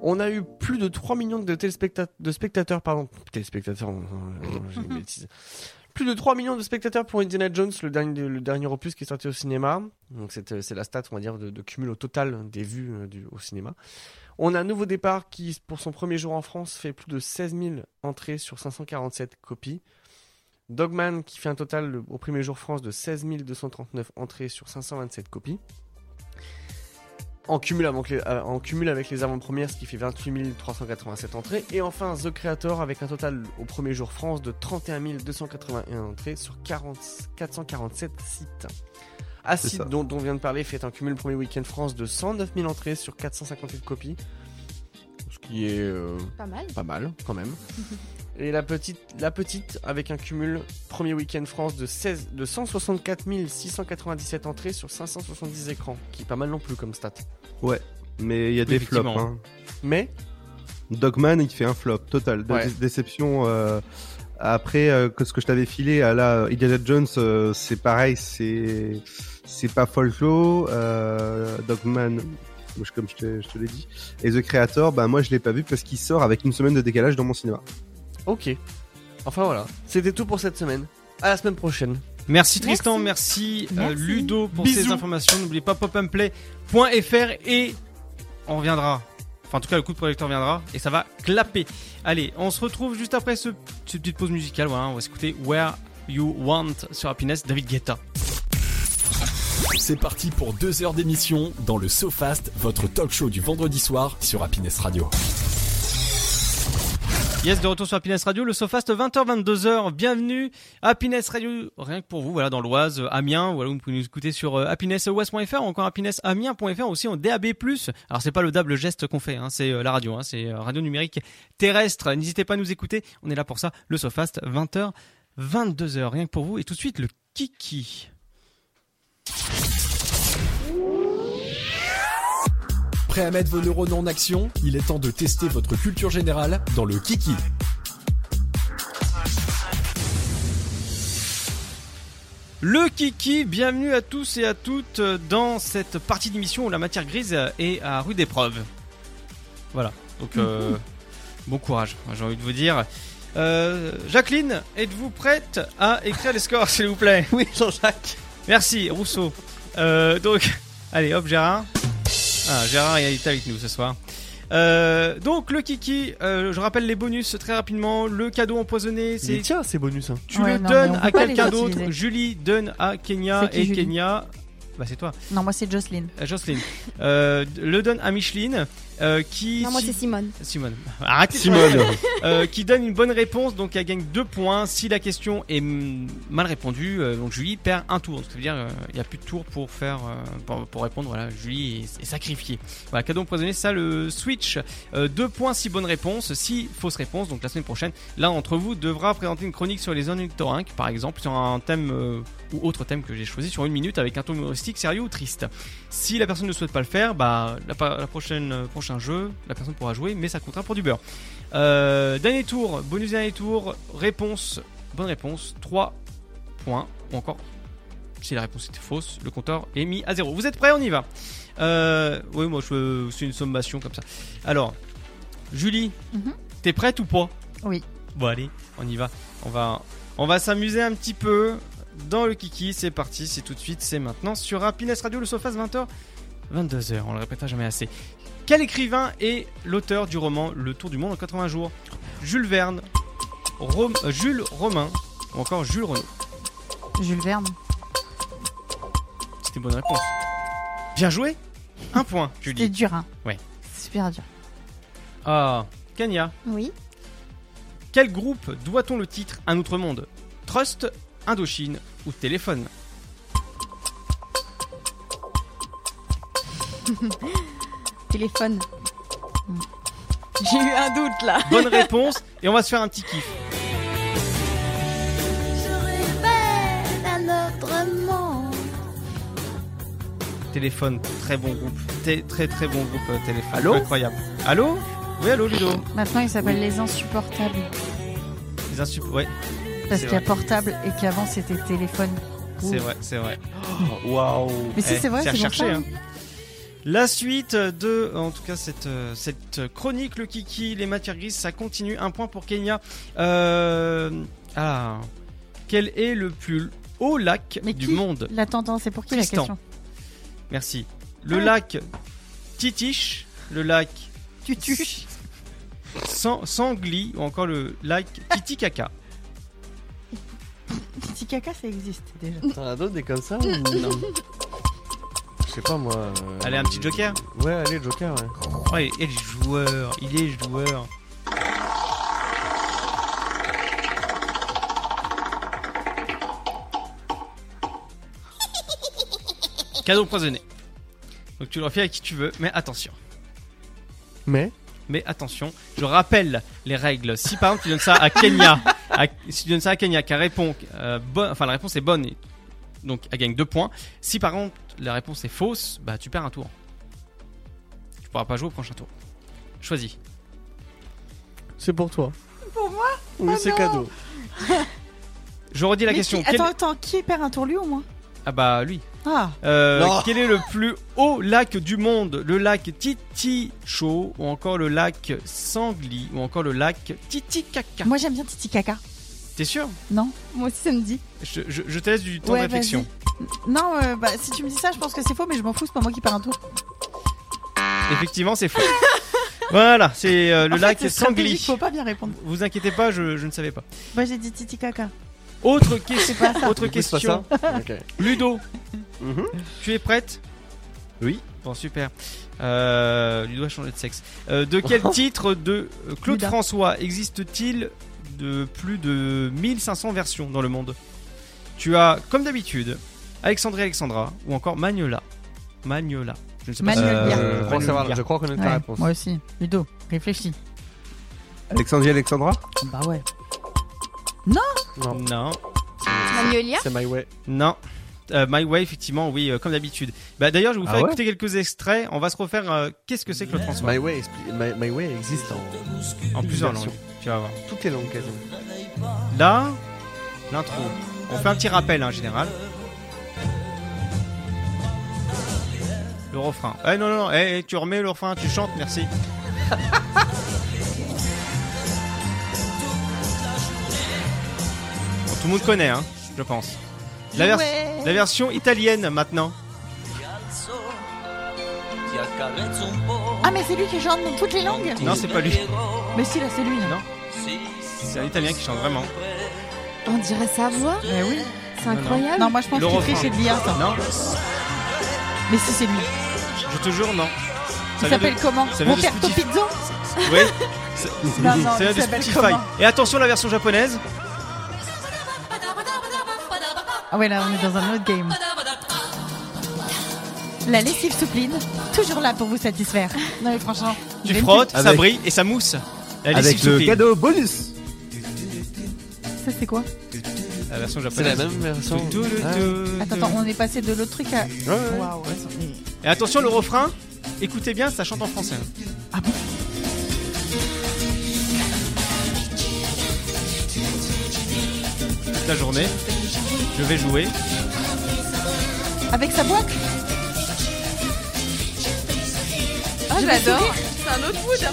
H: On a eu plus de 3 millions de, téléspecta- de spectateurs, pardon, téléspectateurs, hein, non, non, non, j'ai dit une bêtise. Plus de 3 millions de spectateurs pour Indiana Jones, le dernier, le dernier opus qui est sorti au cinéma. Donc c'est euh, c'est la stat, on va dire, de, de cumul au total des vues euh, du- au cinéma. On a un nouveau départ qui, pour son premier jour en France, fait plus de 16 000 entrées sur 547 copies. Dogman qui fait un total le- au premier jour France de 16 239 entrées sur 527 copies. En cumul, avec les, euh, en cumul avec les avant-premières, ce qui fait 28 387 entrées. Et enfin, The Creator avec un total au premier jour France de 31 281 entrées sur 40 447 sites.
D: C'est
H: Acid,
D: ça.
H: dont, dont on vient de parler, fait un cumul premier week-end France de 109 000 entrées sur 458 copies. Ce qui est. euh,
G: Pas mal.
H: Pas mal, quand même. Et la petite, la petite avec un cumul premier week-end France de, 16, de 164 697 entrées sur 570 écrans, qui est pas mal non plus comme stat.
D: Ouais, mais il y a
A: Oui,
D: des flops.
A: effectivement.
D: Hein.
H: Mais
D: Dogman, il fait un flop total. Dé-
H: Ouais.
D: dé- Déception. euh, Après, euh, que ce que je t'avais filé à la Indiana Jones, euh, c'est pareil, c'est c'est pas folklore. Euh, Dogman, moi, je- comme je te, je te l'ai dit. Et The Creator, bah moi je l'ai pas vu parce qu'il sort avec une semaine de décalage dans mon cinéma.
H: ok. Enfin voilà, c'était tout pour cette semaine. À la semaine prochaine.
A: Merci Tristan, merci, euh,
E: Merci.
A: Ludo pour
H: Bisous.
A: ces informations. N'oubliez pas popandplay.fr et on reviendra. Enfin, en tout cas, le coup de projecteur viendra et ça va clapper. Allez, on se retrouve juste après ce, cette petite pause musicale. Voilà, on va s'écouter Where You Want sur Happiness, David Guetta.
B: C'est parti pour deux heures d'émission dans le SoFast, votre talk show du vendredi soir sur Happiness Radio.
A: Yes, de retour sur Happiness Radio, le Sofast 20h, 22h. Bienvenue à Happiness Radio, rien que pour vous, voilà, dans l'Oise, euh, Amiens. Voilà, vous pouvez nous écouter sur euh, happinessouest.fr, encore happinessamiens.fr, aussi en DAB+. Alors, c'est pas le DAB, le geste qu'on fait, hein, c'est euh, la radio, hein, c'est euh, radio numérique terrestre. N'hésitez pas à nous écouter, on est là pour ça, le Sofast 20h, 22h, rien que pour vous. Et tout de suite, le Kiki.
B: Prêt à mettre vos neurones en action Il est temps de tester votre culture générale dans le Kiki.
A: Le Kiki, bienvenue à tous et à toutes euh, dans cette partie d'émission où la matière grise euh, est à rude épreuve. Voilà, donc euh, bon courage, moi, j'ai envie de vous dire. Euh, Jacqueline, êtes-vous prête à écrire les scores, s'il vous plaît
H: Oui, Jean-Jacques.
A: Merci, Rousseau. Euh, donc, allez, hop, Gérard. Ah, Gérard il est avec nous ce soir. Euh, donc le kiki, euh, je rappelle les bonus très rapidement. Le cadeau empoisonné, c'est
H: tiens, c'est bonus. Hein.
A: tu
E: Ouais,
A: le
E: non, mais on
A: donnes
E: peut
A: à
E: pas les
A: quelqu'un d'autre.
E: utiliser.
A: Julie donne à Kenya
E: C'est qui,
A: et
E: Julie
A: Kenya. Bah, c'est toi,
E: Non, moi c'est Jocelyne.
A: euh, Jocelyne. Euh, le donne à Micheline euh, qui.
G: Non, moi, c'est Simone.
A: Simone. Arrêtez de- Euh, qui donne une bonne réponse, donc elle gagne 2 points. Si la question est mm, mal répondue, euh, donc Julie perd un tour. Donc, ça veut dire qu'il n'y a plus de tour pour faire euh, pour, pour répondre. Voilà, Julie est, est sacrifiée. Voilà, cadeau empoisonné, ça le switch. 2 points si bonne réponse, si fausse réponse. Donc la semaine prochaine, l'un d'entre vous devra présenter une chronique sur les ornithorynques, par exemple, sur un thème euh, ou autre thème que j'ai choisi sur une minute avec un ton humoristique, sérieux ou triste. Si la personne ne souhaite pas le faire, bah la, pa- la prochaine, prochaine prochain jeu, la personne pourra jouer, mais ça comptera pour du beurre. Euh, dernier tour, bonus dernier tour, réponse, bonne réponse, 3 points, ou encore, si la réponse était fausse, le compteur est mis à zéro. Vous êtes prêts On y va. Euh, oui, moi, je c'est une sommation comme ça. Alors, Julie,
E: Mhm.
A: t'es prête ou pas
E: Oui.
A: Bon, allez, on y va. On va, on va s'amuser un petit peu dans le kiki. C'est parti, c'est tout de suite, c'est maintenant sur Happiness Radio, le Sofas 20h. 22h, on le répétera jamais assez. Quel écrivain est l'auteur du roman Le Tour du Monde en 80 jours Jules Verne, Rom- euh, Jules Romain ou encore Jules Renaud
E: Jules Verne.
A: C'était bonne réponse. Bien joué Un point, Julie.
E: C'était dur, hein.
A: Ouais.
E: C'est super dur.
A: Ah, Kenya.
E: Oui.
A: Quel groupe doit-on le titre Un autre monde Trust, Indochine ou Téléphone
G: Téléphone.
E: Mm. J'ai eu un doute là.
A: Bonne réponse et on va se faire un petit kiff.
M: un autre monde.
A: Téléphone, très bon groupe. Té- très très bon groupe euh, Téléphone.
E: Allô
A: Incroyable. Allô Oui, allô Ludo.
E: Maintenant, il s'appelle Les Insupportables.
A: Les insup... Ouais.
E: Parce
A: C'est
E: qu'il y a
A: vrai.
E: portable et qu'avant, c'était téléphone.
A: C'est
E: Ouh.
A: vrai, c'est vrai. Waouh.
E: Mais si,
A: Eh,
E: c'est vrai, c'est pour
A: recherché,
E: ça.
A: hein. La suite de, en tout cas, cette, euh, cette chronique, le kiki, les matières grises, ça continue. Un point pour Kenya. Euh, ah, quel est le plus haut lac du
E: Qui
A: monde
E: La tendance, c'est pour qui
A: Tristan.
E: la question
A: Merci. Le
E: Ah.
A: lac Titiche, le lac
E: Tutuche,
A: San- Sangli ou encore le lac Titicaca.
E: Petit caca, ça existe déjà.
J: T'en as d'autres des comme ça ou... Non. Je sais pas moi. euh,
A: Allez, un petit joker
J: Ouais, allez, joker, ouais.
A: Ouais, Oh, il est joueur, il est joueur. Cadeau empoisonné. Donc tu le refais à qui tu veux, mais attention.
J: Mais
A: Mais attention, je rappelle les règles. Si par exemple tu donnes ça à Kenya, à- si tu donnes ça à Kenya, qui répond, euh, bonne- enfin la réponse est bonne, et donc elle gagne deux points. Si par contre la réponse est fausse, bah tu perds un tour. Tu pourras pas jouer au prochain tour. Choisis.
J: C'est pour toi.
E: Pour moi
J: Oui, c'est cadeau.
A: Je redis la
E: Mais
A: question.
E: qui-
A: Quel-
E: Attends, attends, qui perd un tour lui au moins
A: Ah bah lui.
E: Ah.
A: Euh,
E: Non.
A: quel est le plus haut lac du monde Le lac Titicho ou encore le lac Sangli ou encore le lac Titicaca
E: Moi j'aime bien Titi Caca.
A: T'es sûr
E: Non Moi aussi ça me dit.
A: je, je- je te laisse du temps
E: Ouais,
A: de réflexion.
E: Non, euh, bah si tu me dis ça, je pense que c'est faux, mais je m'en fous, c'est pas moi qui perds un tour.
A: Effectivement, c'est faux. voilà, c'est euh, le
E: En fait,
A: lac
E: c'est stratégique,
A: Sangli.
E: Faut pas bien répondre.
A: Vous inquiétez pas, je, je ne savais pas.
E: Moi j'ai dit Titi Caca.
A: Autre question.
E: pas ça.
A: Autre
E: Du coup, c'est pas
A: question.
E: ça.
J: Ok. Euh,
A: Ludo,
J: Mhm.
A: tu es prête Oui. Bon, super. Euh, Ludo a changé de sexe. Euh, de quel titre de euh, Claude
J: Luda.
A: François existe-t-il de plus de 1500 versions dans le monde Tu as, comme d'habitude, Alexandrie Alexandra ou encore Magnola. Magnola. Je ne sais pas si-
E: Manuel Biard.
A: Euh, Magnolia.
E: Ouais, Moi aussi. Ludo, réfléchis.
D: Alexandrie Alexandra
E: Bah ouais. Non
J: Non.
A: Non.
G: Magnolia
J: C'est My Way.
A: Non. Euh, My Way, effectivement, oui, euh, comme d'habitude. Bah, D'ailleurs, je vais vous
J: Ah
A: faire
J: ouais
A: écouter quelques extraits. On va se refaire. euh, Qu'est-ce que c'est que le François
J: My Way, expli- My, My Way existe en,
A: En plusieurs
J: versions.
A: langues. Tu vas voir.
J: Toutes les langues quasiment.
A: Là, l'intro. On fait un petit rappel hein, en général. Le refrain. Eh non, non, eh, eh, tu remets le refrain, tu chantes, merci. Bon, tout le monde connaît, hein, je pense. La, vers-
K: Ouais.
A: la version italienne maintenant.
E: Ah, mais c'est lui qui chante dans toutes les langues
A: Non, c'est pas lui.
E: Mais si, là, c'est lui.
A: Non C'est un italien qui chante vraiment.
G: On dirait sa voix.
E: Mais Ah oui.
G: C'est
A: Non,
G: incroyable.
E: Non, moi je pense
A: Le
E: qu'il
A: refrain.
E: triche et de l'IA. ça.
A: Non,
E: Mais si, c'est lui.
A: je te jure, non. Ça
E: Il
A: vient de-
E: s'appelle comment
A: ça vient de
E: Roberto
A: Spotify.
E: Pizzo
A: Oui. C'est c'est
E: Non, non,
A: la
E: il
A: de
E: s'appelle
A: Spotify.
E: comment
A: Et attention, la version japonaise.
E: Ah ouais, là, on est dans un autre game. La lessive soupline, toujours là pour vous satisfaire. Non, mais franchement.
A: Tu
E: je vais me
A: frottes,
E: tuer.
A: ça brille et ça mousse. La
D: Avec
A: lessive
D: le
A: soupline.
D: cadeau bonus
E: Ça, c'est quoi
A: La version
J: C'est
A: japonaise.
J: la même version.
A: Tout, tout, tout,
J: Ah.
A: tout.
E: Attends, attends, on est passé de l'autre truc à.
A: ouais.
E: Waouh, ouais, ça-
A: Et attention, le refrain. Écoutez bien, ça chante en français. hein.
E: Ah bon
A: Toute la journée, je vais jouer.
E: Avec sa boîte
G: Ah,
E: Je vais
G: j'adore.
E: sourire.
G: C'est un autre mood. hein.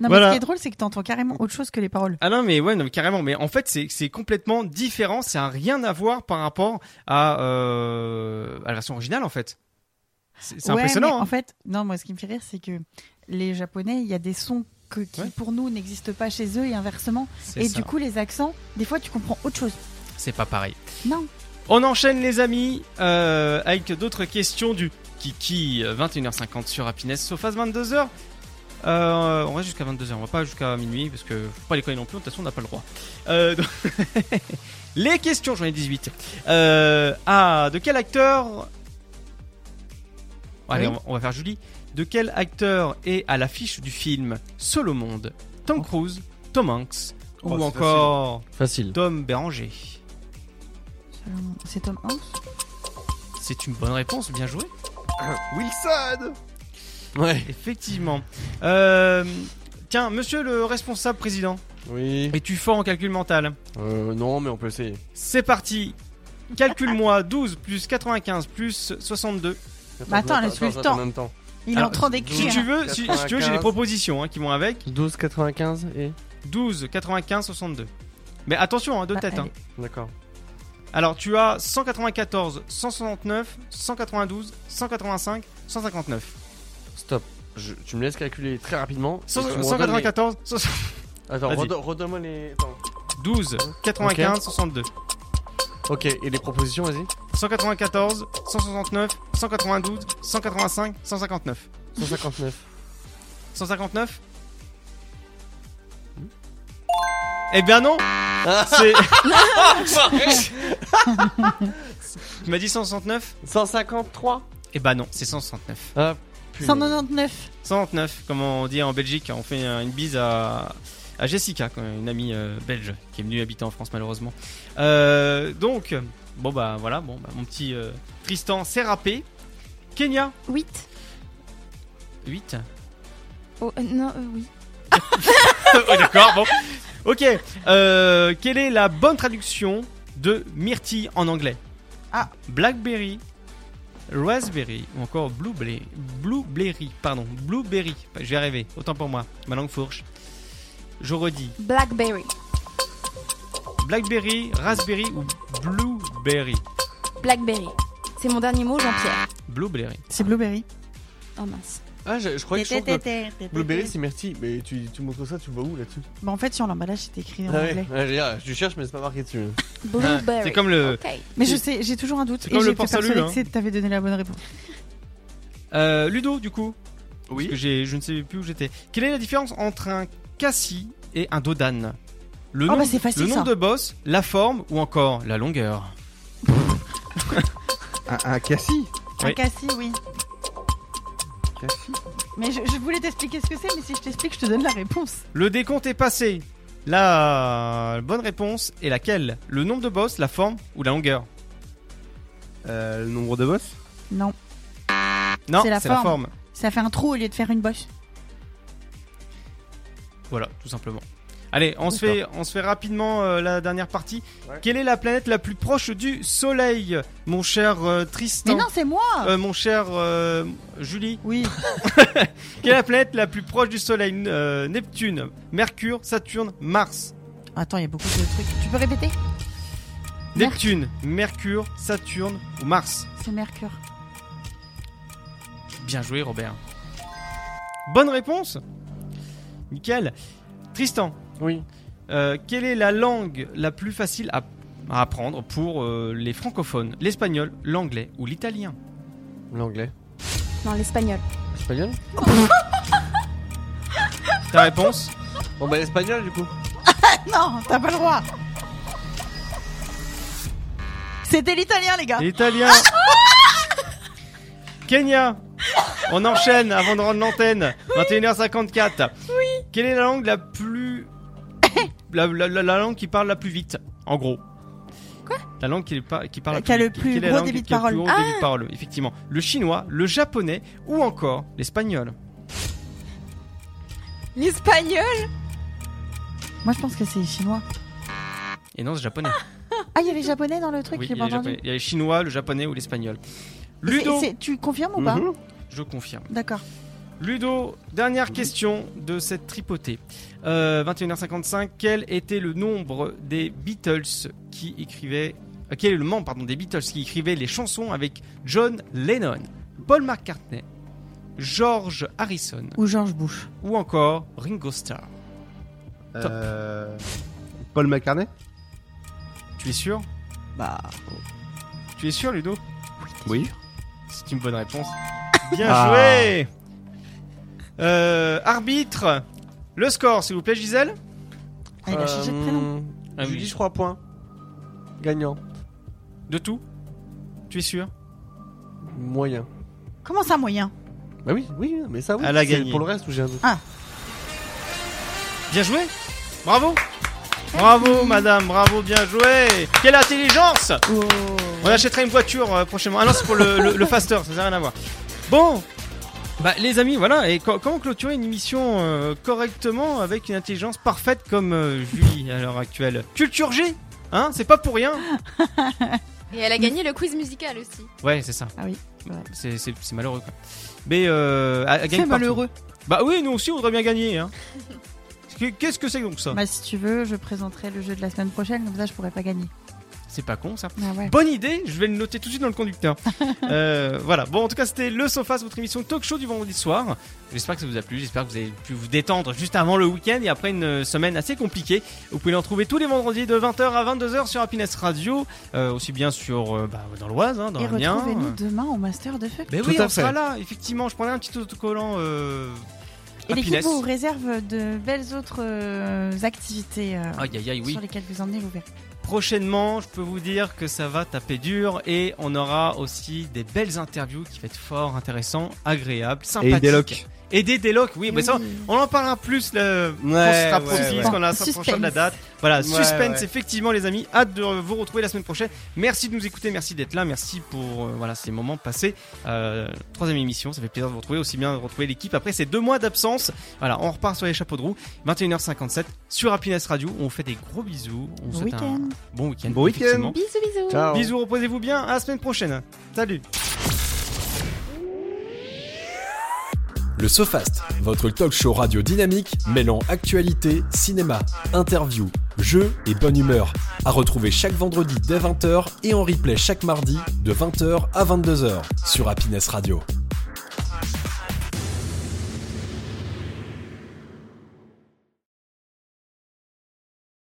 E: Non,
A: Voilà.
E: mais ce qui est drôle, c'est que t'entends carrément autre chose que les paroles.
A: Ah non, mais ouais, non, mais carrément. Mais en fait, c'est- c'est complètement différent. Ça n'a rien à voir par rapport à, euh, à la version originale, en fait. C'est c'est
E: Ouais,
A: impressionnant.
E: mais
A: hein.
E: En fait, non, moi, ce qui me fait rire, c'est que les Japonais, il y a des sons que, qui, pour nous, n'existent pas chez eux et inversement.
A: C'est
E: Et
A: ça.
E: du coup, les accents, des fois, tu comprends autre chose.
A: C'est pas pareil.
E: Non.
A: On enchaîne, les amis, euh, avec d'autres questions du Kiki euh, 21h50 sur Happiness Sofas 22h. Euh, on reste jusqu'à 22h, on va pas jusqu'à minuit parce que faut pas les connaître non plus, de toute façon on n'a pas le droit. Euh, donc- les questions, j'en ai 18. Euh, ah, de quel acteur Allez,
H: Oui.
A: on, va, on va faire Julie. De quel acteur est à l'affiche du film Seul au monde Tom Cruise, Tom Hanks
J: Oh,
A: ou
J: c'est
A: encore
J: facile.
A: Tom Béranger
E: Seulement- C'est Tom
A: Ah,
E: Hanks
A: C'est une bonne réponse, bien joué.
D: Wilson
A: Ouais. Effectivement. Euh, tiens, monsieur le responsable président.
J: Oui.
A: Es-tu fort en calcul mental
J: Euh, non, mais on peut essayer.
A: C'est parti. Calcule-moi 12 plus 95 plus 62.
E: Bah attends, laisse-lui le temps. Il est en train d'écrire.
A: Si tu veux, si, si tu veux, j'ai des
J: 95.
A: propositions hein, qui vont avec.
J: 12, 95 et.
A: 12, 95, 62. Mais attention, hein, deux
J: Bah,
A: têtes. hein.
J: allez. D'accord.
A: Alors, tu as 194, 169, 192, 185, 159.
J: Stop. Je- tu me laisses calculer très rapidement. et
A: Cent-
J: tu me redonnes
A: 194, 60.
J: les- Attends,
A: Vas-y.
J: redo- redonne-moi les. Attends.
A: 12, 95,
J: Ok.
A: 62.
J: Ok, et les propositions, vas-y.
A: 194, 169, 192, 185, 159.
J: 159.
A: 159 Hmm? Eh bien non C'est... tu m'as dit 169
J: 153
A: Eh ben non, c'est 169.
E: 199.
A: 109, comme on dit en Belgique, on fait euh, une bise à, à Jessica, quoi, une amie euh, belge qui est venue habiter en France malheureusement. Euh, donc, bon bah voilà, bon bah, mon petit euh, Tristan s'est râpé. Kenya
G: 8.
A: 8
G: Oh, euh, non, euh, oui.
A: Oh, D'accord, bon. Ok, euh, quelle est la bonne traduction de myrtille en anglais
E: Ah.
A: Blackberry, raspberry ou encore blueberry. Blueberry, pardon. Blueberry, je vais rêver, autant pour moi, ma langue fourche. Je redis,
G: Blackberry.
A: Blackberry, Raspberry ou Blueberry
G: Blackberry. C'est mon dernier mot, Jean-Pierre.
A: Blueberry.
E: C'est Blueberry.
G: Oh mince.
J: Ah, je, je croyais que je
G: Té,
J: trouve
G: té, té, té,
J: que Blueberry c'est merci, mais tu, tu montres ça, tu vois où là-dessus
E: Bah en fait, sur l'emballage, c'est écrit en
J: Ah ouais,
E: anglais.
J: ouais, j'ai- ah, tu cherches, mais c'est pas marqué dessus.
D: Ah,
E: Blueberry.
A: C'est comme
D: euh,
A: le.
E: Mais je sais, j'ai toujours un doute.
A: C'est
E: Et
A: comme le
E: j'étais
A: porte-salut,
E: persuadée
A: hein.
E: que c'est- t'avais donné la bonne réponse.
A: Euh, Ludo, du coup Oui. Parce que j'ai- je ne sais plus où j'étais. Quelle est la différence entre un cassis et un dodan le
E: Ah
A: nom,
E: bah c'est facile,
A: le nom
E: ça.
A: de boss, la forme ou encore la longueur
D: Un, un cassis
E: Un cassis, oui. Mais je, je voulais t'expliquer ce que c'est, mais si je t'explique, je te donne la réponse.
A: Le décompte est passé. La bonne réponse est laquelle Le nombre de boss, la forme ou la longueur
D: euh, Le nombre de boss
E: Non.
A: Non,
E: c'est la,
A: forme.
E: Ça fait un trou au lieu de faire une bosse.
A: Voilà, tout simplement. Allez, on se fait, on se fait rapidement euh, la dernière partie. Quelle est la planète la plus proche du Soleil, mon cher euh, Tristan
E: Mais non, c'est moi
A: Euh, Mon cher euh, Julie.
E: Oui.
A: Quelle est la planète la plus proche du Soleil Euh, Neptune, Mercure, Saturne, Mars.
E: Attends, il y a beaucoup de trucs. Tu peux répéter
A: Neptune, Mercure, Saturne ou Mars.
E: C'est Mercure.
A: Bien joué, Robert. Bonne réponse. Nickel. Tristan. Euh,
J: Oui.
A: quelle est la langue la plus facile à, à apprendre pour euh, les francophones L'espagnol, l'anglais ou l'italien
J: L'anglais.
G: Non, l'espagnol.
J: Espagnol
A: Ta réponse
J: Bon bah l'espagnol du coup.
E: non, t'as pas le droit. C'était l'italien, les gars.
A: L'italien. Kenya. On enchaîne avant de rendre l'antenne. 21h54. Oui. Quelle est la langue la plus. la, la- la- la langue qui parle la plus vite, en gros Quoi La langue qui, par- qui parle la
E: Qui a le
A: vite.
E: plus
A: Quelle est la
E: gros
A: langue
E: débit de
A: qui a le plus
E: parole. Ah.
A: gros débit de parole, effectivement. Le chinois, le japonais ou encore l'espagnol
G: L'espagnol
E: Moi, je pense que c'est chinois.
A: Et non, c'est japonais.
E: Ah, il y avait japonais dans le truc,
A: Oui,
E: j'ai
A: il y
E: pas
A: a les
E: entendu.
A: japonais. Il y a les chinois, le japonais ou l'espagnol.
E: Et c'est-
A: Ludo
E: c'est- Tu confirmes ou pas
A: Mhm. Je confirme.
E: D'accord.
A: Ludo, dernière question de cette tripotée. Euh, 21h55, quel était le nombre des Beatles qui écrivaient. euh, quel est le membre pardon, des Beatles qui écrivaient les chansons avec John Lennon, Paul McCartney, George Harrison
E: Ou George Bush
A: ou encore Ringo Starr Top.
D: Euh, Paul McCartney
A: Tu es sûr
E: Bah.
A: Tu es sûr, Ludo
D: Oui.
A: C'est une bonne réponse. Bien
D: Ah.
A: joué Euh, Arbitre, le score, s'il vous plaît, Gisèle
J: Ah, il a changé de Euh, prénom. Julie, je crois, point. Gagnant.
A: De tout Tu es sûr
J: Moyen.
E: Comment ça, moyen
J: Bah oui, oui, mais ça oui.
A: Elle a
J: c'est
A: gagné.
J: Pour le reste, ou j'ai un doute.
E: Ah.
A: Bien joué Bravo Bravo madame, bravo, bien joué Quelle intelligence
E: Oh.
A: On achètera une voiture euh, prochainement. Ah non, c'est pour le, le, le faster, ça n'a rien à voir. Bon bah, les amis, voilà, et quand comment clôturer une émission euh, correctement avec une intelligence parfaite comme euh, Julie à l'heure actuelle Culture G Hein C'est pas pour rien
G: Et elle a gagné le quiz musical aussi.
A: Ouais, c'est ça.
E: Ah oui.
A: C'est c'est- c'est malheureux quoi. Mais euh, à- à gagner partout.
E: malheureux.
A: Bah oui, nous aussi on voudrait bien gagner. Hein. Qu'est- Qu'est-ce que c'est donc ça
E: Bah, si tu veux, je présenterai le jeu de la semaine prochaine, comme ça je pourrais pas gagner.
A: C'est pas con ça.
E: Ah ouais.
A: Bonne idée, je vais le noter tout de suite dans le conducteur. Euh, voilà, bon en tout cas c'était le Sofas, votre émission talk show du vendredi soir. J'espère que ça vous a plu, j'espère que vous avez pu vous détendre juste avant le week-end et après une euh, semaine assez compliquée. Vous pouvez le retrouver tous les vendredis de 20h à 22h sur Happiness Radio, euh, aussi bien sur euh, bah, dans l'Oise, hein, dans
E: Et
A: le mien.
E: retrouvez-nous demain au Master de Feu.
A: Mais oui, on sera là, effectivement, je prendrai un petit autocollant. Euh,
E: Et l'équipe
A: Happiness.
E: vous réserve de belles autres euh, activités euh,
A: Aïe, aïe, aïe, oui.
E: sur lesquelles vous emmenez vous verrez.
A: Prochainement, je peux vous dire que ça va taper dur et on aura aussi des belles interviews qui vont être fort intéressant, agréables, sympathiques.
D: Et des locs.
A: Et des délocs, oui, mais ça, on en parlera plus le, quand
D: Ouais,
A: on sera
D: ouais,
A: profil,
D: ouais.
A: quand on a- s'approchera de la date. Voilà,
D: Ouais,
A: suspense,
D: ouais.
A: effectivement, les amis. Hâte de vous retrouver la semaine prochaine. Merci de nous écouter, merci d'être là, merci pour euh, voilà, ces moments passés. Euh, troisième émission, ça fait plaisir de vous retrouver, aussi bien de retrouver l'équipe après ces deux mois d'absence. Voilà, on repart sur les chapeaux de roue. 21h57 sur Happiness Radio. On vous fait des gros bisous. On vous
G: Bon
A: souhaite un
G: week-end.
A: bon week-end.
D: Bon week-end.
A: effectivement.
G: Bisous, bisous.
A: Bisous, reposez-vous bien. À la semaine prochaine. Salut.
B: Le SoFast, votre talk show radio dynamique mêlant actualité, cinéma, interview, jeux et bonne humeur. À retrouver chaque vendredi dès 20h et en replay chaque mardi de 20h à 22h sur Happiness Radio.